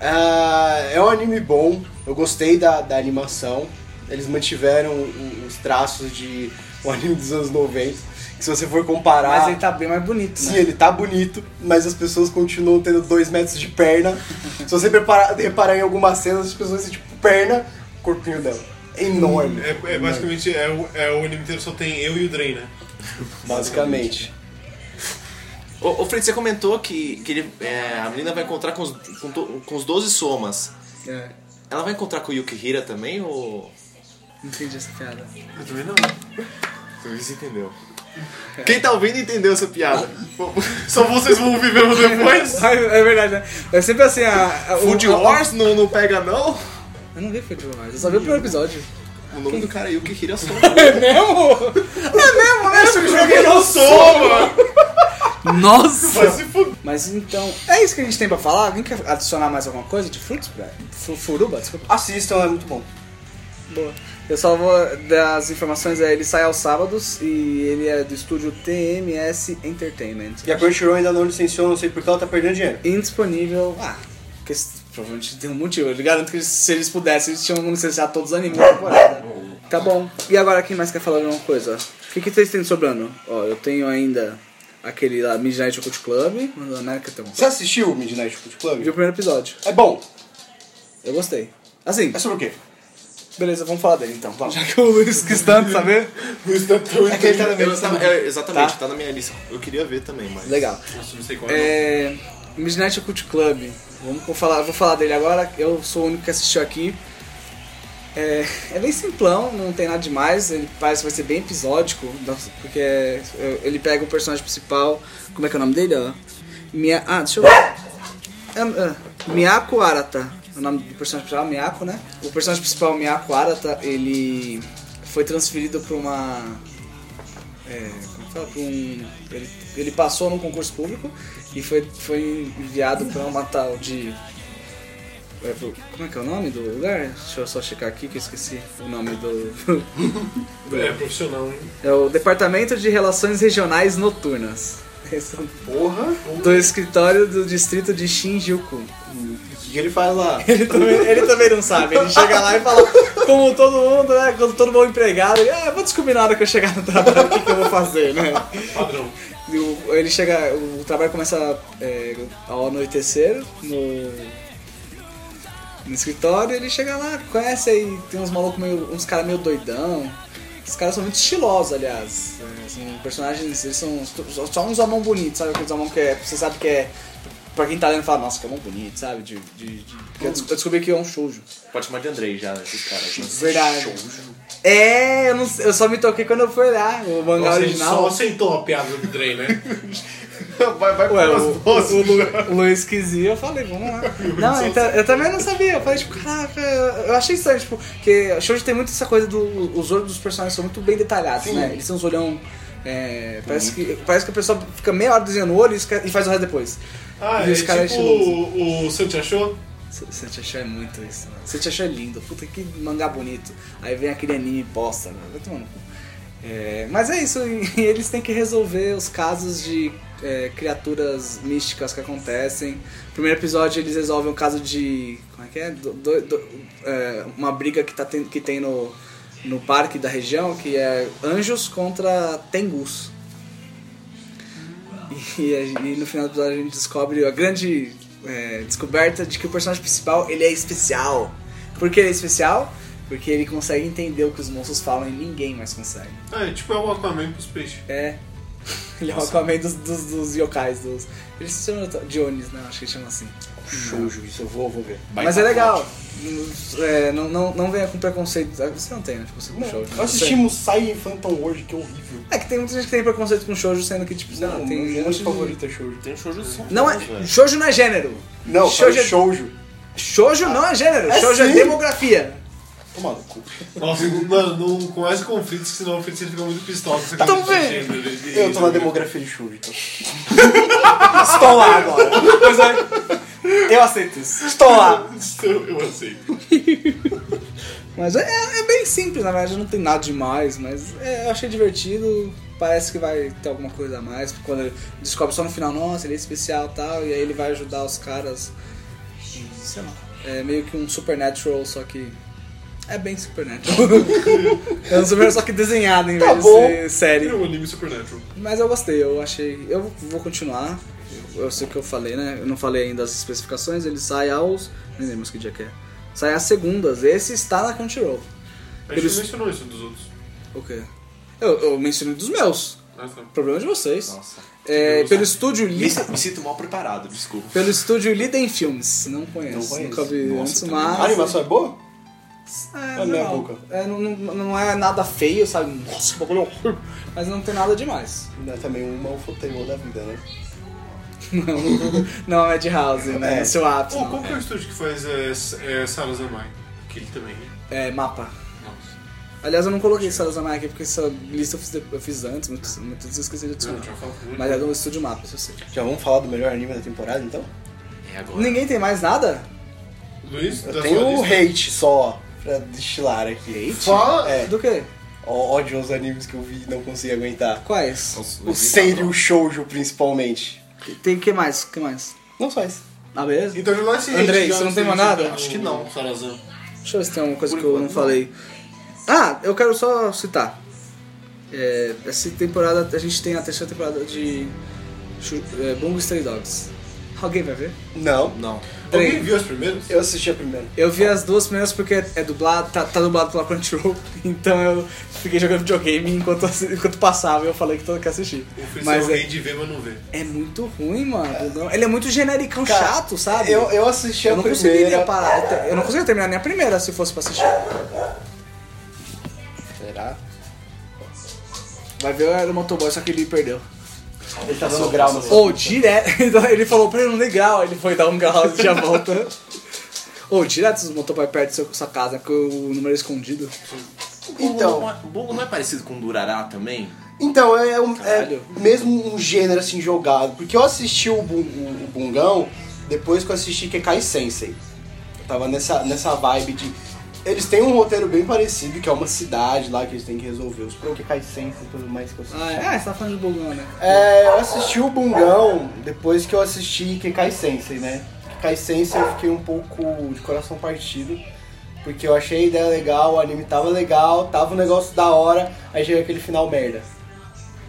Speaker 3: Ah, é um anime bom, eu gostei da, da animação. Eles mantiveram o- os traços de um anime dos anos 90. Que se você for comparar.
Speaker 1: Mas ele tá bem mais bonito,
Speaker 3: Sim,
Speaker 1: né?
Speaker 3: ele tá bonito, mas as pessoas continuam tendo dois metros de perna. Se você preparar- reparar em algumas cenas, as pessoas têm tipo perna, corpinho dela. É enorme,
Speaker 2: É, é basicamente, é o, é o anime inteiro só tem eu e o Drain, né?
Speaker 3: basicamente.
Speaker 4: Ô, ô Fred, você comentou que, que ele, é, a menina vai encontrar com os, com, to- com os 12 somas.
Speaker 1: É.
Speaker 4: Ela vai encontrar com o Yukihira também ou.
Speaker 1: Não entendi essa piada. (laughs)
Speaker 2: Eu também não.
Speaker 4: Você entendeu? Quem tá ouvindo entendeu essa piada.
Speaker 2: Só vocês vão viver o depois.
Speaker 1: Ai, é verdade, né? É sempre assim, a. a
Speaker 4: Food
Speaker 1: o- a-
Speaker 4: Wars não, não pega, não?
Speaker 1: Eu não vi Food Wars, eu só vi o primeiro episódio.
Speaker 4: O nome do cara é Yukihira
Speaker 3: (laughs)
Speaker 4: Soma.
Speaker 1: É mesmo? É mesmo, né? Eu joguei
Speaker 2: Eu sou, mano. Vai
Speaker 1: Nossa!
Speaker 2: se fuder.
Speaker 1: Mas então, é isso que a gente tem pra falar? Alguém quer adicionar mais alguma coisa de frutos? Brad? Fu- Furuba, desculpa.
Speaker 3: Assistam, é muito bom.
Speaker 1: Boa. Eu só vou dar as informações, é, ele sai aos sábados e ele é do estúdio TMS Entertainment.
Speaker 3: E a Crunchyroll ainda não licenciou, não sei porque ela tá perdendo dinheiro.
Speaker 1: Indisponível. Ah, porque s- provavelmente tem um motivo. Eu garanto que eles- se eles pudessem, eles tinham licenciado todos os animes da temporada. Tá bom. E agora quem mais quer falar alguma coisa? O que, que vocês têm sobrando? Ó, eu tenho ainda aquele lá, Midnight Occult Club, o América tem um.
Speaker 3: Você assistiu o Midnight Food
Speaker 1: Vi o
Speaker 3: Club?
Speaker 1: primeiro episódio.
Speaker 3: É bom.
Speaker 1: Eu gostei. Assim,
Speaker 3: É sobre o quê?
Speaker 1: beleza, vamos falar dele então. Já que o Luiz quis tanto saber.
Speaker 4: É que ele tá na minha lista. É, exatamente,
Speaker 1: Tá.
Speaker 4: tá? na minha lista. Eu queria ver também, mas.
Speaker 1: Legal.
Speaker 2: Nossa, não sei qual é.
Speaker 1: É. Midnight Occult Club. Vamos vou falar, vou falar dele agora. Eu sou o único que assistiu aqui. É, é bem simplão, não tem nada demais. Ele parece que vai ser bem episódico, nossa, porque é- ele pega o personagem principal. Como é que é o nome dele? ó? Mia, ah, deixa eu ver. É, é, Miyako Arata. O nome do personagem principal é Miyako, né? O personagem principal, Miyako Arata, ele foi transferido pra uma. É, como fala? Pra um, ele, ele passou num concurso público e foi, foi enviado pra uma tal de. é, pro- como é que é o nome do lugar? Deixa eu só checar aqui que eu esqueci o nome (laughs) do.
Speaker 2: É profissional, hein?
Speaker 1: É o Departamento de Relações Regionais Noturnas. Esse é o-
Speaker 3: Porra.
Speaker 1: Do escritório do distrito de Shinjuku.
Speaker 3: O que que ele faz lá?
Speaker 1: (laughs) Ele também, ele também não sabe. Ele chega lá e fala, como todo mundo, né? Como todo bom empregado, ele, ah, vou descobrir na hora que eu chegar no trabalho o que, que eu vou fazer, né?
Speaker 2: Padrão.
Speaker 1: E o- ele chega. O trabalho começa é, ao anoitecer no. no escritório, ele chega lá, conhece aí, tem uns malucos meio. uns caras meio doidão. Os caras são muito estilosos, aliás. É, são personagens, eles são só- só uns homão bonitos, sabe? Aqueles homão que é, você sabe que é pra quem tá lendo fala, nossa, que é mão bonito, sabe? De, de, de- que Eu des- eu descobri que é um shoujo.
Speaker 4: Pode chamar de Andrei já, né? Esses caras. né?
Speaker 1: Verdade. É, eu, não sei- eu só me toquei quando eu fui olhar o mangá
Speaker 2: Nossa, ele só
Speaker 1: original.
Speaker 2: aceitou a piada do Dre, né?
Speaker 5: Vai, vai
Speaker 1: Ué,
Speaker 5: com as
Speaker 1: o,
Speaker 5: duas.
Speaker 1: o (laughs) Lu- o Luiz quis ir, eu falei, vamos
Speaker 2: (laughs)
Speaker 1: lá. Não, então, eu também não sabia. Eu falei, tipo, caraca, eu achei estranho, tipo, porque Shoujo tem muito essa coisa do. Os olhos dos personagens são muito bem detalhados, né? Eles têm uns olhão. é, parece, que, parece que a pessoa fica meia hora desenhando o olho e esque- e faz o resto depois.
Speaker 2: Ah,
Speaker 1: E
Speaker 2: é
Speaker 1: os caras
Speaker 2: tipo
Speaker 1: estilosos.
Speaker 2: o, o Santi achou?
Speaker 1: Santi achou é muito isso, mano. Santi achou é lindo. Puta que mangá bonito. Aí vem aquele anime bosta, mano. Vai tomar no cu. É, mas é isso, e (laughs) eles têm que resolver os casos de é, criaturas místicas que acontecem. No primeiro episódio eles resolvem o caso de. Como é que é? Do- do- do- é, uma briga que, tá ten- que tem no, no parque da região que é anjos contra tengus. E, a gen- e no final do episódio a gente descobre a grande é, descoberta de que o personagem principal ele é especial. Por que ele é especial? Porque ele consegue entender o que os monstros falam e ninguém mais consegue.
Speaker 2: Ah, é tipo é o Aquaman pros peixes.
Speaker 1: É. (laughs) Ele é o Aquaman dos, dos, dos yokais. Dos... Ele se chama Jones, né? Acho que ele chama assim.
Speaker 3: Shoujo, isso eu vou, vou ver.
Speaker 1: Mas é legal. É, não, não, não venha com preconceito. Ah, Você não tem, né? Preconceito com shoujo.
Speaker 3: Nós assistimos Sai Phantom World, que é horrível.
Speaker 1: É que tem muita gente que tem preconceito com shoujo, sendo que, tipo, não, tem um
Speaker 3: meu
Speaker 1: monte
Speaker 3: gênero
Speaker 1: de-
Speaker 3: favorito é Shoujo.
Speaker 4: Tem um shoujo sim.
Speaker 1: Não é... Shoujo não é gênero.
Speaker 3: Não,
Speaker 1: Shoujo
Speaker 3: Shoujo
Speaker 1: é-
Speaker 3: é Shoujo.
Speaker 1: Shoujo não é gênero.
Speaker 3: É
Speaker 1: shoujo é
Speaker 3: sim.
Speaker 1: demografia.
Speaker 3: Toma no cu.
Speaker 2: Nossa, mano, não começa conflitos, que senão o Fritz fica muito né, pistola. Você
Speaker 1: Então
Speaker 2: fica
Speaker 1: vem.
Speaker 2: mexendo, ele- ele-
Speaker 3: Eu tô na demografia de Shoujo, então. (laughs) Estou lá agora.
Speaker 1: Eu aceito isso.
Speaker 3: Estou lá.
Speaker 2: Eu, Então, eu aceito.
Speaker 1: Mas é, é bem simples, na verdade não tem nada demais, mas é, eu achei divertido. Parece que vai ter alguma coisa a mais, porque quando ele descobre só no final, nossa, ele é especial e tal, e aí ele vai ajudar os caras. Sei lá. É meio que um Supernatural, só que. É bem Supernatural. (laughs) é um Supernatural, só que desenhado em
Speaker 3: Tá
Speaker 1: vez
Speaker 3: bom.
Speaker 1: de ser série.
Speaker 2: Ele é um anime supernatural.
Speaker 1: Mas eu gostei, eu achei. Eu vou continuar. Eu, eu sei o que eu falei, né? Eu não falei ainda as especificações, ele sai aos. Nem lembro mais que dia que é. Sai às segundas. Esse está na Crunchyroll.
Speaker 2: A gente
Speaker 1: Eles-
Speaker 2: não mencionou isso dos outros.
Speaker 1: O quê? Eu, eu mencionei dos meus.
Speaker 2: Ah, tá.
Speaker 1: Problema de vocês.
Speaker 4: Nossa.
Speaker 1: É,
Speaker 4: Deus.
Speaker 1: pelo estúdio
Speaker 4: Me,
Speaker 1: Liden.
Speaker 4: me sinto mal preparado, desculpa.
Speaker 1: Pelo estúdio Liden Films. Não conheço.
Speaker 3: Não conheço.
Speaker 1: Nunca vi
Speaker 4: Nossa,
Speaker 1: antes,
Speaker 4: também
Speaker 1: mas.
Speaker 3: A animação é boa?
Speaker 1: É,
Speaker 3: a minha
Speaker 1: não,
Speaker 3: boca.
Speaker 1: é, não, não, não é nada feio, sabe? Nossa, que bagulho é horrível. Mas não tem nada demais. (laughs)
Speaker 3: Não é também um futebol da vida, né?
Speaker 1: Não, não é de House, né?
Speaker 3: É.
Speaker 1: É seu ápice.
Speaker 2: Pô,
Speaker 1: não.
Speaker 2: qual que é o estúdio que faz é, S- é, Sarazamai? Que ele também. né?
Speaker 1: É, mapa.
Speaker 2: Nossa.
Speaker 1: Aliás, eu não coloquei Sarazamai aqui porque essa lista eu fiz, de- eu fiz antes, muitas muitas vezes eu esqueci de
Speaker 2: Não,
Speaker 1: adicionar.
Speaker 2: já falo muito.
Speaker 1: Mas é do estúdio mapa, isso eu sei.
Speaker 3: Já vamos falar do melhor anime da temporada, então?
Speaker 4: É agora.
Speaker 1: Ninguém tem mais nada?
Speaker 2: Luiz,
Speaker 3: Eu
Speaker 2: da
Speaker 3: tenho
Speaker 2: sua
Speaker 3: um
Speaker 2: lista.
Speaker 3: hate só pra destilar aqui.
Speaker 2: Fala!
Speaker 3: É,
Speaker 1: Do que?
Speaker 3: ó- ódio aos animes que eu vi e não consegui aguentar.
Speaker 1: Quais?
Speaker 4: Nossa,
Speaker 3: O Seiryu Shoujo, principalmente.
Speaker 1: Tem que mais? que mais?
Speaker 3: Não só isso.
Speaker 1: Ah, beleza?
Speaker 2: Então já dá esse hate
Speaker 1: Andrei,
Speaker 2: já
Speaker 1: você não
Speaker 2: antes
Speaker 1: tem
Speaker 2: de então.
Speaker 1: mais
Speaker 2: você
Speaker 1: nada?
Speaker 2: dar o-
Speaker 4: Acho que não.
Speaker 2: Sarazan.
Speaker 1: Deixa eu ver se tem alguma coisa
Speaker 4: Por
Speaker 1: que eu não
Speaker 4: enquanto,
Speaker 1: falei. Ah, eu quero só citar. É, essa temporada, a gente tem a terceira temporada de Shu- é, Bungo Stray Dogs. Alguém vai ver?
Speaker 3: Não.
Speaker 4: Não.
Speaker 2: Alguém viu as primeiras?
Speaker 3: Eu assisti a primeira.
Speaker 1: Eu vi as duas primeiras porque é dublado, tá, tá dublado pela Crunchyroll, (laughs) então eu fiquei jogando videogame enquanto, assi- enquanto passava e eu falei que todo que assistir.
Speaker 2: O Fritz é
Speaker 1: Mas
Speaker 2: o
Speaker 1: é,
Speaker 2: rei de ver, mas não vê.
Speaker 1: é muito ruim, mano. Não- Ele é muito genericão
Speaker 3: Cara,
Speaker 1: chato, sabe?
Speaker 3: Eu, eu assisti
Speaker 1: Eu
Speaker 3: a
Speaker 1: não conseguiria
Speaker 3: primeira.
Speaker 1: parar. Eu te- Eu não conseguiria terminar nem a primeira se fosse pra assistir.
Speaker 3: Será?
Speaker 1: Vai ver era o motoboy, só que ele perdeu.
Speaker 3: Ele tá dando grau no
Speaker 1: Ou direto. (laughs) Então, Ele falou pra ele não dar grau, ele foi dar um grau e já volta. Ou direto os motoboy perto da sua- sua casa, com o número escondido.
Speaker 3: Então.
Speaker 4: O Bungo não é parecido com o Durará também?
Speaker 3: Então, é, um, é
Speaker 1: Caralho.
Speaker 3: mesmo um gênero assim jogado. Porque eu assisti o, Bun- o- o Bungão depois que eu assisti Kekai Sensei. Eu tava nessa, nessa vibe de. Eles têm um roteiro bem parecido, que é uma cidade lá que eles têm que resolver os problemas. Kekai Sensei e tudo mais que eu assisti.
Speaker 1: Ah, é, você tá falando de bugão, né?
Speaker 3: É, eu assisti o Bungão depois que eu assisti Kekai Sensei, né? Kekai Sensei eu fiquei um pouco de coração partido, porque eu achei a ideia legal, o anime tava legal, tava um negócio da hora, aí chega aquele final merda.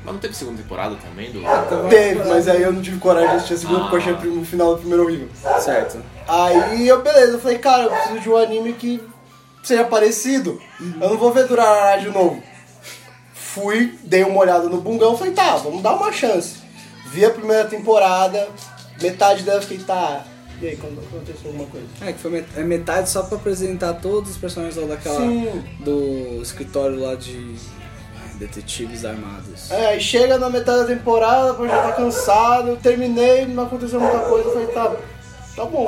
Speaker 4: Mas não teve segunda temporada também do.
Speaker 3: Teve, mas aí eu não tive coragem de assistir a segunda porque eu achei o final do primeiro horrível.
Speaker 1: Certo.
Speaker 3: Aí eu, beleza, eu falei, cara, eu preciso de um anime que seja parecido. Eu não vou ver Durarara de novo. Fui, dei uma olhada no bungão, falei, tá, vamos dar uma chance. Vi a primeira temporada, Metade dela fiquei, tá. E aí, quando aconteceu alguma coisa?
Speaker 1: É, que foi met- é metade só pra apresentar todos os personagens lá daquela.
Speaker 3: Sim.
Speaker 1: Do escritório lá de. ai, Detetives armados.
Speaker 3: É, aí chega na metade da temporada, pô, já tá cansado, eu terminei, não aconteceu muita coisa, eu falei, tá, tá bom.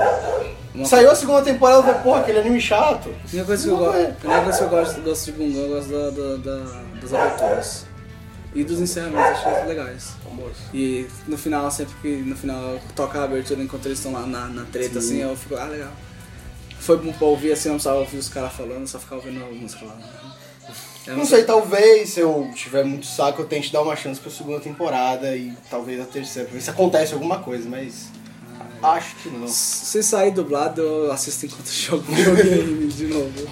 Speaker 3: Saiu a segunda temporada, eu falei, porra, aquele anime chato.
Speaker 1: A única coisa que eu
Speaker 3: Não
Speaker 1: gosto.
Speaker 3: é.
Speaker 1: A única coisa que eu gosto, gosto de Bungo, eu gosto da, da- da- das aberturas. E dos encerramentos, achei muito legais. E no final, sempre que no final toca a abertura enquanto eles estão lá na, na treta, assim, eu fico, ah, legal. Foi bom pra ouvir assim, eu não precisava ouvir os caras falando, só ficava ouvindo a música lá. Eu
Speaker 3: Não sei, talvez se eu tiver muito saco, eu tente dar uma chance pra segunda temporada e talvez a terceira, pra ver se acontece alguma coisa, mas acho que não.
Speaker 1: Se sair dublado, eu assisto enquanto (laughs) jogo um videogame de novo.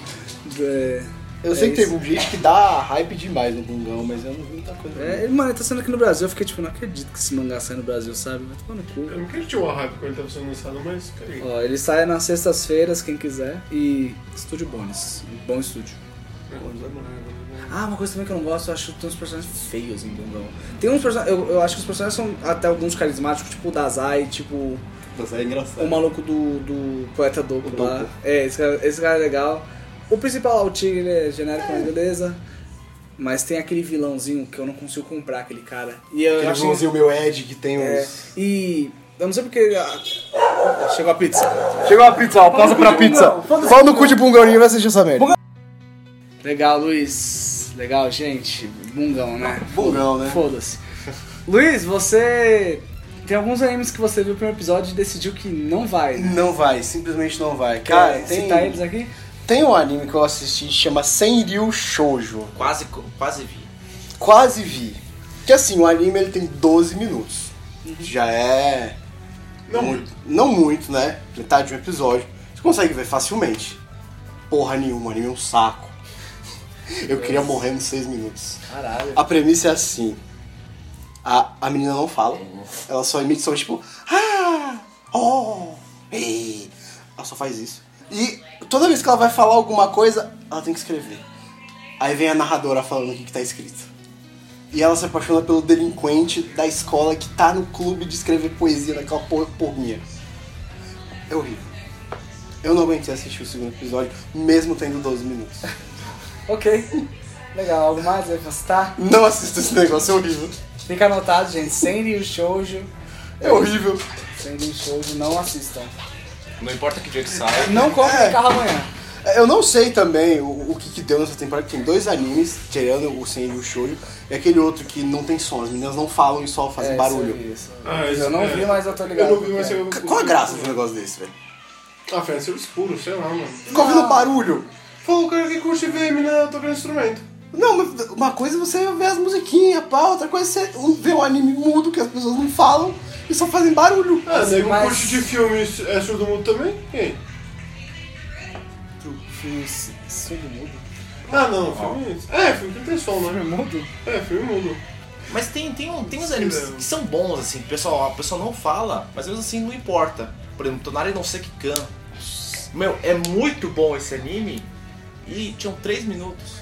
Speaker 1: É,
Speaker 3: Eu sei
Speaker 1: é
Speaker 3: que teve
Speaker 1: isso.
Speaker 3: um gente que dá hype demais no bungão, mas eu não vi muita coisa.
Speaker 1: É, mano, tá sendo aqui no Brasil, eu fiquei tipo, não acredito que esse mangá sai no Brasil, sabe? Vai tomar no cu.
Speaker 2: Eu não queria tirar uma hype quando ele tá tava sendo lançado, mas peraí.
Speaker 1: Ó, ele sai nas sextas-feiras, quem quiser. E estúdio bônus. Bom estúdio.
Speaker 3: é né?
Speaker 1: Ah, uma coisa também que eu não gosto, eu acho que tem uns personagens feios em Bungão. Tem uns personagens. Eu, eu acho que os personagens são até alguns carismáticos, tipo o Dazai, tipo
Speaker 3: Nossa, é engraçado.
Speaker 1: o maluco do, do poeta Dopo
Speaker 3: O
Speaker 1: lá.
Speaker 3: Dopo.
Speaker 1: É, esse cara, esse cara é legal. O principal lá, o Tigre, ele é genérico, mas beleza. Mas tem aquele vilãozinho que eu não consigo comprar, aquele cara. E eu
Speaker 3: Aquele
Speaker 1: acho-
Speaker 3: vilãozinho meu Ed que tem
Speaker 1: é,
Speaker 3: uns.
Speaker 1: E eu não sei porque. ah, Chegou a pizza.
Speaker 3: Chegou a pizza, ó, pausa pra
Speaker 1: pizza.
Speaker 3: Fala no cu de bungão, ninguém vai assistir essa merda.
Speaker 1: Legal, Luiz. Legal, gente. Bungão, né?
Speaker 3: Bungão, né?
Speaker 1: Foda-se. Luiz, você. Tem alguns animes que você viu no primeiro episódio e decidiu que não vai. né?
Speaker 3: Não vai, simplesmente não vai. Cara,
Speaker 1: Quer
Speaker 3: tem,
Speaker 1: citar eles aqui?
Speaker 3: tem um anime que eu assisti que chama Senryu Shoujo.
Speaker 6: Quase, co- quase vi.
Speaker 3: Quase vi. Que assim, o anime ele tem 12 minutos. Já é.
Speaker 2: Não
Speaker 3: mu- Não muito, né? Metade de um episódio. Você consegue ver facilmente. Porra nenhuma, o anime é um saco. Eu queria morrer nos 6 minutos.
Speaker 1: Caralho.
Speaker 3: A premissa é assim. A, a menina não fala. Ela só emite som tipo. Ah! Oh! Ei! Ela só faz isso. E toda vez que ela vai falar alguma coisa, ela tem que escrever. Aí vem a narradora falando o que, que tá escrito. E ela se apaixona pelo delinquente da escola que tá no clube de escrever poesia naquela por- porrinha. É horrível. Eu não aguentei assistir o segundo episódio, mesmo tendo 12 minutos.
Speaker 1: Ok. Legal, algo mais aí pra citar?
Speaker 3: Não assista esse negócio, é horrível.
Speaker 1: Fica anotado, gente. Sem Ryu Shoujo.
Speaker 3: É horrível.
Speaker 1: Sem Ryu Shoujo, não assistam.
Speaker 4: Não importa que dia que saia.
Speaker 1: Não compre
Speaker 3: É.
Speaker 1: carro amanhã.
Speaker 3: Eu não sei também o, o que, que deu nessa temporada, que tem dois animes, tirando o Sen e o Shoujo, e aquele outro que não tem som, as meninas não falam e só fazem
Speaker 1: É,
Speaker 3: um barulho.
Speaker 1: isso aí, isso aí.
Speaker 2: Ah,
Speaker 1: Mas
Speaker 2: isso-
Speaker 1: eu não
Speaker 2: é.
Speaker 1: vi, mas eu tô ligado. É.
Speaker 2: Eu não vi,
Speaker 1: porque
Speaker 2: mas eu.
Speaker 3: Qual a graça de um negócio desse, velho?
Speaker 2: Ah, fanservice escuro, sei lá, mano.
Speaker 3: Fica ouvindo barulho!
Speaker 2: Falou o cara que curte ver a mina tocando instrumento.
Speaker 3: Não, mas uma coisa é você ver as musiquinhas, pá, outra coisa é você ver um anime mudo que as pessoas não falam e só fazem barulho.
Speaker 2: Ah, nego
Speaker 1: mas-
Speaker 2: curte de filme é surdo mudo também? E aí?
Speaker 1: Filme surdo é. mudo.
Speaker 2: Ah, não, filme. É, filme que não tem som, né?
Speaker 1: mudo?
Speaker 2: É, filme mudo.
Speaker 4: Mas tem, tem, um- tem uns animes que são bons, assim, o pessoal, a pessoa não fala, mas mesmo assim não importa. Por exemplo, Tonari não sei que can. Meu, é muito bom esse anime e tinham 3 minutos.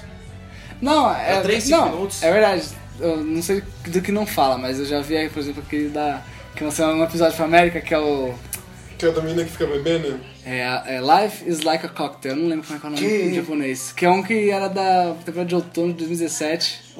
Speaker 1: Não, é.
Speaker 4: Dá três, cinco
Speaker 1: não,
Speaker 4: minutos.
Speaker 1: É verdade. Eu não sei do que não fala, mas eu já vi aí, por exemplo, aquele da. Que lançou um episódio pra América que é o.
Speaker 2: Que é da menina que fica bebendo.
Speaker 1: É, é Life is Like a Cocktail, eu não lembro como é que é o nome
Speaker 3: Que-
Speaker 1: em japonês. Que é um que era da temporada de outono de 2017.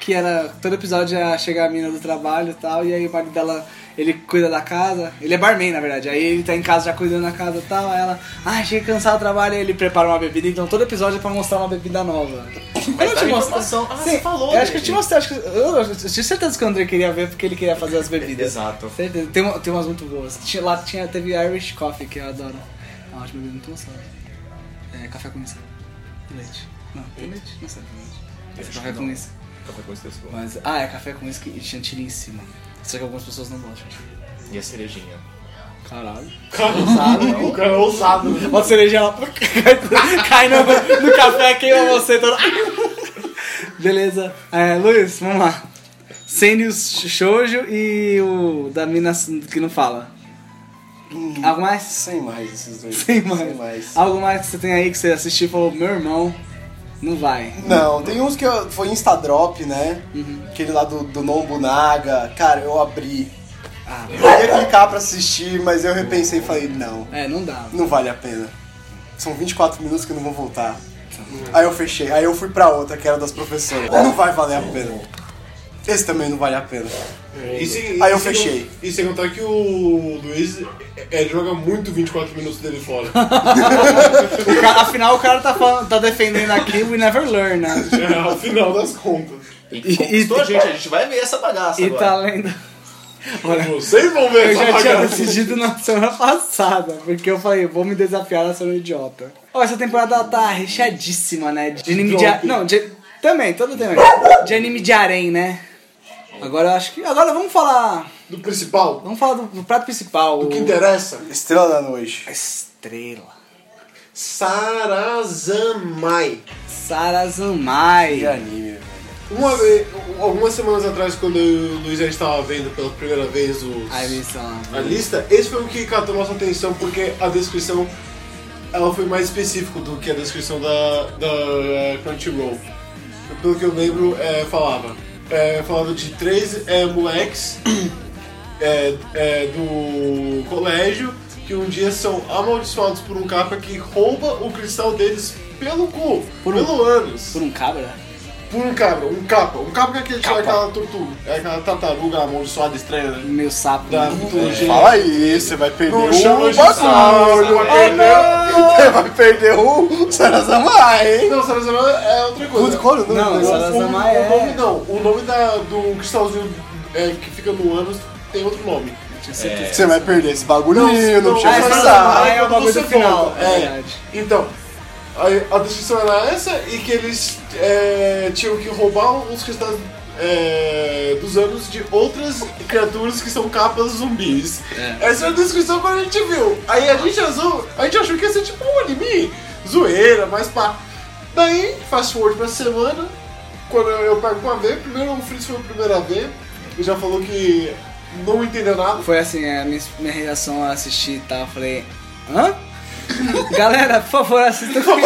Speaker 1: Que era. Todo episódio ia chegar a mina do trabalho e tal, e aí o marido dela. Ele cuida da casa, ele é barman na verdade, aí ele tá em casa já cuidando da casa e tal, aí ela, ah, cheguei cansado do trabalho, aí ele prepara uma bebida, então todo episódio é pra mostrar uma bebida nova.
Speaker 4: Mas
Speaker 1: Eu
Speaker 4: dá
Speaker 1: te mostrei.
Speaker 4: informação. Ah, você falou.
Speaker 1: Eu acho que eu te
Speaker 4: Dani.
Speaker 1: mostrei, acho que. Eu, eu tinha certeza que o André queria ver porque ele queria fazer
Speaker 4: (laughs)
Speaker 1: as bebidas.
Speaker 4: Exato.
Speaker 1: Certeza. Tem, uma- tem umas muito boas. Tinha- lá tinha, teve Irish Coffee, que eu adoro. É uma ótima bebida muito gostosa. É café com isso. Leite. Não, tem leite? Não sei. tem leite. Esse é café com isso.
Speaker 4: Café com isso, pessoal.
Speaker 1: Mas, ah, é café com isso e chantilly em cima. Só que algumas pessoas não gostam.
Speaker 4: E a cerejinha.
Speaker 1: Caralho.
Speaker 2: O cara é ousado.
Speaker 1: Uma cereja lá (laughs) cai no, no café, queima você todo. (laughs) Beleza. É, Luiz, vamos lá. Sendo o Shoujo e o da mina que não fala. Algo mais?
Speaker 3: Sem mais esses dois.
Speaker 1: Sem mais.
Speaker 3: Sem mais.
Speaker 1: Algo mais que você tem aí que você assistiu e falou, meu irmão, não vai.
Speaker 3: Não, tem uns que eu- foi Instadrop, né? Aquele lá do, do Nombunaga. Cara, eu abri.
Speaker 1: Ah,
Speaker 3: Eu ia clicar pra assistir, mas eu repensei e falei, não,
Speaker 1: é, não dá.
Speaker 3: não vale a pena. São 24 minutos que eu não vou voltar. Aí eu fechei, aí eu fui pra outra, que era das professoras. Não vai valer a pena. Esse também não vale a pena.
Speaker 2: E sem-
Speaker 3: Aí eu
Speaker 2: e sem-
Speaker 3: fechei.
Speaker 2: E sem contar que o Luiz é, é, joga muito 24 minutos dele fora.
Speaker 1: O ca- afinal, o cara tá, falando, tá defendendo aqui We Never Learn, né?
Speaker 2: É, ao final das contas.
Speaker 4: E tá-
Speaker 1: E-
Speaker 4: conquistou,
Speaker 1: e-
Speaker 4: gente, a gente vai ver essa bagaça
Speaker 1: E
Speaker 4: agora.
Speaker 1: tá lendo. Olha,
Speaker 2: Vocês vão
Speaker 1: Eu
Speaker 2: ver essa
Speaker 1: já tinha
Speaker 2: bagaça.
Speaker 1: decidido na semana passada, porque eu falei, vou me desafiar a ser um idiota. Ó, essa temporada ela tá recheadíssima, né? De anime de. a- Não, de... também, todo tempo. De anime de harém, né? Agora eu acho que. Agora vamos falar.
Speaker 2: Do principal,
Speaker 1: Vamos falar do, do prato principal.
Speaker 2: o que
Speaker 1: o-
Speaker 2: interessa.
Speaker 3: Estrela da Noite.
Speaker 1: A estrela.
Speaker 2: Sarazamai.
Speaker 1: Sarazamai.
Speaker 3: Que anime, velho.
Speaker 2: Uma vez, algumas semanas atrás, quando o Luiz já estava vendo pela primeira vez os,
Speaker 1: Ai, missão.
Speaker 2: a lista, esse foi o que catou nossa atenção, porque a descrição ela foi mais específica do que a descrição da, da Crunchyroll. Pelo que eu lembro, é, falava. É, falava de três é, moleques (coughs) é, é, do colégio que um dia são amaldiçoados por um capa que rouba o cristal deles pelo cu,
Speaker 1: Por um-
Speaker 2: pelo ânus.
Speaker 1: Por um cabra?
Speaker 2: Por um cabra, um capa. Um capa que é aquele que é aquela tortuga, é aquela tartaruga amaldiçoada estranha, né?
Speaker 1: Meu sapo.
Speaker 2: Da
Speaker 1: né?
Speaker 2: mitologia.
Speaker 3: Fala aí, você vai perder
Speaker 2: Não
Speaker 3: um
Speaker 2: chama de
Speaker 3: bagulho,
Speaker 2: sapo,
Speaker 3: entendeu? (laughs) Você vai perder um Sarazamai, hein?
Speaker 2: Não, Sarazama é outra coisa.
Speaker 3: Qual o nome
Speaker 1: Não,
Speaker 3: do
Speaker 2: O-
Speaker 3: negócio?
Speaker 1: Sarazama
Speaker 2: o,
Speaker 1: é-
Speaker 2: o um nome não, o nome da, do cristalzinho é, que fica no ânus tem outro nome.
Speaker 1: É,
Speaker 3: Você vai perder esse bagulho, não, não,
Speaker 2: não,
Speaker 3: tinha
Speaker 1: Ah, esse
Speaker 3: pensado.
Speaker 1: Sarazamai é o
Speaker 2: quando
Speaker 1: bagulho
Speaker 2: você
Speaker 1: do final,
Speaker 2: volta.
Speaker 1: é
Speaker 2: É.
Speaker 1: verdade.
Speaker 2: Então, a, a descrição era essa e que eles é, tinham que roubar os cristais é, dos ânus de outras criaturas que são capas zumbis. Essa é a descrição que a gente viu. Aí a gente azul, a gente achou que ia ser tipo um anime, zoeira, mas pá. Daí, fast forward pra semana, quando eu, eu pego pra ver, primeiro o Fritz foi o primeiro a ver, e já falou que não entendeu nada.
Speaker 1: Foi assim, a minha, minha reação a assistir e tal, eu falei, hã? (laughs) Galera, por favor, assista o filme.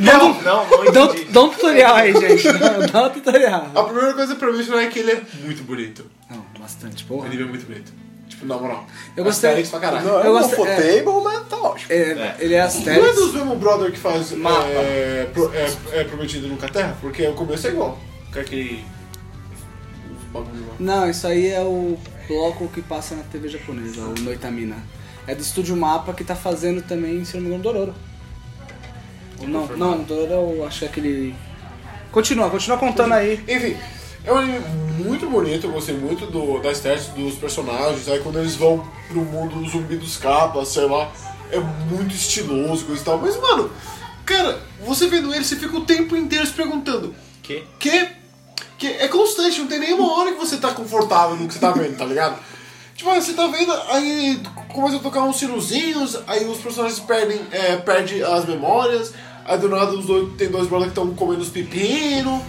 Speaker 4: Não, não, não
Speaker 1: Dá
Speaker 4: entendi.
Speaker 1: um, dá um tutorial aí, gente. Dá, dá um tutorial.
Speaker 2: A primeira coisa pra mim é que ele é muito bonito.
Speaker 1: Não, bastante, porra.
Speaker 2: Ele é muito bonito. Tipo, na moral.
Speaker 1: Eu gostei.
Speaker 2: Asterix pra caralho. é
Speaker 3: Não,
Speaker 1: Eu
Speaker 3: eu não
Speaker 1: gostei-
Speaker 3: fotei, mas tá ótimo.
Speaker 1: É, Ele é
Speaker 2: Não é
Speaker 1: Asterix.
Speaker 2: dos mesmo brother que faz
Speaker 1: Mapa.
Speaker 2: é, pro- é- é Prometido Nunca Terra? Porque o começo é igual. Com aquele... os bagulho lá.
Speaker 1: Não, isso aí é o bloco que passa na TV japonesa, o Noitamina. É do estúdio Mapa que tá fazendo também, se eu não me engano, Dororo. Ou Não, não, Dororo eu acho que é aquele. Continua, continua contando aí.
Speaker 2: Enfim, é um anime muito bonito, eu gostei muito do, da estética dos personagens. Aí quando eles vão pro mundo zumbi dos capas, sei lá, é muito estiloso, coisa e tal. Mas, mano, cara, você vendo ele, você fica o tempo inteiro se perguntando:
Speaker 4: Que?
Speaker 2: Que? Que é constante, não tem nenhuma hora que você tá confortável no que você tá vendo, tá ligado? Tipo, ah, você tá vendo, aí começa a tocar uns sinuzinhos, aí os personagens perdem, é, perdem as memórias, aí do nada os dois, tem dois brothers que estão comendo os
Speaker 4: (laughs)
Speaker 2: pepino.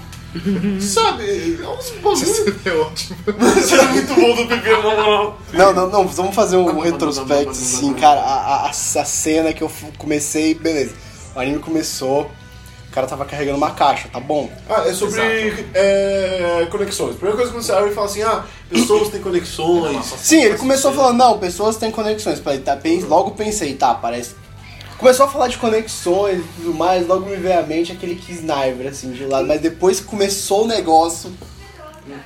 Speaker 2: Sabe, é uns bagulho.
Speaker 4: É
Speaker 2: (laughs)
Speaker 4: ótimo.
Speaker 2: Você é muito bom do pepino, na moral.
Speaker 3: Não, não, não, vamos fazer um
Speaker 2: não, não, não,
Speaker 3: retrospecto
Speaker 2: não,
Speaker 3: assim,
Speaker 2: não.
Speaker 3: cara. A, a, a cena que eu fu- comecei, beleza. O anime começou, o cara tava carregando uma caixa, tá bom.
Speaker 2: Ah, é sobre é, conexões. Primeira coisa que você abre e fala assim: ah, pessoas têm conexões.
Speaker 3: Sim, ele começou falando, não, pessoas têm conexões. Falei, tá, pen- logo pensei, tá, parece. Começou a falar de conexões e tudo mais, logo me veio à mente aquele que sniper, assim, de lado. Mas depois que começou o negócio,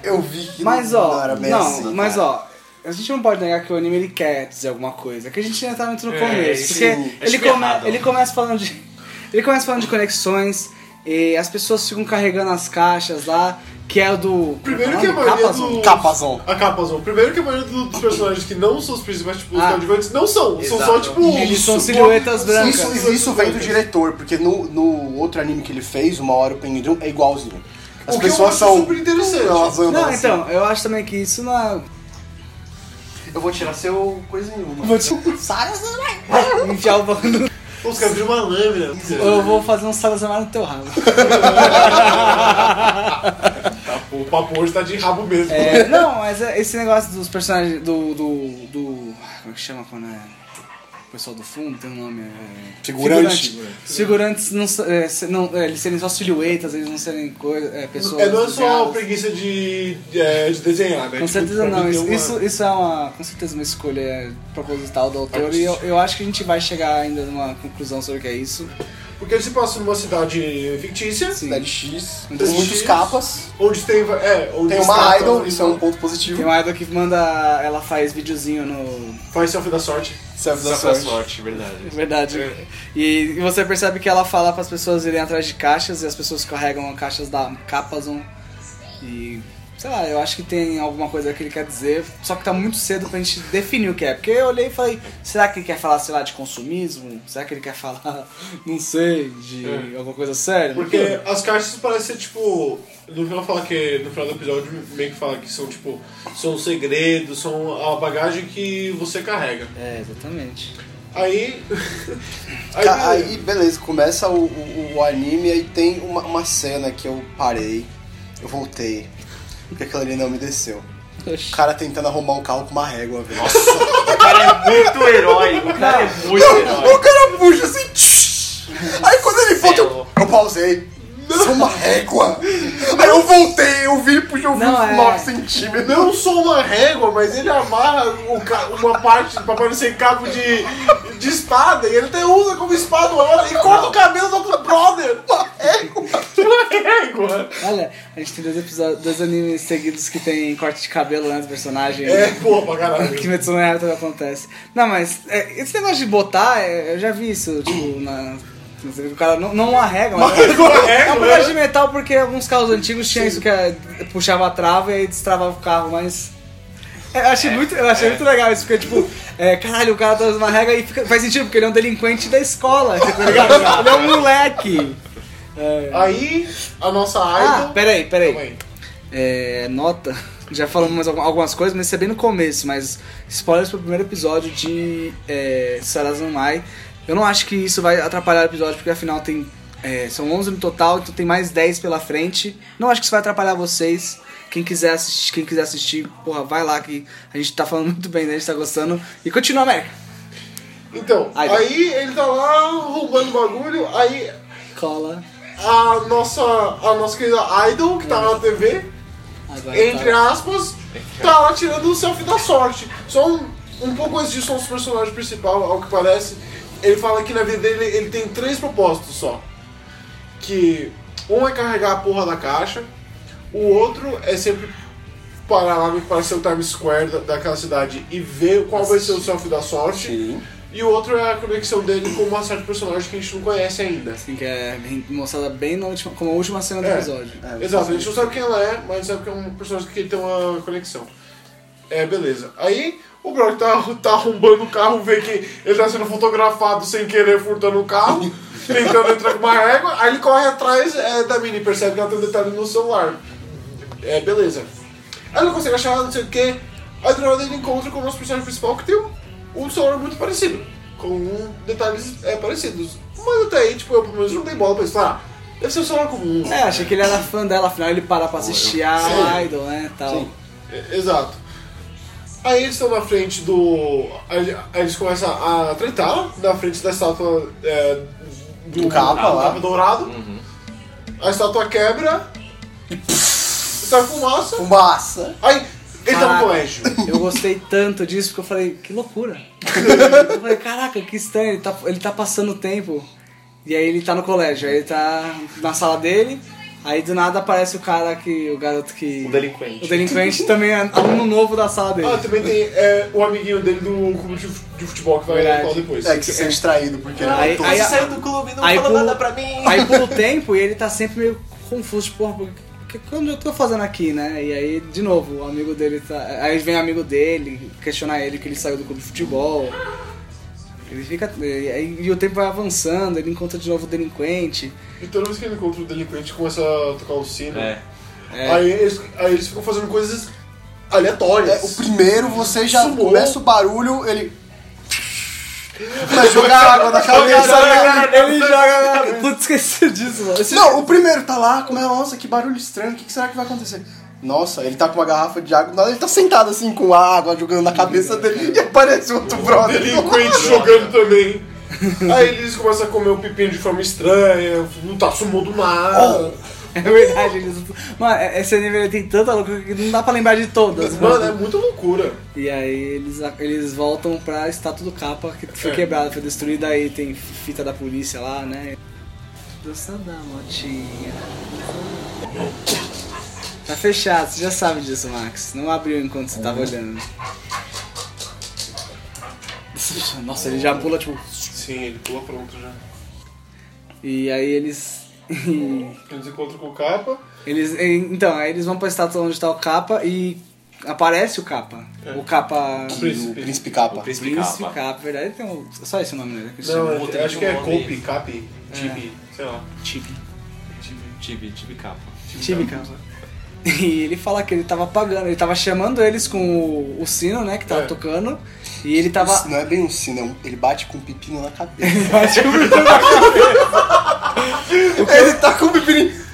Speaker 3: eu vi que
Speaker 1: Mas
Speaker 3: não,
Speaker 1: ó,
Speaker 3: não era
Speaker 1: não,
Speaker 3: bem assim.
Speaker 1: mas
Speaker 3: cara.
Speaker 1: ó, a gente não pode negar que o anime ele quer dizer alguma coisa, que a gente ainda tá muito no
Speaker 4: É,
Speaker 1: começo,
Speaker 4: sim.
Speaker 1: porque
Speaker 4: É
Speaker 1: ele,
Speaker 4: tipo
Speaker 1: come-
Speaker 4: errado.
Speaker 1: ele começa falando de (laughs) ele começa falando de conexões e as pessoas ficam carregando as caixas lá, que é o do
Speaker 2: Primeiro
Speaker 1: como
Speaker 2: que
Speaker 1: é
Speaker 2: a
Speaker 1: o nome?
Speaker 2: maioria
Speaker 1: Capazon.
Speaker 2: dos...
Speaker 3: Capazon.
Speaker 2: A Capazon. Primeiro que a maioria do- dos personagens que não são os principais, tipo, os
Speaker 1: Ah.
Speaker 2: coadjuvantes, não são. São só,
Speaker 4: Exato.
Speaker 2: tipo...
Speaker 1: Eles são
Speaker 2: uma-
Speaker 1: silhuetas brancas.
Speaker 3: Isso, isso, isso vem do diretor, porque no, no outro anime que ele fez, Uma Hora o Penguin é igualzinho. As
Speaker 2: O que eu
Speaker 3: pessoas
Speaker 2: acho
Speaker 3: são.
Speaker 2: super interessante.
Speaker 3: Elas andam
Speaker 1: Não,
Speaker 3: assim.
Speaker 1: então, eu acho também que isso não é...
Speaker 3: Eu vou tirar seu coisa nenhuma.
Speaker 1: Vou te- é (laughs) enfiar o bagulho no-
Speaker 2: Os caras viram uma lâmina.
Speaker 1: Eu vou fazer um sarazamar no teu rabo.
Speaker 2: O papo hoje tá de rabo mesmo.
Speaker 1: É, não, mas é- esse negócio dos personagens do. do. do- como é que chama quando é. pessoal do fundo, tem um nome. É...
Speaker 3: Figurante.
Speaker 1: Figurantes, Figurantes não, s- é, se- não- é, eles serem só silhuetas, eles não serem coisa, é, pessoas.
Speaker 2: É, não é só
Speaker 1: desenhadas.
Speaker 2: preguiça de, é, de desenhar, né?
Speaker 1: Com
Speaker 2: Tipo,
Speaker 1: certeza
Speaker 2: pra mim
Speaker 1: não,
Speaker 2: tem
Speaker 1: isso,
Speaker 2: uma-
Speaker 1: isso, isso é uma, com certeza uma escolha proposital do autor e eu, eu acho que a gente vai chegar ainda numa conclusão sobre o que é isso.
Speaker 2: Porque ele se passa numa cidade fictícia,
Speaker 1: Sim.
Speaker 3: Cidade X.
Speaker 1: Então,
Speaker 3: Tem muitos
Speaker 2: X.
Speaker 3: capas.
Speaker 2: onde tem. É, onde
Speaker 3: Tem uma
Speaker 2: estátua,
Speaker 3: idol,
Speaker 2: onde
Speaker 3: isso é um ponto positivo.
Speaker 1: Tem uma idol que manda, ela faz videozinho no...
Speaker 2: Faz selfie da sorte.
Speaker 3: Selfie da
Speaker 4: Só pra
Speaker 3: sorte.
Speaker 4: sorte, verdade.
Speaker 1: é Verdade. E, e você percebe que ela fala para as pessoas irem atrás de caixas e as pessoas carregam caixas da Capazon e... Sei lá, eu acho que tem alguma coisa que ele quer dizer, só que tá muito cedo pra gente definir o que é. Porque eu olhei e falei, será que ele quer falar, sei lá, de consumismo? Será que ele quer falar, (laughs) não sei, de alguma coisa séria?
Speaker 2: Porque as caixas parecem ser tipo. No final fala que. No final do episódio meio que fala que são tipo. São segredos, são a bagagem que você carrega.
Speaker 1: É, exatamente.
Speaker 2: Aí.
Speaker 3: Ca-
Speaker 2: aí-
Speaker 3: Aí, beleza, começa o, o, o anime, aí tem uma, uma cena que eu parei, eu voltei, porque aquela ali não me desceu. O cara tentando arrumar um carro com uma régua, velho.
Speaker 4: O cara é muito herói, o cara é muito herói.
Speaker 3: o cara puxa assim, tsh! aí quando ele volta, eu, eu pausei. Sou uma régua! Aí eu voltei, eu vi, puxa, eu vi
Speaker 1: Não,
Speaker 3: uns
Speaker 1: é.
Speaker 3: 9 centímetros.
Speaker 2: (laughs) Não só uma régua, mas ele amarra o ca- uma parte pra parecer cabo de, de espada e ele até usa como espada ela e corta o cabelo do outro brother. Uma régua. Uma régua.
Speaker 1: Olha, a gente tem dois, episódios, dois animes seguidos que tem corte de cabelo, né, do personagem.
Speaker 2: É, porra, pra
Speaker 1: (laughs) Que
Speaker 2: caralho.
Speaker 1: Metsu no Yaiba também acontece. Não, mas é, esse negócio de botar, é, eu já vi isso, tipo, na... O cara não, não arrega, mas...
Speaker 2: Uma
Speaker 1: É um
Speaker 2: régua.
Speaker 1: pedaço de metal porque alguns carros antigos tinham isso que é, puxava a trava e aí destravava o carro, mas... é, Eu achei, muito, eu achei muito legal isso, porque, tipo, é, caralho, o cara tá usando uma regra e fica- faz sentido, porque ele é um delinquente da escola, tá (laughs) ligado? Ele é um moleque. É.
Speaker 2: Aí, a nossa
Speaker 1: Ah,
Speaker 2: idol...
Speaker 1: peraí,
Speaker 2: Calma
Speaker 1: peraí.
Speaker 2: aí.
Speaker 1: É, nota. Já falamos mais algum- algumas coisas, mas isso é bem no começo, mas spoilers pro primeiro episódio de é, Sarazanmai. Eu não acho que isso vai atrapalhar o episódio, porque afinal tem. é, são 11 no total, então tem mais 10 pela frente. Não acho que isso vai atrapalhar vocês. Quem quiser assistir, quem quiser assistir, porra, vai lá que a gente tá falando (laughs) muito bem, né? A gente tá gostando. E continua, América.
Speaker 2: Então,
Speaker 1: Aí.
Speaker 2: aí ele tá lá roubando bagulho, aí
Speaker 1: Cola.
Speaker 2: a nossa, a nossa querida idol, que tá na TV,
Speaker 1: Agora
Speaker 2: entre
Speaker 1: tá.
Speaker 2: aspas, tá lá tirando o selfie da sorte. Só um, um pouco antes disso, nosso personagem principal, ao que parece, ele fala que na vida dele ele tem três propósitos só. Que um é carregar a porra da caixa, o outro é sempre parar lá no que parece ser o Times Square da, daquela cidade e ver qual vai ser o selfie da sorte. E o outro é a conexão dele com uma certa personagem que a gente não conhece ainda.
Speaker 1: Assim, que é mostrada bem na última, como a última cena do
Speaker 2: É.
Speaker 1: episódio.
Speaker 2: Exato, a gente não sabe quem ela é, mas sabe que é um personagem que tem uma conexão. É, beleza. Aí o Brock tá, tá arrombando o carro, vê que ele tá sendo fotografado sem querer, furtando o carro, tentando entrar com uma régua, aí ele corre atrás é, da Mini, percebe que ela tem um detalhe no celular. É, beleza. Aí ele não consegue achar, não sei o que. Aí do nada ele encontra com o nosso personagem principal que tem um, um celular muito parecido. Com detalhes é, parecidos. Mas até aí, tipo, eu pelo menos não dei bola pra isso. Ah, deve ser um celular comum.
Speaker 1: É, achei que ele era fã dela, afinal ele para pra assistir a Idol, né, tal.
Speaker 2: É, Exato. Aí eles estão na frente do. Aí aí eles começam a tretar na frente da estátua é,
Speaker 3: Do capa lá. Uhum.
Speaker 2: dourado. A estátua quebra. Sai fumaça.
Speaker 3: Fumaça!
Speaker 2: Aí ele tá
Speaker 1: Caraca.
Speaker 2: no colégio.
Speaker 1: Eu gostei tanto disso porque eu falei, que loucura. Eu falei, caraca, que estranho, ele tá, ele tá passando o tempo. E aí ele tá no colégio, aí ele tá na sala dele, aí do nada aparece o cara que. o garoto que.
Speaker 3: um
Speaker 4: O delinquente.
Speaker 1: O delinquente também é aluno novo da sala dele.
Speaker 2: Ah, também tem é, o amiguinho dele do clube de fu- de futebol que vai
Speaker 1: Verdade.
Speaker 2: falar depois.
Speaker 3: É que você é distraído, porque
Speaker 1: Aí-
Speaker 3: eu tô-
Speaker 1: aí-
Speaker 4: saiu do clube, não
Speaker 1: Aí
Speaker 4: falou
Speaker 1: pula-
Speaker 4: nada pra mim.
Speaker 1: Aí por um tempo e ele tá sempre meio confuso, tipo, porra, porque que- quando eu tô fazendo aqui, né? E aí, de novo, o amigo dele tá. Aí vem o amigo dele questionar ele que ele saiu do clube de futebol. Ele fica. E, aí- e o tempo vai avançando, ele encontra de novo o delinquente.
Speaker 2: E toda vez que ele encontra o delinquente começa a tocar o sino.
Speaker 4: É.
Speaker 1: É.
Speaker 2: Aí, eles, aí eles ficam fazendo coisas
Speaker 3: É,
Speaker 2: aleatórias.
Speaker 3: o primeiro você já
Speaker 2: Sumou.
Speaker 3: começa o barulho, ele. (laughs) Vai jogar água na cabeça. né? cara.
Speaker 1: Ele joga. Putz, esqueci disso, mano. (laughs) Esse-
Speaker 3: Não, o primeiro tá lá, como é, nossa, que barulho estranho, o que que será que vai acontecer? Nossa, ele tá com uma garrafa de água, nada, ele tá sentado assim com a água jogando na cabeça dele e aparece outro brother. (laughs)
Speaker 2: Delinquente jogando também. Aí eles começam a comer o pepino de forma estranha, lutar sumou do nada.
Speaker 3: Oh!
Speaker 1: É verdade, eles... Mano, esse nível tem tanta loucura que não dá pra lembrar de todas.
Speaker 2: Mano, é muita loucura.
Speaker 1: E aí eles, eles voltam pra estátua do capa que foi
Speaker 2: É.
Speaker 1: quebrada, foi destruída, aí tem fita da polícia lá, né? Dança da motinha. Tá fechado, você já sabe disso, Max. Não abriu enquanto você tava olhando. Nossa, ele já pula tipo.
Speaker 2: Sim, ele pula pronto já.
Speaker 1: E aí eles.
Speaker 2: Eles encontram com o capa.
Speaker 1: Eles, então, aí eles vão pra estátua onde tá o capa e aparece o capa. O capa.
Speaker 3: O príncipe capa.
Speaker 4: O príncipe
Speaker 1: Príncipe
Speaker 4: capa.
Speaker 1: capa, verdade tem um, só esse o nome dele. que se chama.
Speaker 2: Não,
Speaker 4: outro
Speaker 2: eu acho
Speaker 4: de
Speaker 2: que é
Speaker 4: nome.
Speaker 2: Cope, Cap, Tibi, sei lá.
Speaker 1: Tibi.
Speaker 4: Tibi, Tibi capa.
Speaker 1: Tibi capa. E ele fala que ele tava pagando, ele tava chamando eles com o, o sino, né, que tava
Speaker 2: É.
Speaker 1: tocando. E ele
Speaker 3: Isso
Speaker 1: tava.
Speaker 3: não é bem um sino, é um- ele bate com um pepino na cabeça.
Speaker 1: (laughs)
Speaker 3: (laughs) ele tá com um pepino.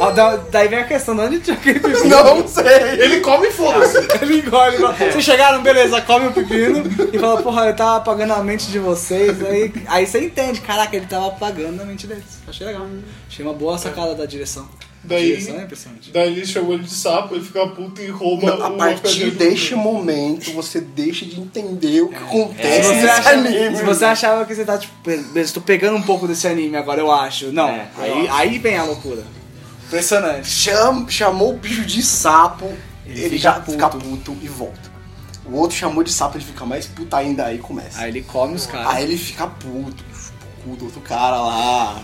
Speaker 1: Ah, da- daí vem a questão, de onde tinha aquele pepino?
Speaker 3: (laughs) Não sei.
Speaker 2: Ele come e foda-se.
Speaker 1: (laughs) Ele engole, ele fala, Vocês chegaram, beleza, come o pepino. É. E fala, porra, eu tava apagando a mente de vocês. Aí, aí você entende, caraca, ele tava apagando a mente deles. Achei legal. Achei uma boa sacada da direção.
Speaker 2: Daí-
Speaker 1: Direção é impressionante.
Speaker 2: Daí ele chamou ele de sapo, ele fica puto e rouba
Speaker 3: Não, a
Speaker 2: o
Speaker 3: partir
Speaker 2: apelido
Speaker 3: deste
Speaker 2: dele.
Speaker 3: momento, você deixa de entender o que
Speaker 1: É, Se
Speaker 3: acontece
Speaker 1: você,
Speaker 3: nesse
Speaker 1: acha-
Speaker 3: anime.
Speaker 1: se você achava que você tá, tipo, beleza, tô pegando um pouco desse anime agora, eu acho. Não,
Speaker 4: É, eu
Speaker 1: aí, aí vem a loucura. Impressionante.
Speaker 3: Cham- chamou o bicho de sapo, ele,
Speaker 1: fica
Speaker 3: já
Speaker 1: puto.
Speaker 3: fica puto e volta. O outro chamou de sapo, ele fica mais puto ainda, aí começa.
Speaker 1: Aí
Speaker 3: Aí,
Speaker 1: ele come os caras.
Speaker 3: ele fica puto, chupa o cu do outro cara lá.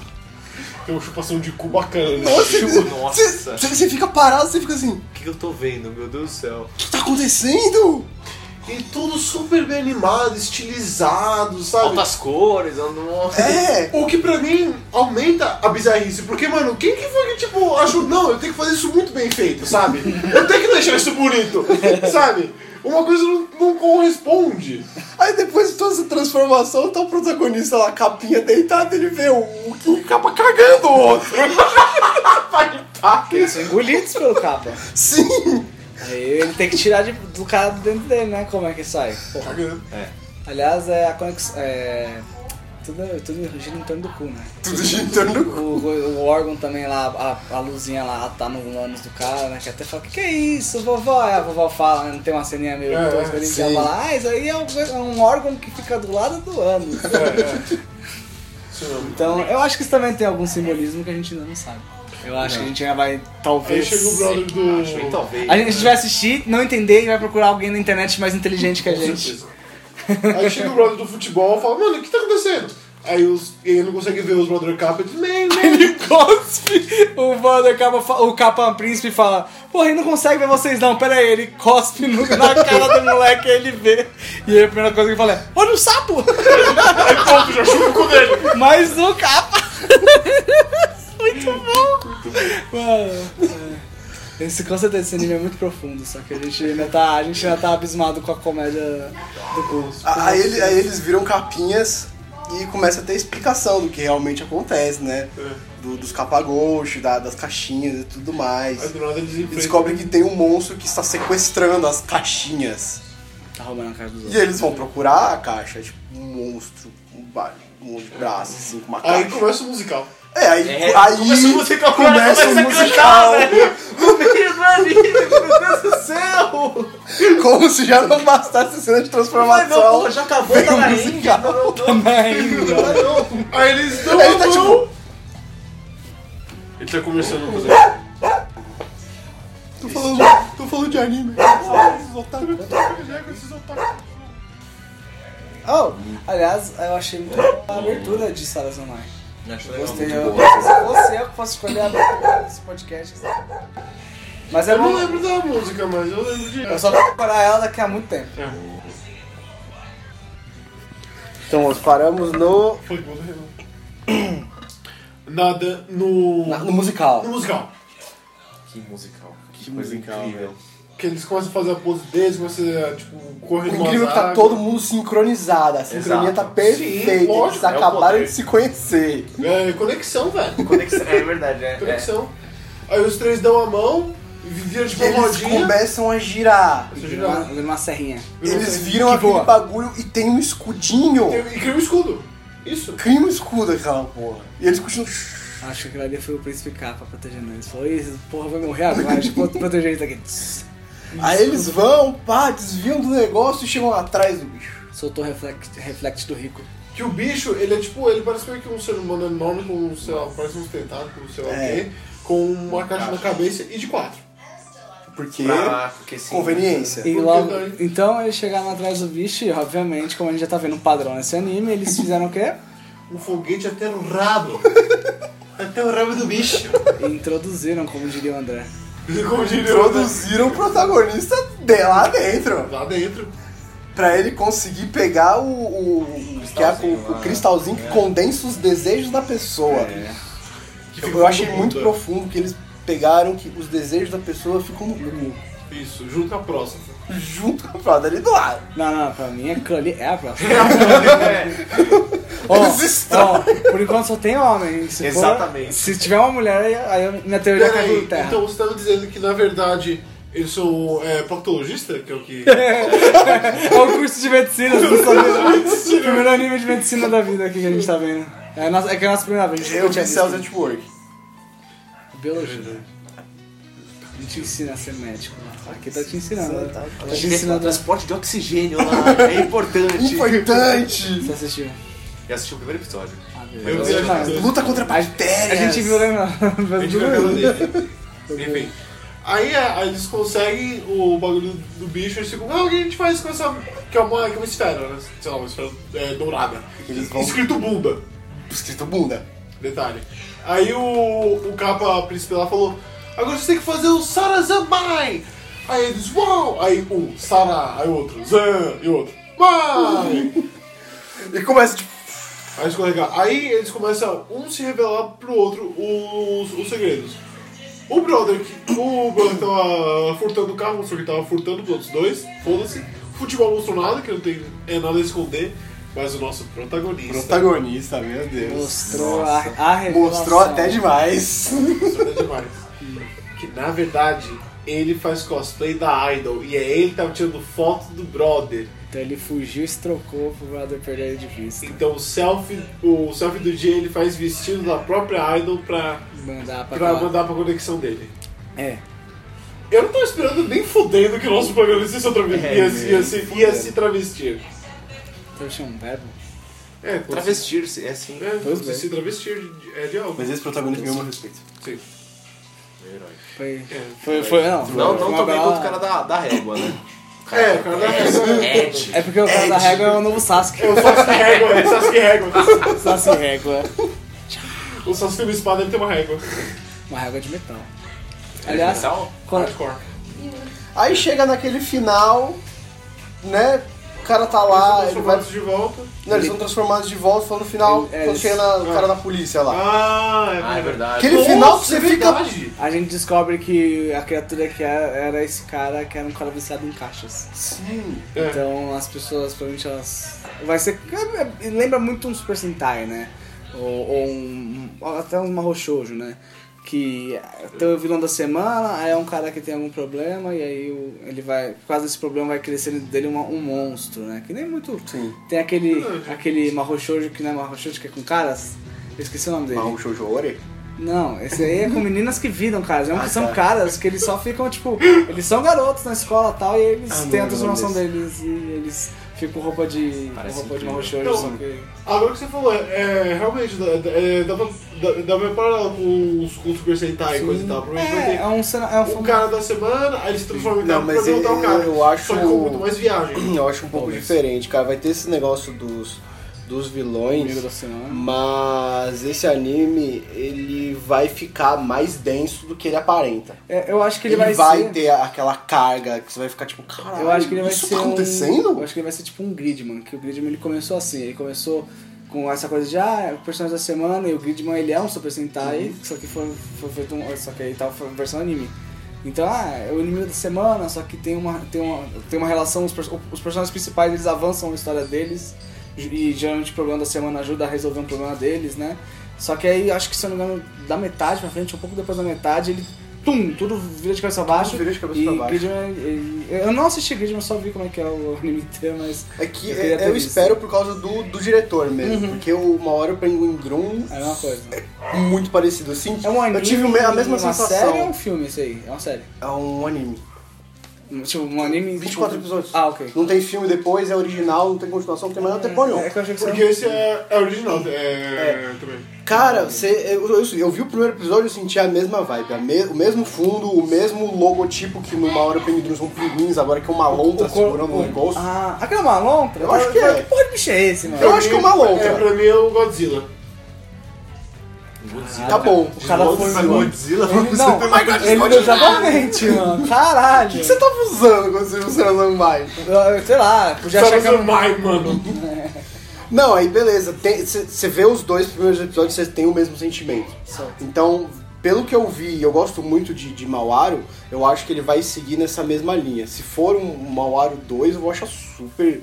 Speaker 2: Tem uma chupação de cu bacana. né?
Speaker 4: Nossa.
Speaker 3: Você, você fica parado, você fica assim, o
Speaker 4: O que eu tô vendo, meu Deus do céu?
Speaker 3: que tá acontecendo?
Speaker 2: E tudo super bem animado, estilizado, sabe?
Speaker 4: Altas cores, eu não...
Speaker 3: É,
Speaker 2: O que pra mim aumenta a bizarrice, porque, mano, quem que foi que, tipo, achou, não, eu tenho que fazer isso muito bem feito, sabe? Eu tenho que deixar isso bonito,
Speaker 3: (laughs)
Speaker 2: sabe? Uma coisa não, não corresponde.
Speaker 3: aí depois de toda essa transformação, tá o protagonista lá, capinha deitado, ele vê o, o que acaba cagando o outro. Ah,
Speaker 1: Eles são engolidos pelo capa.
Speaker 3: Sim!
Speaker 1: Aí ele tem que tirar de- do cara de dentro dele, né? Como é que sai? Aliás, é a conexão. É... Tudo, tudo gira em torno do cu, né?
Speaker 3: Tudo gritando.
Speaker 1: O, o órgão também lá, a, a luzinha lá tá no ânus do cara, né? Que até fala, que que é isso, vovó? Aí a vovó fala, né? não tem uma ceninha meio
Speaker 2: É,
Speaker 1: tosca ali, que ela
Speaker 3: sim.
Speaker 1: fala, ah, isso aí é um, é um órgão que fica do lado do ânus.
Speaker 2: É,
Speaker 1: Então, eu acho que isso também tem algum simbolismo que a gente ainda não sabe. Eu acho que a gente ainda vai,
Speaker 2: Aí
Speaker 1: talvez...
Speaker 2: chega o brother do.
Speaker 4: Acho que talvez.
Speaker 1: A gente vai assistir, não entender e vai procurar alguém na internet mais inteligente que a gente.
Speaker 2: Aí chega o brother do futebol e fala, mano, o que tá acontecendo? Aí os, ele não consegue ver os brother capa e diz, man, man.
Speaker 1: Ele cospe, o Wander acaba, fa- o Capa Príncipe fala, porra, ele não consegue ver vocês não, pera aí, ele cospe no- na cara do moleque, aí ele vê, e aí a primeira coisa que ele fala é, olha o sapo,
Speaker 2: Aí pronto, já chupa o cu dele.
Speaker 1: mais um Capa. (laughs) muito bom. Mano, é. esse, com certeza esse anime é muito profundo, só que a gente ainda tá, a gente ainda tá abismado com a comédia do curso.
Speaker 3: A- Ah, Aí, ele- aí eles viram capinhas e começa a ter explicação do que realmente acontece, né? Do- dos capagoxos, da- das caixinhas e tudo mais.
Speaker 2: Aí do nada eles
Speaker 3: E
Speaker 2: enfrentam-
Speaker 3: descobrem que tem um monstro que está sequestrando as caixinhas.
Speaker 1: Tá roubando a cara dos
Speaker 3: E eles vão procurar a caixa, tipo, um monstro, um ba- um monte de braço, assim, com uma caixa.
Speaker 2: Aí começa o musical.
Speaker 3: É, aí,
Speaker 4: É,
Speaker 3: aí
Speaker 4: começa o musical, cara,
Speaker 3: começa o
Speaker 4: começa a
Speaker 3: musical,
Speaker 4: cantar, No meio do anime, meu Deus do céu!
Speaker 3: como se já não bastasse a cena
Speaker 4: Mas
Speaker 3: de
Speaker 4: não,
Speaker 3: transformação.
Speaker 4: porra, já acabou,
Speaker 3: Vem
Speaker 4: tá
Speaker 3: um
Speaker 4: na Índia.
Speaker 3: musical.
Speaker 4: Não, não, não.
Speaker 1: Também.
Speaker 2: Aí eles dão
Speaker 3: Aí ele tá
Speaker 2: a mão.
Speaker 3: tipo,
Speaker 2: Ele tá começando a fazer.
Speaker 3: tô falando, tô falando de anime.
Speaker 1: Oh, aliás, eu achei muito boa a abertura de Saras Online.
Speaker 4: Acho legal,
Speaker 1: Gostei,
Speaker 4: muito
Speaker 1: eu,
Speaker 4: boa.
Speaker 1: se fosse eu que posso escolher a abertura desse podcast. Mas é
Speaker 2: Eu não
Speaker 1: bom.
Speaker 2: lembro da música, mas eu lembro de.
Speaker 1: Eu só vou preparar ela daqui a muito tempo.
Speaker 3: Então, nós paramos no...
Speaker 2: Foi bom, né? Nada no.
Speaker 3: na- no musical.
Speaker 2: No musical.
Speaker 4: Que musical. Que coisa incrível.
Speaker 2: Que eles começam a fazer a pose deles, começam a, tipo,
Speaker 3: O
Speaker 2: correr numas
Speaker 3: incrível é que tá
Speaker 2: águas.
Speaker 3: todo mundo sincronizado, a sincronia
Speaker 4: Exato.
Speaker 3: tá perfeita,
Speaker 2: Sim, lógico,
Speaker 3: eles
Speaker 4: é o
Speaker 3: acabaram
Speaker 4: poder.
Speaker 3: de se conhecer.
Speaker 2: É, conexão, velho.
Speaker 4: Conexão, é verdade, é. é.
Speaker 2: Conexão. Aí os três dão a mão Vira tipo uma
Speaker 3: Eles
Speaker 2: rodinha.
Speaker 3: começam a girar.
Speaker 1: Vira uma, vira uma serrinha.
Speaker 3: Eles viram
Speaker 1: Que
Speaker 3: aquele
Speaker 1: boa.
Speaker 3: bagulho e tem um escudinho.
Speaker 2: E cria um escudo. Isso.
Speaker 3: Cria um escudo aquela porra. E eles continuam.
Speaker 1: Acho que aquilo ali foi o príncipe K pra proteger nós. Falou, isso, porra, vai morrer agora. Deixa eu proteger isso aqui. Tss,
Speaker 3: Aí eles vão, pá, desviam do negócio e chegam atrás do bicho.
Speaker 1: Soltou o reflect, reflect do rico.
Speaker 2: Que o bicho, ele é tipo, ele parece meio que um ser humano enorme com, sei lá, parece uns tentáculos, sei lá
Speaker 3: É.
Speaker 2: o quê, com uma Um caixa na cabeça e de quatro.
Speaker 3: Porque.
Speaker 4: Pra- Ah, porque sim.
Speaker 3: Conveniência.
Speaker 1: E
Speaker 2: É, Por que
Speaker 1: logo,
Speaker 2: daí?
Speaker 1: então eles chegaram atrás do bicho e, obviamente, como a gente já tá vendo um padrão nesse anime, eles fizeram o quê?
Speaker 2: Um foguete até no (laughs) rabo. até o rabo do bicho.
Speaker 1: Introduziram, como diria o André.
Speaker 2: Como diria o André.
Speaker 3: Introduziram o protagonista de lá dentro.
Speaker 2: Lá dentro.
Speaker 3: Pra ele conseguir pegar o. o, o- que é o- o cristalzinho É. que condensa os desejos da pessoa.
Speaker 2: Que
Speaker 3: Eu,
Speaker 2: fica
Speaker 3: eu achei
Speaker 2: todo
Speaker 3: É. muito né?
Speaker 2: mundo.
Speaker 3: profundo que eles pegaram que os desejos da pessoa ficam no Google.
Speaker 2: Isso, junto com a próxima.
Speaker 3: Junto com a fralda ali do lado.
Speaker 1: Não, não, pra mim aquilo ali é a próxima. (laughs)
Speaker 3: Eles
Speaker 1: Ó,
Speaker 3: extraem.
Speaker 1: por enquanto só tem homem. Se for-
Speaker 4: Exatamente.
Speaker 1: se tiver uma mulher, aí- aí eu- minha teoria cai
Speaker 2: Peraí,
Speaker 1: por terra.
Speaker 2: então você tá me dizendo que na verdade eles são é, proctologista, que é o que. (laughs)
Speaker 1: É o curso de medicina, você não sabia? Primeiro anime de medicina da vida aqui que a gente tá vendo. É, a nossa, é que é a nossa primeira vez, a gente
Speaker 3: Eu
Speaker 1: nunca tinha
Speaker 3: vi Cells
Speaker 1: visto.
Speaker 3: at Work.
Speaker 1: Biologia. A gente ensina a ser médico. Aqui tá te ensinando. né?
Speaker 3: Tá,
Speaker 1: Tá
Speaker 3: tá.
Speaker 1: te
Speaker 4: Ensinando o
Speaker 1: ensinando a
Speaker 4: transporte de oxigênio lá. É importante.
Speaker 3: Importante!
Speaker 1: você assistiu.
Speaker 4: E assisti o primeiro episódio.
Speaker 1: Ah, beleza.
Speaker 2: Eu vi as duas.
Speaker 3: Luta contra
Speaker 1: A
Speaker 3: bactérias!
Speaker 1: gente viu, né, lembra?
Speaker 2: A gente vai pela dele. Enfim. Aí, é, aí eles conseguem o bagulho do bicho, eles ficam, ah, o que a gente faz com essa. Que é uma, que é uma esfera, né? Sei lá, uma esfera é, dourada.
Speaker 3: Eles vão-
Speaker 2: Escrito bunda,
Speaker 3: Escrito bunda.
Speaker 2: detalhe. Aí o, o capa príncipe lá falou, agora você tem que fazer o Sarazamai! Aí eles, uau! Aí um, Sara, aí outro, Zan, e outro, Mai!
Speaker 3: E começa tipo.
Speaker 2: Aí escorregar. Aí eles começam um se revelar pro outro os, os segredos. O brother, que, o brother que tava furtando o carro, o senhor que tava furtando os outros dois, foda-se. Futebol mostrou nada, que não tem é nada a esconder, mas o nosso protagonista.
Speaker 3: Protagonista, meu Deus.
Speaker 1: (laughs) Mostrou a, a revelação.
Speaker 3: Mostrou até demais.
Speaker 2: Protagonista. é demais. Que na verdade ele faz cosplay da Idol e é ele que tava tirando foto do brother.
Speaker 1: Então ele fugiu e se trocou pro brother perder ele de vista.
Speaker 2: Então o selfie, o selfie do dia ele faz vestido da própria Idol pra,
Speaker 1: Mandar pra
Speaker 2: pra
Speaker 1: cá.
Speaker 2: mandar pra conexão dele.
Speaker 1: É.
Speaker 2: Eu não tô esperando nem fudendo que o nosso protagonista se travesti, ia, se- ia se- ia se travestir.
Speaker 1: Então tinha um verbo?
Speaker 2: É, quando
Speaker 4: Travestir-se, é assim.
Speaker 2: se- É,
Speaker 1: Pois
Speaker 2: quando
Speaker 1: bem.
Speaker 2: se travestir de- é de algo.
Speaker 3: Mas esse protagonista ganhou meu respeito.
Speaker 2: Sim.
Speaker 1: Foi.
Speaker 2: É.
Speaker 1: Foi, foi, não.
Speaker 4: Não,
Speaker 1: foi
Speaker 4: não
Speaker 1: uma
Speaker 4: também
Speaker 1: bela-
Speaker 4: contra o cara da, da régua, né?
Speaker 2: É, o cara da régua.
Speaker 4: Ed.
Speaker 1: É porque o cara da régua é o novo Sasuke.
Speaker 2: É o Sasuke régua, é o Sasuke
Speaker 1: (laughs)
Speaker 2: régua.
Speaker 1: Sasuke régua.
Speaker 2: O Sasuke tem uma espada, ele tem uma régua.
Speaker 1: Uma régua de metal. Aliás,
Speaker 4: Então,
Speaker 1: quando-
Speaker 2: Hardcore.
Speaker 3: Aí chega naquele final, né? O cara tá lá,
Speaker 2: Eles são
Speaker 3: ele vai.
Speaker 2: formados de volta.
Speaker 3: Não, eles são transformados de volta, só no final,
Speaker 1: Ele- é,
Speaker 3: quando
Speaker 1: eles-
Speaker 3: chega na- o cara da polícia lá.
Speaker 2: Ah, é,
Speaker 4: ah, é verdade.
Speaker 3: Aquele final
Speaker 1: é
Speaker 3: que você fica.
Speaker 1: a gente descobre que a criatura que era, era esse cara, que era um cara viciado em caixas.
Speaker 3: Sim.
Speaker 2: É.
Speaker 1: Então as pessoas, provavelmente elas... Vai ser... é- é- Lembra muito um Super Sentai, né? Ou, ou um... ou até um Mahoushoujo, né? Que tem o vilão da semana, aí é um cara que tem algum problema, e aí o- ele vai... Por causa desse problema vai crescer dentro dele uma- um monstro, né? Que nem muito...
Speaker 3: Sim.
Speaker 1: Tem aquele,
Speaker 2: Verdade.
Speaker 1: aquele Mahoushoujo que não é Mahoushoujo, que é com caras. Eu esqueci o nome dele.
Speaker 3: Mas Ah, o Shoujo Ore?
Speaker 1: Não, esse aí é com meninas que viram, caras. É um- são caras que eles só ficam, tipo, eles são garotos na escola e tal, e eles
Speaker 3: Ah, não
Speaker 1: têm a
Speaker 3: lembro
Speaker 1: transformação
Speaker 3: o nome
Speaker 1: deles e eles ficam com roupa de. com
Speaker 4: Parece
Speaker 1: roupa de
Speaker 4: incrível.
Speaker 1: marrochojo,
Speaker 2: Então,
Speaker 1: só que.
Speaker 2: Agora que você falou, é, é, realmente, dá, dá, é, dá pra, dá, dá pra parar com os, com os Super Sentai e coisa e tal. Provavelmente vai
Speaker 1: É,
Speaker 2: ter
Speaker 1: é um cena. É um
Speaker 2: o
Speaker 1: filme-
Speaker 2: cara da semana, aí ele se transforma em
Speaker 3: Não,
Speaker 2: cara pra
Speaker 3: mas
Speaker 2: derrotar
Speaker 3: eu-
Speaker 2: o cara.
Speaker 3: eu acho-
Speaker 2: Só que com muito mais viagem.
Speaker 3: (clears throat) Eu acho um pouco
Speaker 1: Talvez.
Speaker 3: diferente, cara. Vai ter esse negócio dos, dos
Speaker 1: amigo da né?
Speaker 3: vilões,
Speaker 1: semana.
Speaker 3: mas esse anime, ele vai ficar mais denso do que ele aparenta.
Speaker 1: É, eu acho que
Speaker 3: Ele,
Speaker 1: ele,
Speaker 3: vai,
Speaker 1: ser.
Speaker 3: ter aquela carga que você vai ficar tipo, caralho,
Speaker 1: Eu acho que ele vai
Speaker 3: isso
Speaker 1: ser.
Speaker 3: tá
Speaker 1: um-
Speaker 3: acontecendo?
Speaker 1: eu acho que ele vai ser tipo um Gridman, que o Gridman ele começou assim, ele começou com essa coisa de ah, é o personagem da semana, e o Gridman ele é um Super Sentai, só que foi, foi feito um. Só que aí tava foi versão anime. Então, ah, é o inimigo da semana, só que tem uma, tem uma, tem uma relação, os, pers- os personagens principais eles avançam a história deles, e geralmente o problema da semana ajuda a resolver um problema deles, né? Só que aí, acho que se eu não me engano, da metade pra frente, um pouco depois da metade, ele tum, tudo vira de cabeça abaixo.
Speaker 3: Tudo vira de cabeça
Speaker 1: e
Speaker 3: pra baixo.
Speaker 1: Gridman, e- eu não assisti Gridman, só vi como é que é o (laughs) anime inteiro, mas...
Speaker 3: É que
Speaker 1: Eu
Speaker 3: eu,
Speaker 1: queria ter visto. Uhum.
Speaker 3: espero por causa do, do diretor mesmo, porque o- uma hora o Penguin Grum
Speaker 1: É a mesma coisa.
Speaker 3: é muito parecido assim.
Speaker 1: É um anime,
Speaker 3: eu tive o me- a mesma
Speaker 1: uma
Speaker 3: sensação.
Speaker 1: série ou um filme isso aí? É uma série.
Speaker 3: É um anime.
Speaker 1: Tipo, um anime...
Speaker 3: 24 episódios.
Speaker 1: Ah, ok.
Speaker 3: Não tem filme depois, é original, não tem continuação, não tem mais nada tempo nenhum.
Speaker 1: É que eu achei que você...
Speaker 2: Porque esse é, é original, é, também.
Speaker 3: Cara, você, eu, eu, eu vi o primeiro episódio e senti a mesma vibe, a me- o mesmo fundo, o mesmo logotipo que numa hora o Penguin Grum são pinguins, agora que é uma lontra
Speaker 1: cor-
Speaker 3: segurando um bolso.
Speaker 1: Ah, aquele é uma lontra?
Speaker 3: Eu acho que é.
Speaker 1: Que porra de bicho é esse, mano?
Speaker 3: Eu acho que é uma lontra.
Speaker 2: É, pra mim é o Godzilla.
Speaker 3: tá bom.
Speaker 1: Ah, O cara foi...
Speaker 2: Godzilla?
Speaker 1: Ele, não, ele deu exatamente, mano.
Speaker 3: O
Speaker 1: Caralho.
Speaker 3: um que você tava usando quando você usou o Lambai?
Speaker 1: Eu- eu Sei lá, podia
Speaker 2: Já
Speaker 1: achar que era
Speaker 3: é
Speaker 2: chegou
Speaker 1: um...
Speaker 2: mais, assim, mano.
Speaker 3: Não, aí beleza. Você vê os dois primeiros episódios, você tem o mesmo sentimento.
Speaker 1: Certo.
Speaker 3: Então, pelo que eu vi, e eu gosto muito de, de Mauaro, eu acho que ele vai seguir nessa mesma linha. Se for um Mauaro 2, eu vou achar super.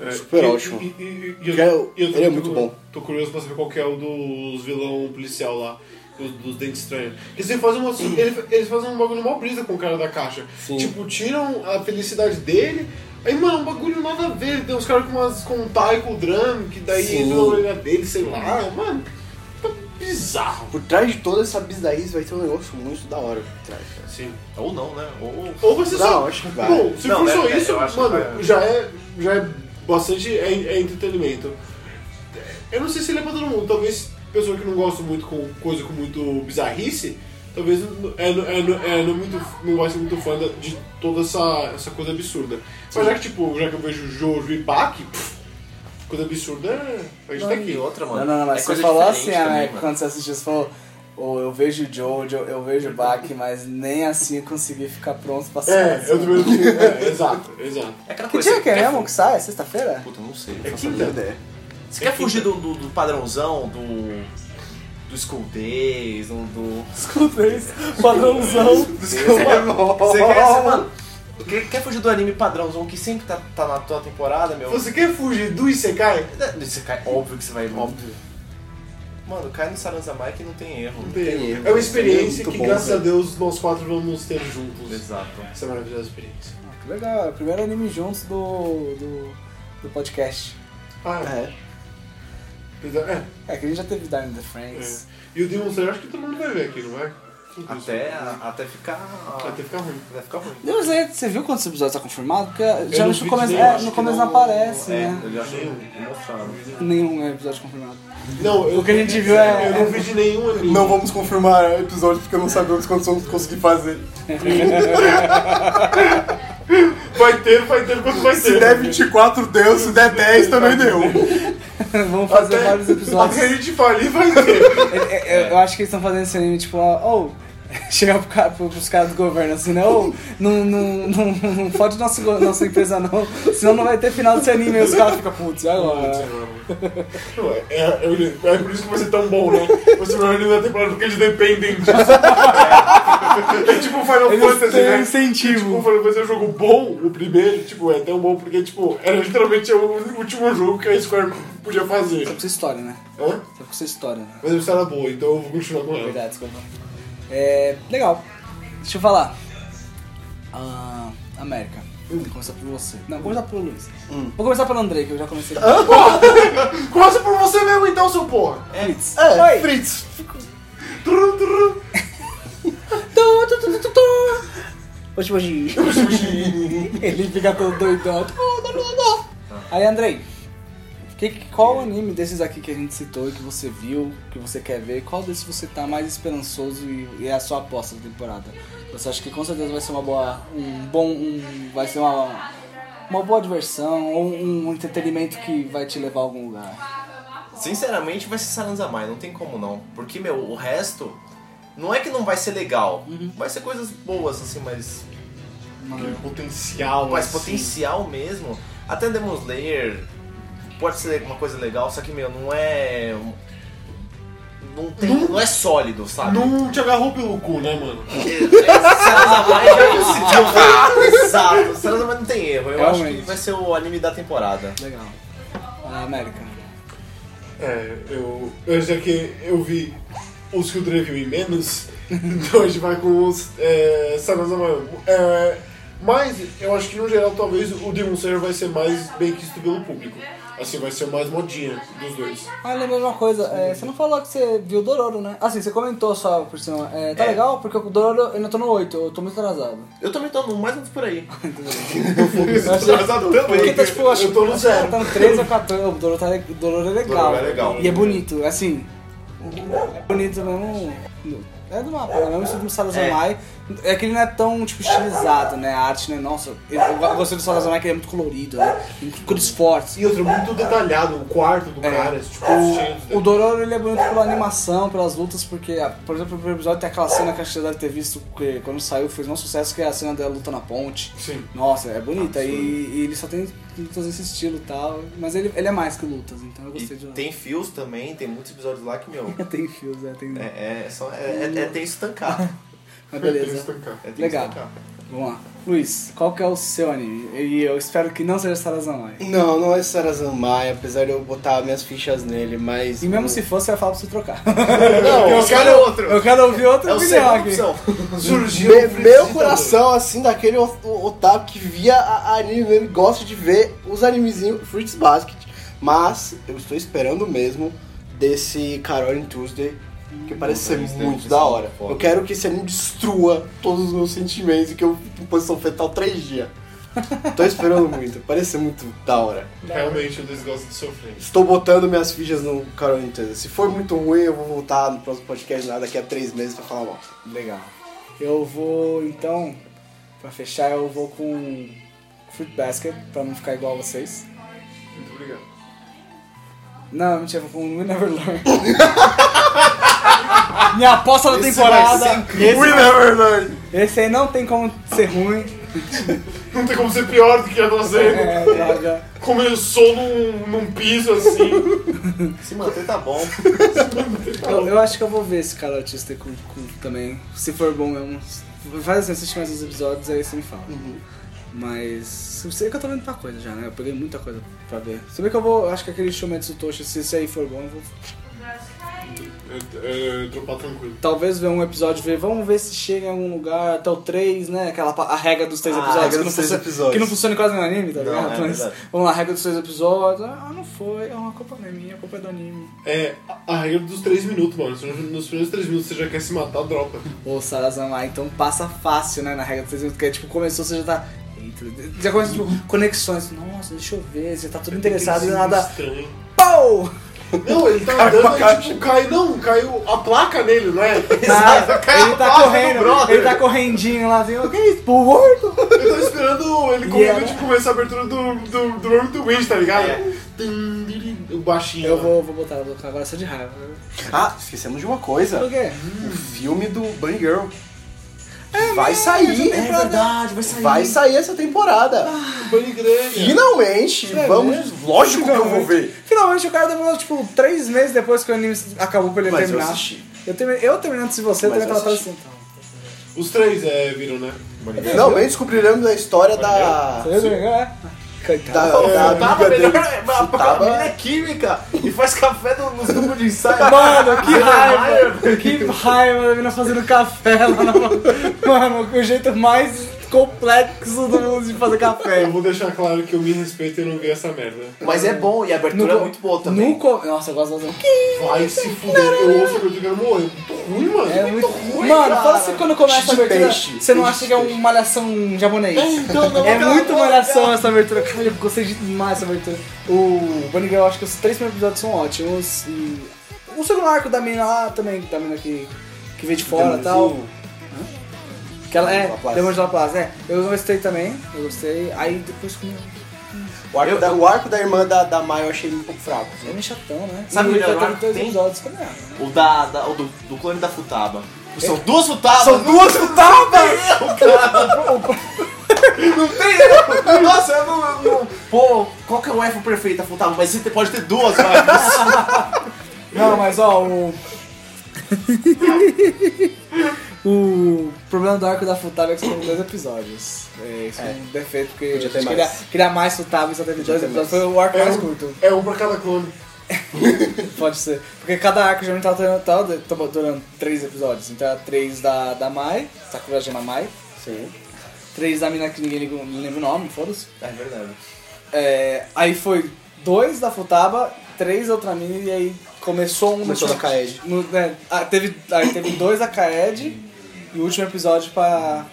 Speaker 2: É,
Speaker 3: Super
Speaker 2: e-
Speaker 3: ótimo.
Speaker 2: e- e- e-
Speaker 3: Que é o-
Speaker 2: e eu tô-
Speaker 3: ele é
Speaker 2: tô-
Speaker 3: muito bom.
Speaker 2: Tô curioso pra saber qual que é o dos vilão policial lá. Dos, dos dentes estranhos. Eles fazem, uma, ele- eles fazem um bagulho mó brisa com o cara da caixa. Tipo, tiram a felicidade dele. Aí, mano, um bagulho nada a ver. Tem uns caras com, umas, com um taiko com drum, que daí
Speaker 3: Sim.
Speaker 2: entra na orelha dele, sei lá. Mano, tá bizarro.
Speaker 3: Por trás de toda essa bizarrice vai ter um negócio muito da hora por trás. cara.
Speaker 2: Sim.
Speaker 4: Ou não, né? Ou...
Speaker 2: Ou você
Speaker 3: Não,
Speaker 2: só.
Speaker 3: acho que vai.
Speaker 2: Bom, se
Speaker 4: Não,
Speaker 2: for
Speaker 4: é-
Speaker 2: só
Speaker 4: é-
Speaker 2: isso,
Speaker 4: eu acho que
Speaker 2: mano,
Speaker 4: vai.
Speaker 2: já é. Já é bastante. É, é entretenimento. Eu não sei se ele é pra todo mundo. Talvez pessoa que não gosta muito com coisa com muito bizarrice, talvez é, é, é, não, muito, não vai ser muito fã da- de toda essa, essa coisa absurda. Mas já que tipo, já que eu vejo Jojo e Bach, pff, coisa absurda a gente tá aqui.
Speaker 4: E outra, mano.
Speaker 1: Não, não, não, mas
Speaker 4: é
Speaker 1: você
Speaker 4: coisa
Speaker 1: falou assim,
Speaker 4: diferente
Speaker 1: né?
Speaker 4: também, mano.
Speaker 1: Quando você assistiu, você falou. "Ô, eu vejo o Jojo, eu vejo o Bach, mas nem assim eu consegui ficar pronto pra sair.
Speaker 2: É, eu também não. É, exato, exato.
Speaker 4: É aquela
Speaker 1: Que
Speaker 4: coisa,
Speaker 1: dia que é
Speaker 4: quer
Speaker 1: mesmo que sai? É Sexta-feira?
Speaker 4: Puta, não sei.
Speaker 2: É
Speaker 4: faço
Speaker 2: quinta.
Speaker 4: ideia. Você quer fugir do, do, do padrãozão, do. do School Days, do. do...
Speaker 1: Escuta isso, padrãozão.
Speaker 3: (laughs)
Speaker 4: Você quer, mano, quer, quer fugir do anime padrãozão que sempre tá, tá na tua temporada, meu?
Speaker 2: Você quer fugir do Isekai?
Speaker 4: Você cai, óbvio que você vai. Óbvio. Mano, cai no Saranzamai que não tem erro.
Speaker 3: Tem erro.
Speaker 2: É uma experiência
Speaker 3: É muito
Speaker 2: que,
Speaker 3: bom,
Speaker 2: graças
Speaker 3: velho.
Speaker 2: a Deus, nós quatro vamos ter juntos.
Speaker 4: Exato.
Speaker 2: Essa maravilhosa experiência.
Speaker 1: Que legal, é o primeiro anime juntos do, do, do podcast.
Speaker 2: Ah,
Speaker 3: É.
Speaker 2: é. é.
Speaker 1: É que a gente já teve Dime the
Speaker 3: É.
Speaker 1: Friends.
Speaker 2: E o Demon Slayer, acho que todo mundo vai ver aqui, não vai?
Speaker 4: Até, até ficar.
Speaker 2: Até ficar ruim.
Speaker 4: Vai ficar ruim.
Speaker 1: Deus, Zé, você viu quantos episódios tá confirmado? Porque já
Speaker 2: não
Speaker 1: no
Speaker 2: vi
Speaker 1: começo,
Speaker 2: direito,
Speaker 1: é,
Speaker 2: acho
Speaker 1: no
Speaker 2: que
Speaker 1: começo não,
Speaker 2: não-
Speaker 1: aparece,
Speaker 4: é,
Speaker 1: né?
Speaker 4: eu acho que mostraram.
Speaker 1: Nenhum episódio confirmado. (laughs)
Speaker 2: Não, eu,
Speaker 1: O que a gente viu é-
Speaker 2: Eu não vi de nenhum anime.
Speaker 3: (laughs) Não vamos confirmar episódio porque não sabemos quantos vamos conseguir fazer.
Speaker 2: Vai ter, vai ter, quanto vai ter.
Speaker 3: Se der 24, deu. Se der 10, também deu.
Speaker 1: Vamos fazer
Speaker 2: Até-
Speaker 1: vários episódios.
Speaker 2: Até a gente falir, vai ter.
Speaker 1: Eu- Eu, eu acho que eles estão fazendo esse anime, tipo, ó, ou (laughs) chegar pro cara, pro- pros caras do governo assim, né? Ou não, não, não, não fode nosso, go- nossa empresa não, senão não vai ter final desse anime. E os caras ficam putz, e agora.
Speaker 2: Não, é, é, é- é por isso que vai ser tão bom, né? Vai ser o melhor anime da temporada, porque eles dependem
Speaker 1: (laughs)
Speaker 2: disso. É tipo Final
Speaker 1: Eles
Speaker 2: Fantasy,
Speaker 1: têm
Speaker 2: né? Tipo,
Speaker 1: incentivo.
Speaker 2: Final Fantasy é um jogo bom, o primeiro, tipo, é tão bom porque, tipo, era literalmente o último jogo que a Square podia fazer.
Speaker 1: Só pra ser história, né?
Speaker 2: Hã?
Speaker 1: Só pra ser história, né?
Speaker 2: Mas a história é boa, então eu vou continuar com ela.
Speaker 1: Verdade, desculpa. É. Legal. Deixa eu falar. Ah, América. Vou começar por você. Hum. Não, vou começar pelo Luiz. Vou começar pelo Andrei, que eu já comecei.
Speaker 2: Começa por você mesmo então, seu porra!
Speaker 1: Fritz.
Speaker 3: É,
Speaker 1: Oi.
Speaker 3: Fritz.
Speaker 2: Tru, tru.
Speaker 1: Tu, tu, tu, tu, tu, tu. Oxi, oxi. Ele fica todo doidão. Tu, tu, tu, tu. Aí, Andrei. que- que- qual anime desses aqui que a gente citou e que você viu, que você quer ver, qual desses você tá mais esperançoso e, e é a sua aposta da temporada? Você acha que com certeza vai ser uma boa. um bom. um- vai ser uma, uma boa diversão ou um entretenimento que vai te levar a algum lugar?
Speaker 4: Sinceramente, vai ser Saranzamai, não tem como não. Porque, meu, o resto. Não é que não vai ser legal, vai ser coisas boas, assim, mas
Speaker 2: Aquele potencial,
Speaker 4: mais
Speaker 2: assim.
Speaker 4: potencial mesmo. Até Demon Slayer pode ser uma coisa legal, só que, meu, não é. Não, tem,
Speaker 2: Não-
Speaker 4: não, é sólido, sabe?
Speaker 2: Não te agarrou pelo cu, né, mano?
Speaker 4: Saranzamai já é Exato, Saranzamai não tem erro. Eu acho
Speaker 1: Realmente.
Speaker 4: que vai ser o anime da temporada.
Speaker 1: Legal. A América.
Speaker 2: É, eu. Eu já que eu vi os que o Drake me menos. (laughs) Então a gente vai com os é, Sanas Amarelo. É, mas eu acho que no geral talvez o Demon Slayer vai ser mais bem quisto pelo público. Assim, vai ser mais modinha dos dois.
Speaker 1: Ah, lembrei de uma coisa, é, você não falou que você viu o Dororo, né? Assim, você comentou só por cima. É, tá legal? Porque o Dororo eu ainda tô no 8, eu tô muito atrasado.
Speaker 4: Eu também tô mais ou menos por aí.
Speaker 2: Atrasado
Speaker 1: Porque tá tipo, acho
Speaker 2: eu tô no
Speaker 1: acho que
Speaker 2: zero.
Speaker 1: Tá no 13 ou 14. O Dororo, tá, le- o Dororo é legal.
Speaker 4: Dororo é legal.
Speaker 1: E é bonito, assim. É bonito mesmo. É do mapa, é mesmo estilo do Sarazamai. É. que ele não é tão tipo, estilizado, né? A arte, né? Nossa, eu eu gostei do Sarazamai que ele é muito colorido, né? Tem cores fortes.
Speaker 2: E outro, muito detalhado, o quarto do
Speaker 1: É.
Speaker 2: cara, esse tipo,
Speaker 1: O,
Speaker 2: cheio
Speaker 1: o Dororo ele é bonito pela animação, pelas lutas, porque, ah, por exemplo, no primeiro episódio tem aquela cena que a gente deve ter visto que quando saiu fez um sucesso, que é a cena da luta na ponte.
Speaker 2: de... Sim.
Speaker 1: Nossa, é bonita e, e ele só tem lutas desse estilo e tal. Mas ele, ele é mais que lutas, então eu
Speaker 4: E
Speaker 1: gostei de
Speaker 4: tem fios também, tem muitos episódios lá que, meu,
Speaker 1: (laughs) tem fios, é, tem.
Speaker 4: é, é, só, é, é, é tenso tancar.
Speaker 1: Mas
Speaker 2: Tem que
Speaker 1: beleza.
Speaker 2: estancar.
Speaker 4: É tenso
Speaker 1: Legal.
Speaker 4: tancar.
Speaker 1: Vamos lá. Luiz, qual que é o seu anime? E eu espero que não seja Sarazanai.
Speaker 3: Não, não é Sarazamai, apesar de eu botar minhas fichas nele, mas.
Speaker 1: E mesmo se fosse, eu ia falar pra você trocar. (laughs)
Speaker 3: Não,
Speaker 4: Eu quero outro.
Speaker 1: Eu quero ouvir outra
Speaker 4: É o
Speaker 1: opinião
Speaker 4: segundo
Speaker 1: aqui.
Speaker 4: opção.
Speaker 2: Surgiu
Speaker 3: Me-
Speaker 2: o
Speaker 3: meu
Speaker 2: Freezer
Speaker 3: coração, assim, daquele o- o- otaku que via a, a anime mesmo, e gosta de ver os animezinhos Fruits Basket, mas eu estou esperando mesmo desse Carol in Tuesday, que parece ser
Speaker 4: Tuesday,
Speaker 3: muito
Speaker 4: que
Speaker 3: da
Speaker 4: são
Speaker 3: hora.
Speaker 4: foda.
Speaker 3: Eu quero que esse anime destrua todos os meus sentimentos e que eu fique em posição fetal
Speaker 4: (laughs)
Speaker 3: três dias. Tô esperando muito, parece ser muito da hora.
Speaker 2: Realmente, eles gostam de sofrer.
Speaker 3: Estou botando minhas fichas no Carol in Tuesday. Se for muito ruim, eu vou voltar no próximo podcast lá daqui a três meses pra falar mal.
Speaker 1: Legal. Eu vou, então, pra fechar, eu vou com Fruit Basket, pra não ficar igual a vocês.
Speaker 2: Muito obrigado.
Speaker 1: Não, mentira, vou com We Never Learn. (laughs) Minha aposta da temporada. esse,
Speaker 4: é
Speaker 1: esse aí não tem como ser ruim.
Speaker 2: Não tem como ser pior do que a nossa.
Speaker 1: É, droga.
Speaker 2: Começou num, num piso assim.
Speaker 4: Se manter tá
Speaker 3: (laughs)
Speaker 4: bom.
Speaker 1: Eu, eu acho que eu vou ver esse cara autista com, com- também. Se for bom é mesmo. Faz assim, assiste mais os episódios, aí você me fala.
Speaker 3: Uhum.
Speaker 1: Mas eu sei que eu tô vendo muita coisa já, né? Eu peguei muita coisa pra ver. Se bem que eu vou. eu Acho que aquele Shumetsu Toshi, se esse aí for bom, eu vou
Speaker 2: É, é, dropar tranquilo.
Speaker 1: talvez ver um episódio ver, vamos ver se chega em algum lugar, até o 3, né? Aquela pa- a regra dos 3
Speaker 3: Ah, a
Speaker 1: episódios,
Speaker 3: regra
Speaker 1: que não
Speaker 3: dos três
Speaker 1: funciona,
Speaker 3: episódios.
Speaker 1: que não funciona em quase no anime, tá
Speaker 4: Não,
Speaker 1: ligado?
Speaker 4: é
Speaker 1: Mas,
Speaker 4: verdade.
Speaker 1: vamos lá, a regra dos 3 episódios. Ah, não foi, é uma culpa não é minha, a culpa é do anime.
Speaker 2: É, a- a regra dos 3 minutos, mano. Se nos primeiros 3 minutos você já quer se matar, dropa.
Speaker 1: Ô, Sarazama, então passa fácil, né? Na regra dos 3 minutos, que é tipo, começou, você já tá. Eita, já começa tipo, conexões. Nossa, deixa eu ver, você tá tudo interessado e
Speaker 2: Tem que ser
Speaker 1: nada.
Speaker 2: estranho.
Speaker 3: (laughs)
Speaker 1: Pau!
Speaker 2: Não, ele tá andando e tipo, cai, não, caiu a placa nele, não é? Eu
Speaker 1: Ah, ele
Speaker 4: a
Speaker 1: tá
Speaker 4: bosta do
Speaker 1: correndo,
Speaker 4: brother.
Speaker 1: ele tá correndinho lá, viu? Que isso, pô, morto?
Speaker 2: tava esperando ele comigo
Speaker 1: Yeah.
Speaker 2: de começar a abertura do, do, do Round to Wind, tá ligado?
Speaker 4: É.
Speaker 2: Tum, O baixinho.
Speaker 1: Eu
Speaker 2: lá.
Speaker 1: vou, vou botar, vou botar agora só de raiva.
Speaker 3: Ah, esquecemos de uma coisa.
Speaker 1: Por quê?
Speaker 3: O filme do Bunny Girl.
Speaker 4: É,
Speaker 3: vai sair.
Speaker 1: essa temporada.
Speaker 3: vai sair. essa temporada.
Speaker 4: Ah,
Speaker 2: Bunny
Speaker 4: é.
Speaker 2: Grande.
Speaker 3: Finalmente.
Speaker 1: vai
Speaker 3: vamos. Lógico que eu vou
Speaker 1: Finalmente.
Speaker 3: ver.
Speaker 1: Finalmente o cara demorou tipo três meses depois que o anime acabou pra ele
Speaker 3: Mas eu
Speaker 1: terminar.
Speaker 3: assisti.
Speaker 1: Eu, termi- eu terminando se você, eu
Speaker 3: Mas
Speaker 1: também
Speaker 3: eu
Speaker 1: tava
Speaker 3: assisti.
Speaker 1: assim.
Speaker 2: Os três é, viram, né?
Speaker 3: Finalmente descobriremos a história da.
Speaker 1: Você viu? É.
Speaker 3: Da,
Speaker 1: Coitado.
Speaker 3: da
Speaker 4: Tava
Speaker 3: amiga dele.
Speaker 4: melhor. A
Speaker 3: Tava-
Speaker 4: menina é química e faz café no- nos grupos de ensaio.
Speaker 1: Mano, que raiva! que raiva da menina fazendo café lá na. Mano, o jeito mais complexo do mundo de fazer
Speaker 2: Eu
Speaker 1: café.
Speaker 2: vou deixar claro que eu me respeito e não vi essa merda.
Speaker 4: Mas é bom e a abertura é
Speaker 1: co-
Speaker 4: muito boa também.
Speaker 1: no co- Nossa, eu gosto de fazer.
Speaker 2: Vai se fuder, eu ouço que eu quero morrer. Muito ruim, mano.
Speaker 1: É muito ruim. Mano, fala assim quando começa a
Speaker 3: Peixe de
Speaker 1: abertura,
Speaker 3: peixe.
Speaker 1: você não
Speaker 3: Peixe
Speaker 1: acha que é uma malhação japonês?
Speaker 4: Então, não,
Speaker 1: É
Speaker 4: cara,
Speaker 1: muito
Speaker 4: não,
Speaker 1: malhação essa abertura. Caralho, eu gostei demais dessa abertura. O Bunny Girl, eu acho que os três primeiros episódios são ótimos. E o segundo arco da menina lá também, da menina que, que veio de
Speaker 4: um
Speaker 1: fora e tal. Que ela, é,
Speaker 3: Demônio
Speaker 1: Demônio de
Speaker 3: de Laplace.
Speaker 1: Laplace, é. Eu gostei também, eu gostei. Aí depois que eu
Speaker 3: O arco, da, o arco da irmã da, da Mai eu achei um pouco fraco.
Speaker 1: é meio chatão, né?
Speaker 4: Sabe
Speaker 1: E
Speaker 4: o melhor
Speaker 1: já teve
Speaker 4: arco
Speaker 1: dois
Speaker 4: que tem?
Speaker 1: episódios como é. né?
Speaker 4: O da, da- o do, do clone da Futaba. São duas Futabas.
Speaker 3: São duas tabas!
Speaker 4: Não tem erro. Nossa, eu não, eu não- Pô, qual que é o F perfeito da Futaba? Mas você pode ter duas, mas...
Speaker 1: Não, mas ó, o. (laughs) o problema do arco da Futaba é que são dois episódios. É, isso é um defeito, porque
Speaker 3: Podia
Speaker 1: eu
Speaker 3: ter
Speaker 1: queria,
Speaker 3: mais.
Speaker 1: queria mais Futaba e só teve dois
Speaker 3: ter
Speaker 1: episódios. Foi o arco
Speaker 2: É
Speaker 1: mais
Speaker 2: um,
Speaker 1: curto.
Speaker 2: é um pra cada clone.
Speaker 1: Pode ser. Porque cada arco geralmente tava durando, tava tava durando três episódios. Então era três da, da Mai, Sakura Gema Mai.
Speaker 3: Sim.
Speaker 1: Três da mina que ninguém liga- não lembra o nome, foda-se.
Speaker 4: É verdade.
Speaker 1: É, aí foi dois da Futaba, três da outra mina e aí começou um... no-
Speaker 3: Começou da Kaede.
Speaker 1: no- né, ah, teve, aí teve dois da Kaed e o último episódio pra...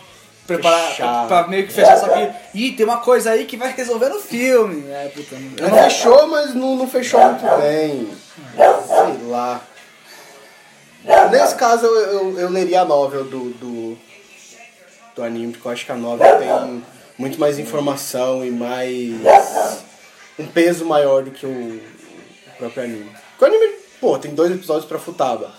Speaker 1: Preparar,
Speaker 3: Fechar.
Speaker 1: pra meio que fechar, só que. Ih, tem uma coisa aí que vai resolver no filme. É, puta, não- eu não
Speaker 3: Fechou, mas não, não fechou muito bem. Sei lá. Nesse caso, eu, eu, eu leria a novel do, do, do anime, porque eu acho que a novel tem muito mais informação e mais. um peso maior do que o próprio anime. Porque o anime, pô, tem dois episódios pra Futaba.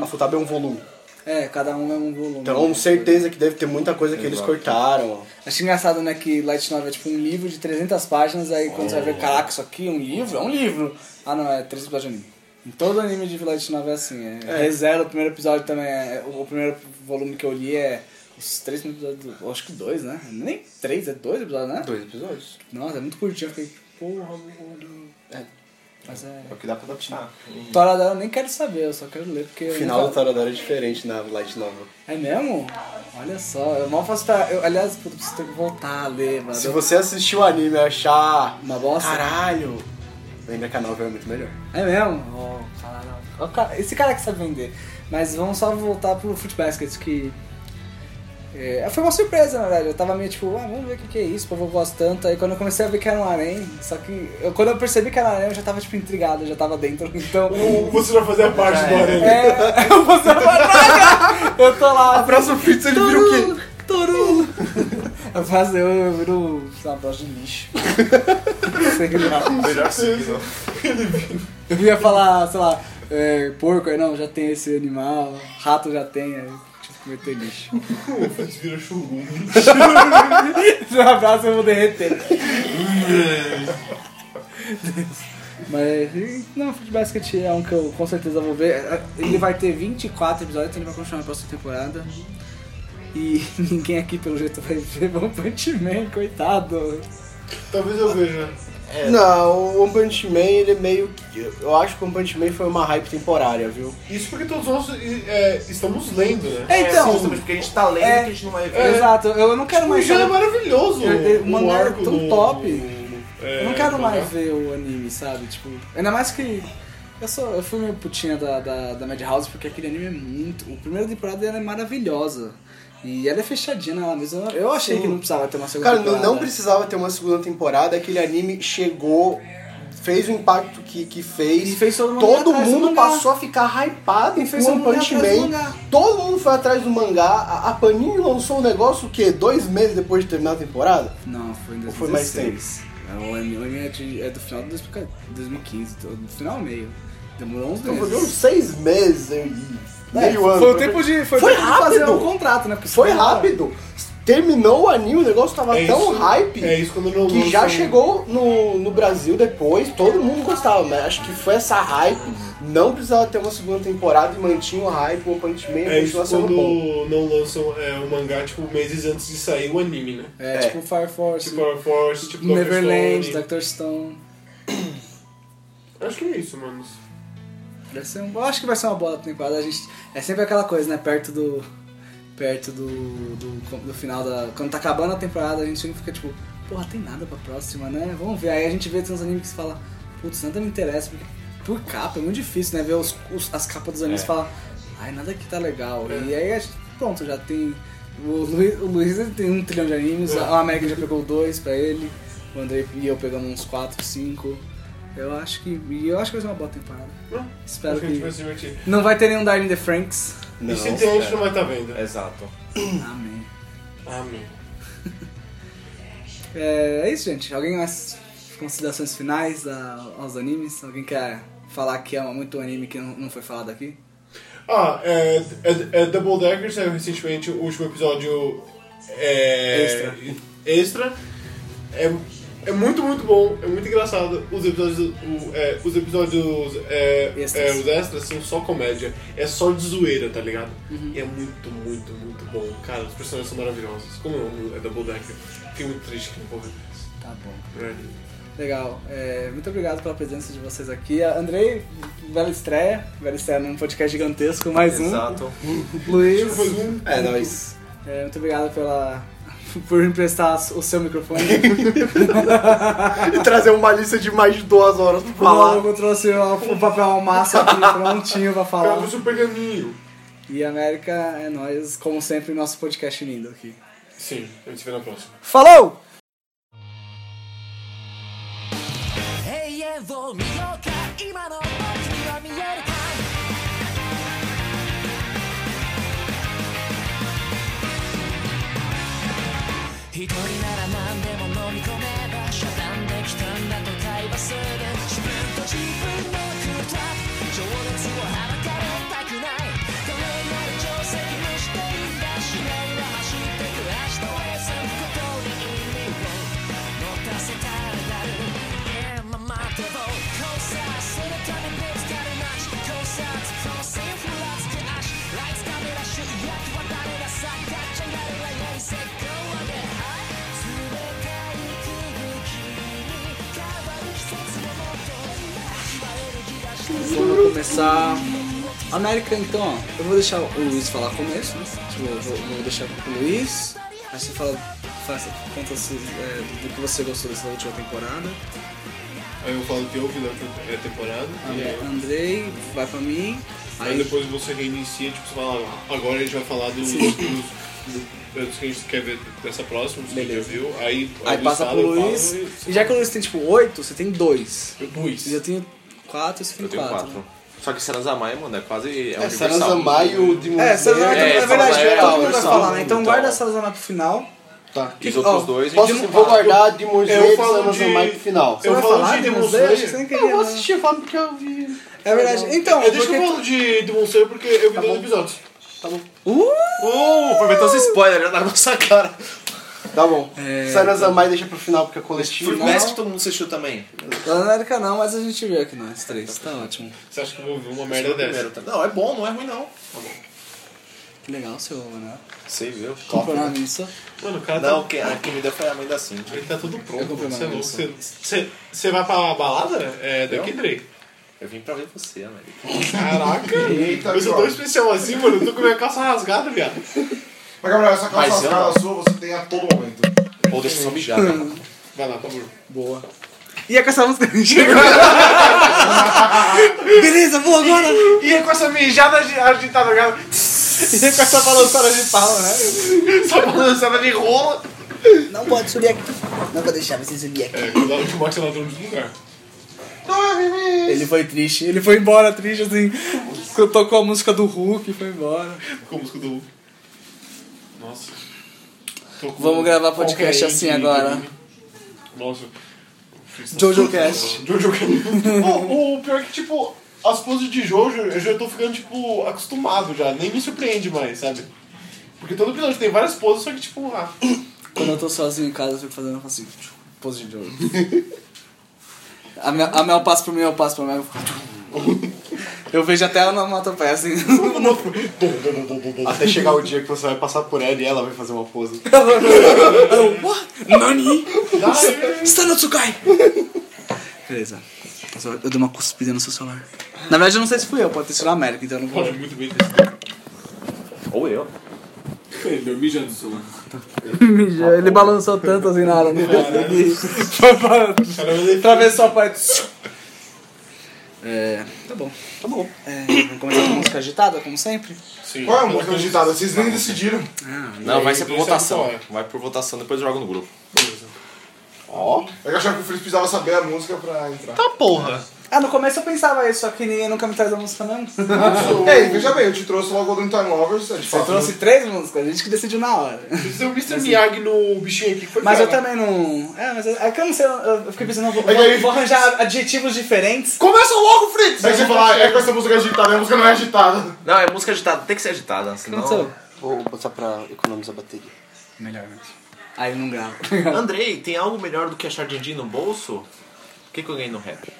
Speaker 3: A Futaba é um volume.
Speaker 1: É, cada um é um volume.
Speaker 3: Então, certeza que deve ter muita coisa que eles cortaram.
Speaker 1: Acho engraçado, né, que Light Novel é tipo um livro de 300 páginas, aí quando você vai ver, caraca, isso aqui é um livro? É um livro! Ah, não, é 300 páginas de anime. Em todo anime de Light Novel é assim, é, ReZero, o primeiro episódio também é... O, o primeiro volume que eu li é os três primeiros episódios, do- acho que dois, né? Nem três, é dois episódios, né?
Speaker 3: Dois episódios.
Speaker 1: Nossa, é muito curtinho, eu fiquei, porra, mano.
Speaker 3: É.
Speaker 1: Mas é...
Speaker 4: É o que dá pra adaptar.
Speaker 1: Toradora eu nem quero saber, eu só quero ler, porque...
Speaker 3: O
Speaker 1: eu
Speaker 3: final
Speaker 1: nunca-
Speaker 3: do Toradora é diferente na Light Novel.
Speaker 1: É mesmo? Olha só, eu mal faço... Tra... Eu, aliás, puta, preciso ter que voltar a ler, mano.
Speaker 3: Se você assistiu o anime e achar.
Speaker 1: Uma bosta?
Speaker 3: Caralho! Lembra que a novel é muito melhor.
Speaker 1: É mesmo? Ó, caralho. Ó, cara- Esse cara que sabe vender. Mas vamos só voltar pro Fruit Basket, que. é, foi uma surpresa, na verdade. Eu tava meio tipo, ah, vamos ver o que, que é isso, o povo gosta tanto. Aí quando eu comecei a ver que era um arém, só que eu- quando eu percebi que era um arém, eu já tava tipo intrigado, eu já tava dentro. (laughs) Então.
Speaker 2: Você já fazia parte do arena.
Speaker 1: É, eu vou ser uma draga! Eu tô lá. A próxima pizza ele vira o quê? Toru! (laughs) A frase eu, eu viro sei lá, uma brocha de lixo. (laughs) Sei lá.
Speaker 4: Melhor signo.
Speaker 1: Eu ia falar, sei lá, é, porco, aí não, já tem esse animal, rato já tem, aí tipo, meter lixo. (laughs)
Speaker 2: Vira churrum.
Speaker 1: Um abraço eu vou derreter. Mas, e, não, Fruit Basket é um que eu com certeza vou ver. Ele vai ter 24 episódios, então ele vai continuar na próxima temporada. E (laughs) ninguém aqui, pelo jeito, vai ver One Punch Man, coitado.
Speaker 2: Talvez eu veja.
Speaker 3: É. Não, o One Punch Man, ele é meio. que- Eu acho que o One Punch Man foi uma hype temporária, viu?
Speaker 2: Isso porque todos nós é, estamos lendo, né?
Speaker 1: É, então,
Speaker 4: justamente porque a gente tá lendo
Speaker 1: é.
Speaker 4: que a gente não vai ver.
Speaker 2: É.
Speaker 1: exato, eu não quero
Speaker 2: O
Speaker 1: mais
Speaker 2: já é
Speaker 1: saber-
Speaker 2: maravilhoso.
Speaker 1: Eu- o mangá é
Speaker 2: arco
Speaker 1: tão
Speaker 2: do-
Speaker 1: top.
Speaker 2: É,
Speaker 1: Eu não quero
Speaker 2: do
Speaker 1: mais
Speaker 2: mangá.
Speaker 1: ver o anime, sabe? Tipo, ainda mais que. Eu, sou, eu fui meio putinha da, da, da Madhouse porque aquele anime é muito. O primeira temporada ela é maravilhosa. E ela é fechadinha nela mesma. Eu achei que não precisava ter uma segunda
Speaker 3: Cara, não,
Speaker 1: temporada.
Speaker 3: não precisava ter uma segunda temporada, aquele anime chegou. Fez o impacto que, que fez.
Speaker 1: E fez todo mundo ir atrás do
Speaker 3: mundo
Speaker 1: mangá.
Speaker 3: passou a ficar hypado
Speaker 1: E
Speaker 3: em
Speaker 1: fez
Speaker 3: One
Speaker 1: todo mundo ir
Speaker 3: Punch
Speaker 1: atrás do
Speaker 3: Man.
Speaker 1: mangá.
Speaker 3: Todo mundo foi atrás do mangá. A, a Panini lançou o negócio o quê? Dois meses depois de terminar a temporada?
Speaker 1: Não, foi em 2016.
Speaker 3: foi mais
Speaker 1: É, O anime, o anime é, de- é do final de 2015, do do final ao meio. Demorou uns
Speaker 3: Então
Speaker 1: meses.
Speaker 3: foi uns seis meses e
Speaker 1: É,
Speaker 3: meio ano. né?
Speaker 1: foi o tempo de, foi o
Speaker 3: Foi
Speaker 1: tempo de fazer
Speaker 3: rápido.
Speaker 1: um contrato, né? Porque
Speaker 3: Foi
Speaker 1: senão-
Speaker 3: rápido. Terminou o anime, o negócio
Speaker 1: Tá
Speaker 3: tava
Speaker 2: É
Speaker 3: tão
Speaker 2: isso-
Speaker 3: hype
Speaker 2: É isso quando não
Speaker 3: que já
Speaker 2: lançam-
Speaker 3: chegou no, no Brasil depois, todo mundo gostava, mas acho que foi essa hype. Não precisava ter uma segunda temporada e mantinha o hype, o Punch Man
Speaker 2: É isso
Speaker 3: continua sendo
Speaker 2: quando
Speaker 3: bom.
Speaker 2: não lançam é, o mangá, tipo, meses antes de sair o anime, né?
Speaker 1: É,
Speaker 3: É.
Speaker 1: tipo Fire Force,
Speaker 2: Tipo, Power Force, tipo, Doctor
Speaker 1: Neverland,
Speaker 2: Stone.
Speaker 1: Doctor Stone.
Speaker 2: Acho que é isso, mano.
Speaker 1: Deve ser um- eu acho que vai ser uma boa temporada. A gente, é sempre aquela coisa, né? Perto do. Perto do, do, do final da. Quando tá acabando a temporada, a gente sempre fica tipo, porra, tem nada pra próxima, né? Vamos ver. Aí a gente vê tem uns animes que se fala, putz, nada me interessa, porque por capa é muito difícil, né? Ver os, os- as capas dos animes e falar, ai, nada aqui tá legal. E aí a gente, pronto, já tem. O Luiz, o Luiz ele tem um trilhão de animes, a América já pegou dois pra ele, o André e eu pegamos uns quatro, cinco. Eu acho que. E eu acho que vai ser uma boa temporada.
Speaker 2: Hum,
Speaker 1: Espero
Speaker 2: acho que a gente vai
Speaker 1: que.
Speaker 2: se divertir.
Speaker 1: Não vai ter nenhum Darling in the Franks.
Speaker 2: e se tem, a gente não vai estar vendo.
Speaker 1: É
Speaker 4: Exato.
Speaker 1: Amém.
Speaker 2: Amém.
Speaker 1: É, é isso, gente. Alguém mais considerações finais a- aos animes? Alguém quer falar que ama muito o anime que não, não foi falado aqui?
Speaker 2: Ah, é, é, é Double Decker saiu recentemente o último episódio é,
Speaker 1: Extra.
Speaker 2: extra. É, é muito, muito bom, é muito engraçado. Os episódios, o- é, os, episódios é,
Speaker 1: Extras.
Speaker 2: é, os extras são só comédia, é só de zoeira, tá ligado?
Speaker 1: Uhum.
Speaker 2: E é muito, muito, muito bom. Cara, os personagens são maravilhosos. Como eu amo é Double Decker, fiquei muito triste que não vou ver isso.
Speaker 1: Tá bom.
Speaker 2: Brady.
Speaker 1: Legal. É, muito obrigado pela presença de vocês aqui. A- Andrei, bela estreia. Bela estreia num podcast gigantesco, mais
Speaker 4: Exato.
Speaker 1: um. Luiz,
Speaker 4: É nóis.
Speaker 1: é, muito obrigado pela, (laughs) por emprestar o seu microfone.
Speaker 3: E trazer uma lista de mais de duas horas pra
Speaker 1: O
Speaker 3: falar.
Speaker 1: Logo trouxe o o papel massa aqui prontinho pra falar.
Speaker 2: Pega o seu pergaminho.
Speaker 1: E América é nós, como sempre, nosso podcast lindo aqui.
Speaker 2: Sim, a gente se vê na próxima.
Speaker 1: Falou!
Speaker 6: 永遠を見ようか今の僕には見えるか一人なら何でも飲み込めば遮断できたんだと会話する自分と自分の空間情熱をはばかれたくないどれなる定石もしていいんだ試練は走ってく明日を休むことに意味を持たせたがる今までを交差するためぶつかる街考察構成フラッツクアッシュライツカメラ集約は誰がさガッチャンガルラよい世界で冷たい空気に変わる季節のも
Speaker 1: Vamos começar. América, então, ó, eu vou deixar o Luiz falar começo, né? Tipo, eu vou, vou deixar pro Luiz. Aí você fala, faz, conta se, é, do que você gostou dessa última temporada.
Speaker 2: Aí eu falo que eu vi na tem- é, temporada. E
Speaker 1: André-
Speaker 2: aí,
Speaker 1: Andrei, vai pra mim.
Speaker 2: aí
Speaker 1: Ah, Aí,
Speaker 2: depois você reinicia, tipo, você fala, "Ah, agora a gente vai falar dos, dos, dos- dos que a gente quer ver dessa próxima, dos que a gente já
Speaker 1: Beleza.
Speaker 2: viu. Aí,
Speaker 1: aí
Speaker 2: do
Speaker 1: passa pro
Speaker 2: estado eu falo
Speaker 1: Luiz. E já que o Luiz tem tipo oito, você tem dois.
Speaker 2: e- Luiz.
Speaker 1: E eu tenho quatro, você tem
Speaker 4: Eu tenho
Speaker 1: quatro.
Speaker 4: quatro. Só que Sarazamai, mano, é quase. É,
Speaker 3: É,
Speaker 4: universal.
Speaker 3: Sarazamai e o Demon
Speaker 1: É, você vai,
Speaker 4: É,
Speaker 1: é, verdade,
Speaker 4: é,
Speaker 1: todo mundo vai
Speaker 4: é,
Speaker 1: falar,
Speaker 4: é,
Speaker 1: né? Então
Speaker 4: então.
Speaker 1: guarda essa zona pro final.
Speaker 3: Tá.
Speaker 4: E os outros
Speaker 1: Ó,
Speaker 4: dois, a
Speaker 3: Posso,
Speaker 4: gente não
Speaker 3: vou
Speaker 4: fala.
Speaker 3: guardar Demon Slayer e
Speaker 2: falo
Speaker 3: Sarazamai
Speaker 2: de-
Speaker 3: pro final.
Speaker 1: Você
Speaker 2: Eu
Speaker 1: vai
Speaker 2: falo
Speaker 1: falar
Speaker 2: de
Speaker 1: de
Speaker 2: Demon
Speaker 1: Demon Slayer?
Speaker 2: Slayer.
Speaker 1: Acho que Você nem
Speaker 3: Eu
Speaker 1: queria,
Speaker 3: vou
Speaker 1: né?
Speaker 3: assistir, fala porque eu vi.
Speaker 1: É verdade. Então,
Speaker 2: É, deixa eu
Speaker 1: porque- Tá
Speaker 2: falar de Demon Slayer porque eu vi dois episódios.
Speaker 4: Uh, foi meter uns spoiler já na nossa cara.
Speaker 3: Tá bom.
Speaker 1: É,
Speaker 3: Sarazamai deixa pro final porque é coletivo.
Speaker 4: Por mais que todo mundo assistiu também.
Speaker 1: Lá na América não, mas a gente vê aqui nós três. Tá ótimo.
Speaker 2: Você acha que eu vou ver uma
Speaker 4: Foi
Speaker 2: merda
Speaker 4: o primeiro,
Speaker 2: dessa?
Speaker 4: tá? Não, é bom, não é ruim não.
Speaker 1: Que legal seu, né?
Speaker 4: Sei, viu?
Speaker 1: Comprou na missa.
Speaker 2: Mano, o cara tá,
Speaker 4: Não, quem, a que me deu foi a mãe da Cindy.
Speaker 2: ele tá tudo pronto.
Speaker 1: comprei
Speaker 2: mano.
Speaker 1: uma
Speaker 2: Você é
Speaker 1: mesa.
Speaker 2: louco. Você- Você você vai pra balada? É daqui, Drake.
Speaker 4: Eu vim pra ver você, América.
Speaker 2: Caraca!
Speaker 5: Eita,
Speaker 2: eu sou
Speaker 5: João.
Speaker 2: tão especial assim, mano. Eu tô com a minha calça rasgada, viado.
Speaker 5: Mas, Gabriel, essa
Speaker 4: Mas
Speaker 5: calça
Speaker 4: eu
Speaker 5: rasgada sua você tem a todo momento.
Speaker 4: Ou deixa eu só mijar, né? cara.
Speaker 2: Vai lá, por favor.
Speaker 1: Boa. E é com essa música que chegou. (laughs) Beleza, vou agora. E
Speaker 2: E é com essa (laughs) mijada agi- agitada, cara.
Speaker 1: é com essa balançada de pau, né?
Speaker 2: Só balançada de rola.
Speaker 1: Não pode subir aqui. Não vou deixar você subir aqui.
Speaker 2: É, cuidado que o Max ela entrou no mesmo lugar.
Speaker 1: Ele foi triste. Ele foi embora triste, assim. Tocou a música do Hulk e foi embora.
Speaker 2: Com a música do Hulk. Nossa. Tô com-
Speaker 1: Vamos gravar podcast
Speaker 2: qualquer
Speaker 1: assim
Speaker 2: aí,
Speaker 1: agora.
Speaker 2: Nossa.
Speaker 1: Jojo Cast.
Speaker 2: Jojo (laughs) Cast. o, o pior é que, tipo, as poses de Jojo, eu já tô ficando, tipo, acostumado já. Nem me surpreende mais, sabe? Porque todo episódio tem várias poses, só que, tipo, ah,
Speaker 1: Quando eu tô sozinho em casa, eu fico fazendo eu faço assim. tchum, Pose de jogo. (laughs) A Mel, a Mel passa por mim, eu passo por Mel. tchum. Eu vejo até ela na onomatopeia, assim. (laughs)
Speaker 3: (laughs) Até chegar o dia que você vai passar por ela e ela vai fazer uma pose.
Speaker 1: Nani!
Speaker 2: dá-
Speaker 1: Está no Tsukai! Beleza. Eu só- Eu dei uma cuspida no seu celular. Na verdade, eu não sei se fui eu, pode ter sido a América, então eu não vou.
Speaker 2: Pode muito bem ter sido.
Speaker 4: (laughs) Ou eu.
Speaker 2: Ele deu mijando no celular.
Speaker 1: Ele balançou tanto assim na hora. Atravessou a parede. É. Tá bom. Tá bom. É, vamos começar com música agitada, como sempre?
Speaker 2: Sim.
Speaker 5: Qual é a música agitada? Vocês nem decidiram.
Speaker 4: Não, vai ser por
Speaker 2: Isso é
Speaker 4: votação.
Speaker 2: fora.
Speaker 4: Vai por votação, depois eu jogo no grupo.
Speaker 3: Ó.
Speaker 5: Eu achava É que o Felipe precisava saber a música pra entrar.
Speaker 2: Tá porra.
Speaker 1: Ah, no começo eu pensava isso, só que ninguém nunca me traz a música mesmo.
Speaker 5: Ei, veja bem, eu te trouxe logo do Time Lovers. é de
Speaker 1: Você
Speaker 5: fato
Speaker 1: trouxe três músicas, a gente que decidiu na hora.
Speaker 2: Você deu é o Mr. Miyagi no bichinho aqui. que Foi
Speaker 1: Mas eu
Speaker 2: cara.
Speaker 1: também não. É, mas é que eu não sei, eu eu fiquei pensando, eu vou,
Speaker 5: É que aí-
Speaker 1: vou arranjar adjetivos diferentes.
Speaker 5: Começa logo, Fritz! Aí você fala, ah, é com essa música agitada, a música não é agitada.
Speaker 4: Não, é música agitada, tem que ser agitada,
Speaker 1: O que
Speaker 4: senão.
Speaker 1: aconteceu?
Speaker 3: Vou botar pra economizar bateria.
Speaker 1: Melhor mesmo. Aí eu não (laughs) gravo.
Speaker 4: Andrei, tem algo melhor do que achar din-din no bolso? O que, que eu ganhei no rap?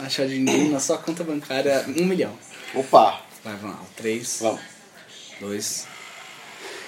Speaker 1: Achar dinheiro na sua conta bancária, um milhão.
Speaker 3: Opa.
Speaker 1: Vai, vamos lá. Três,
Speaker 3: Vamos.
Speaker 1: dois,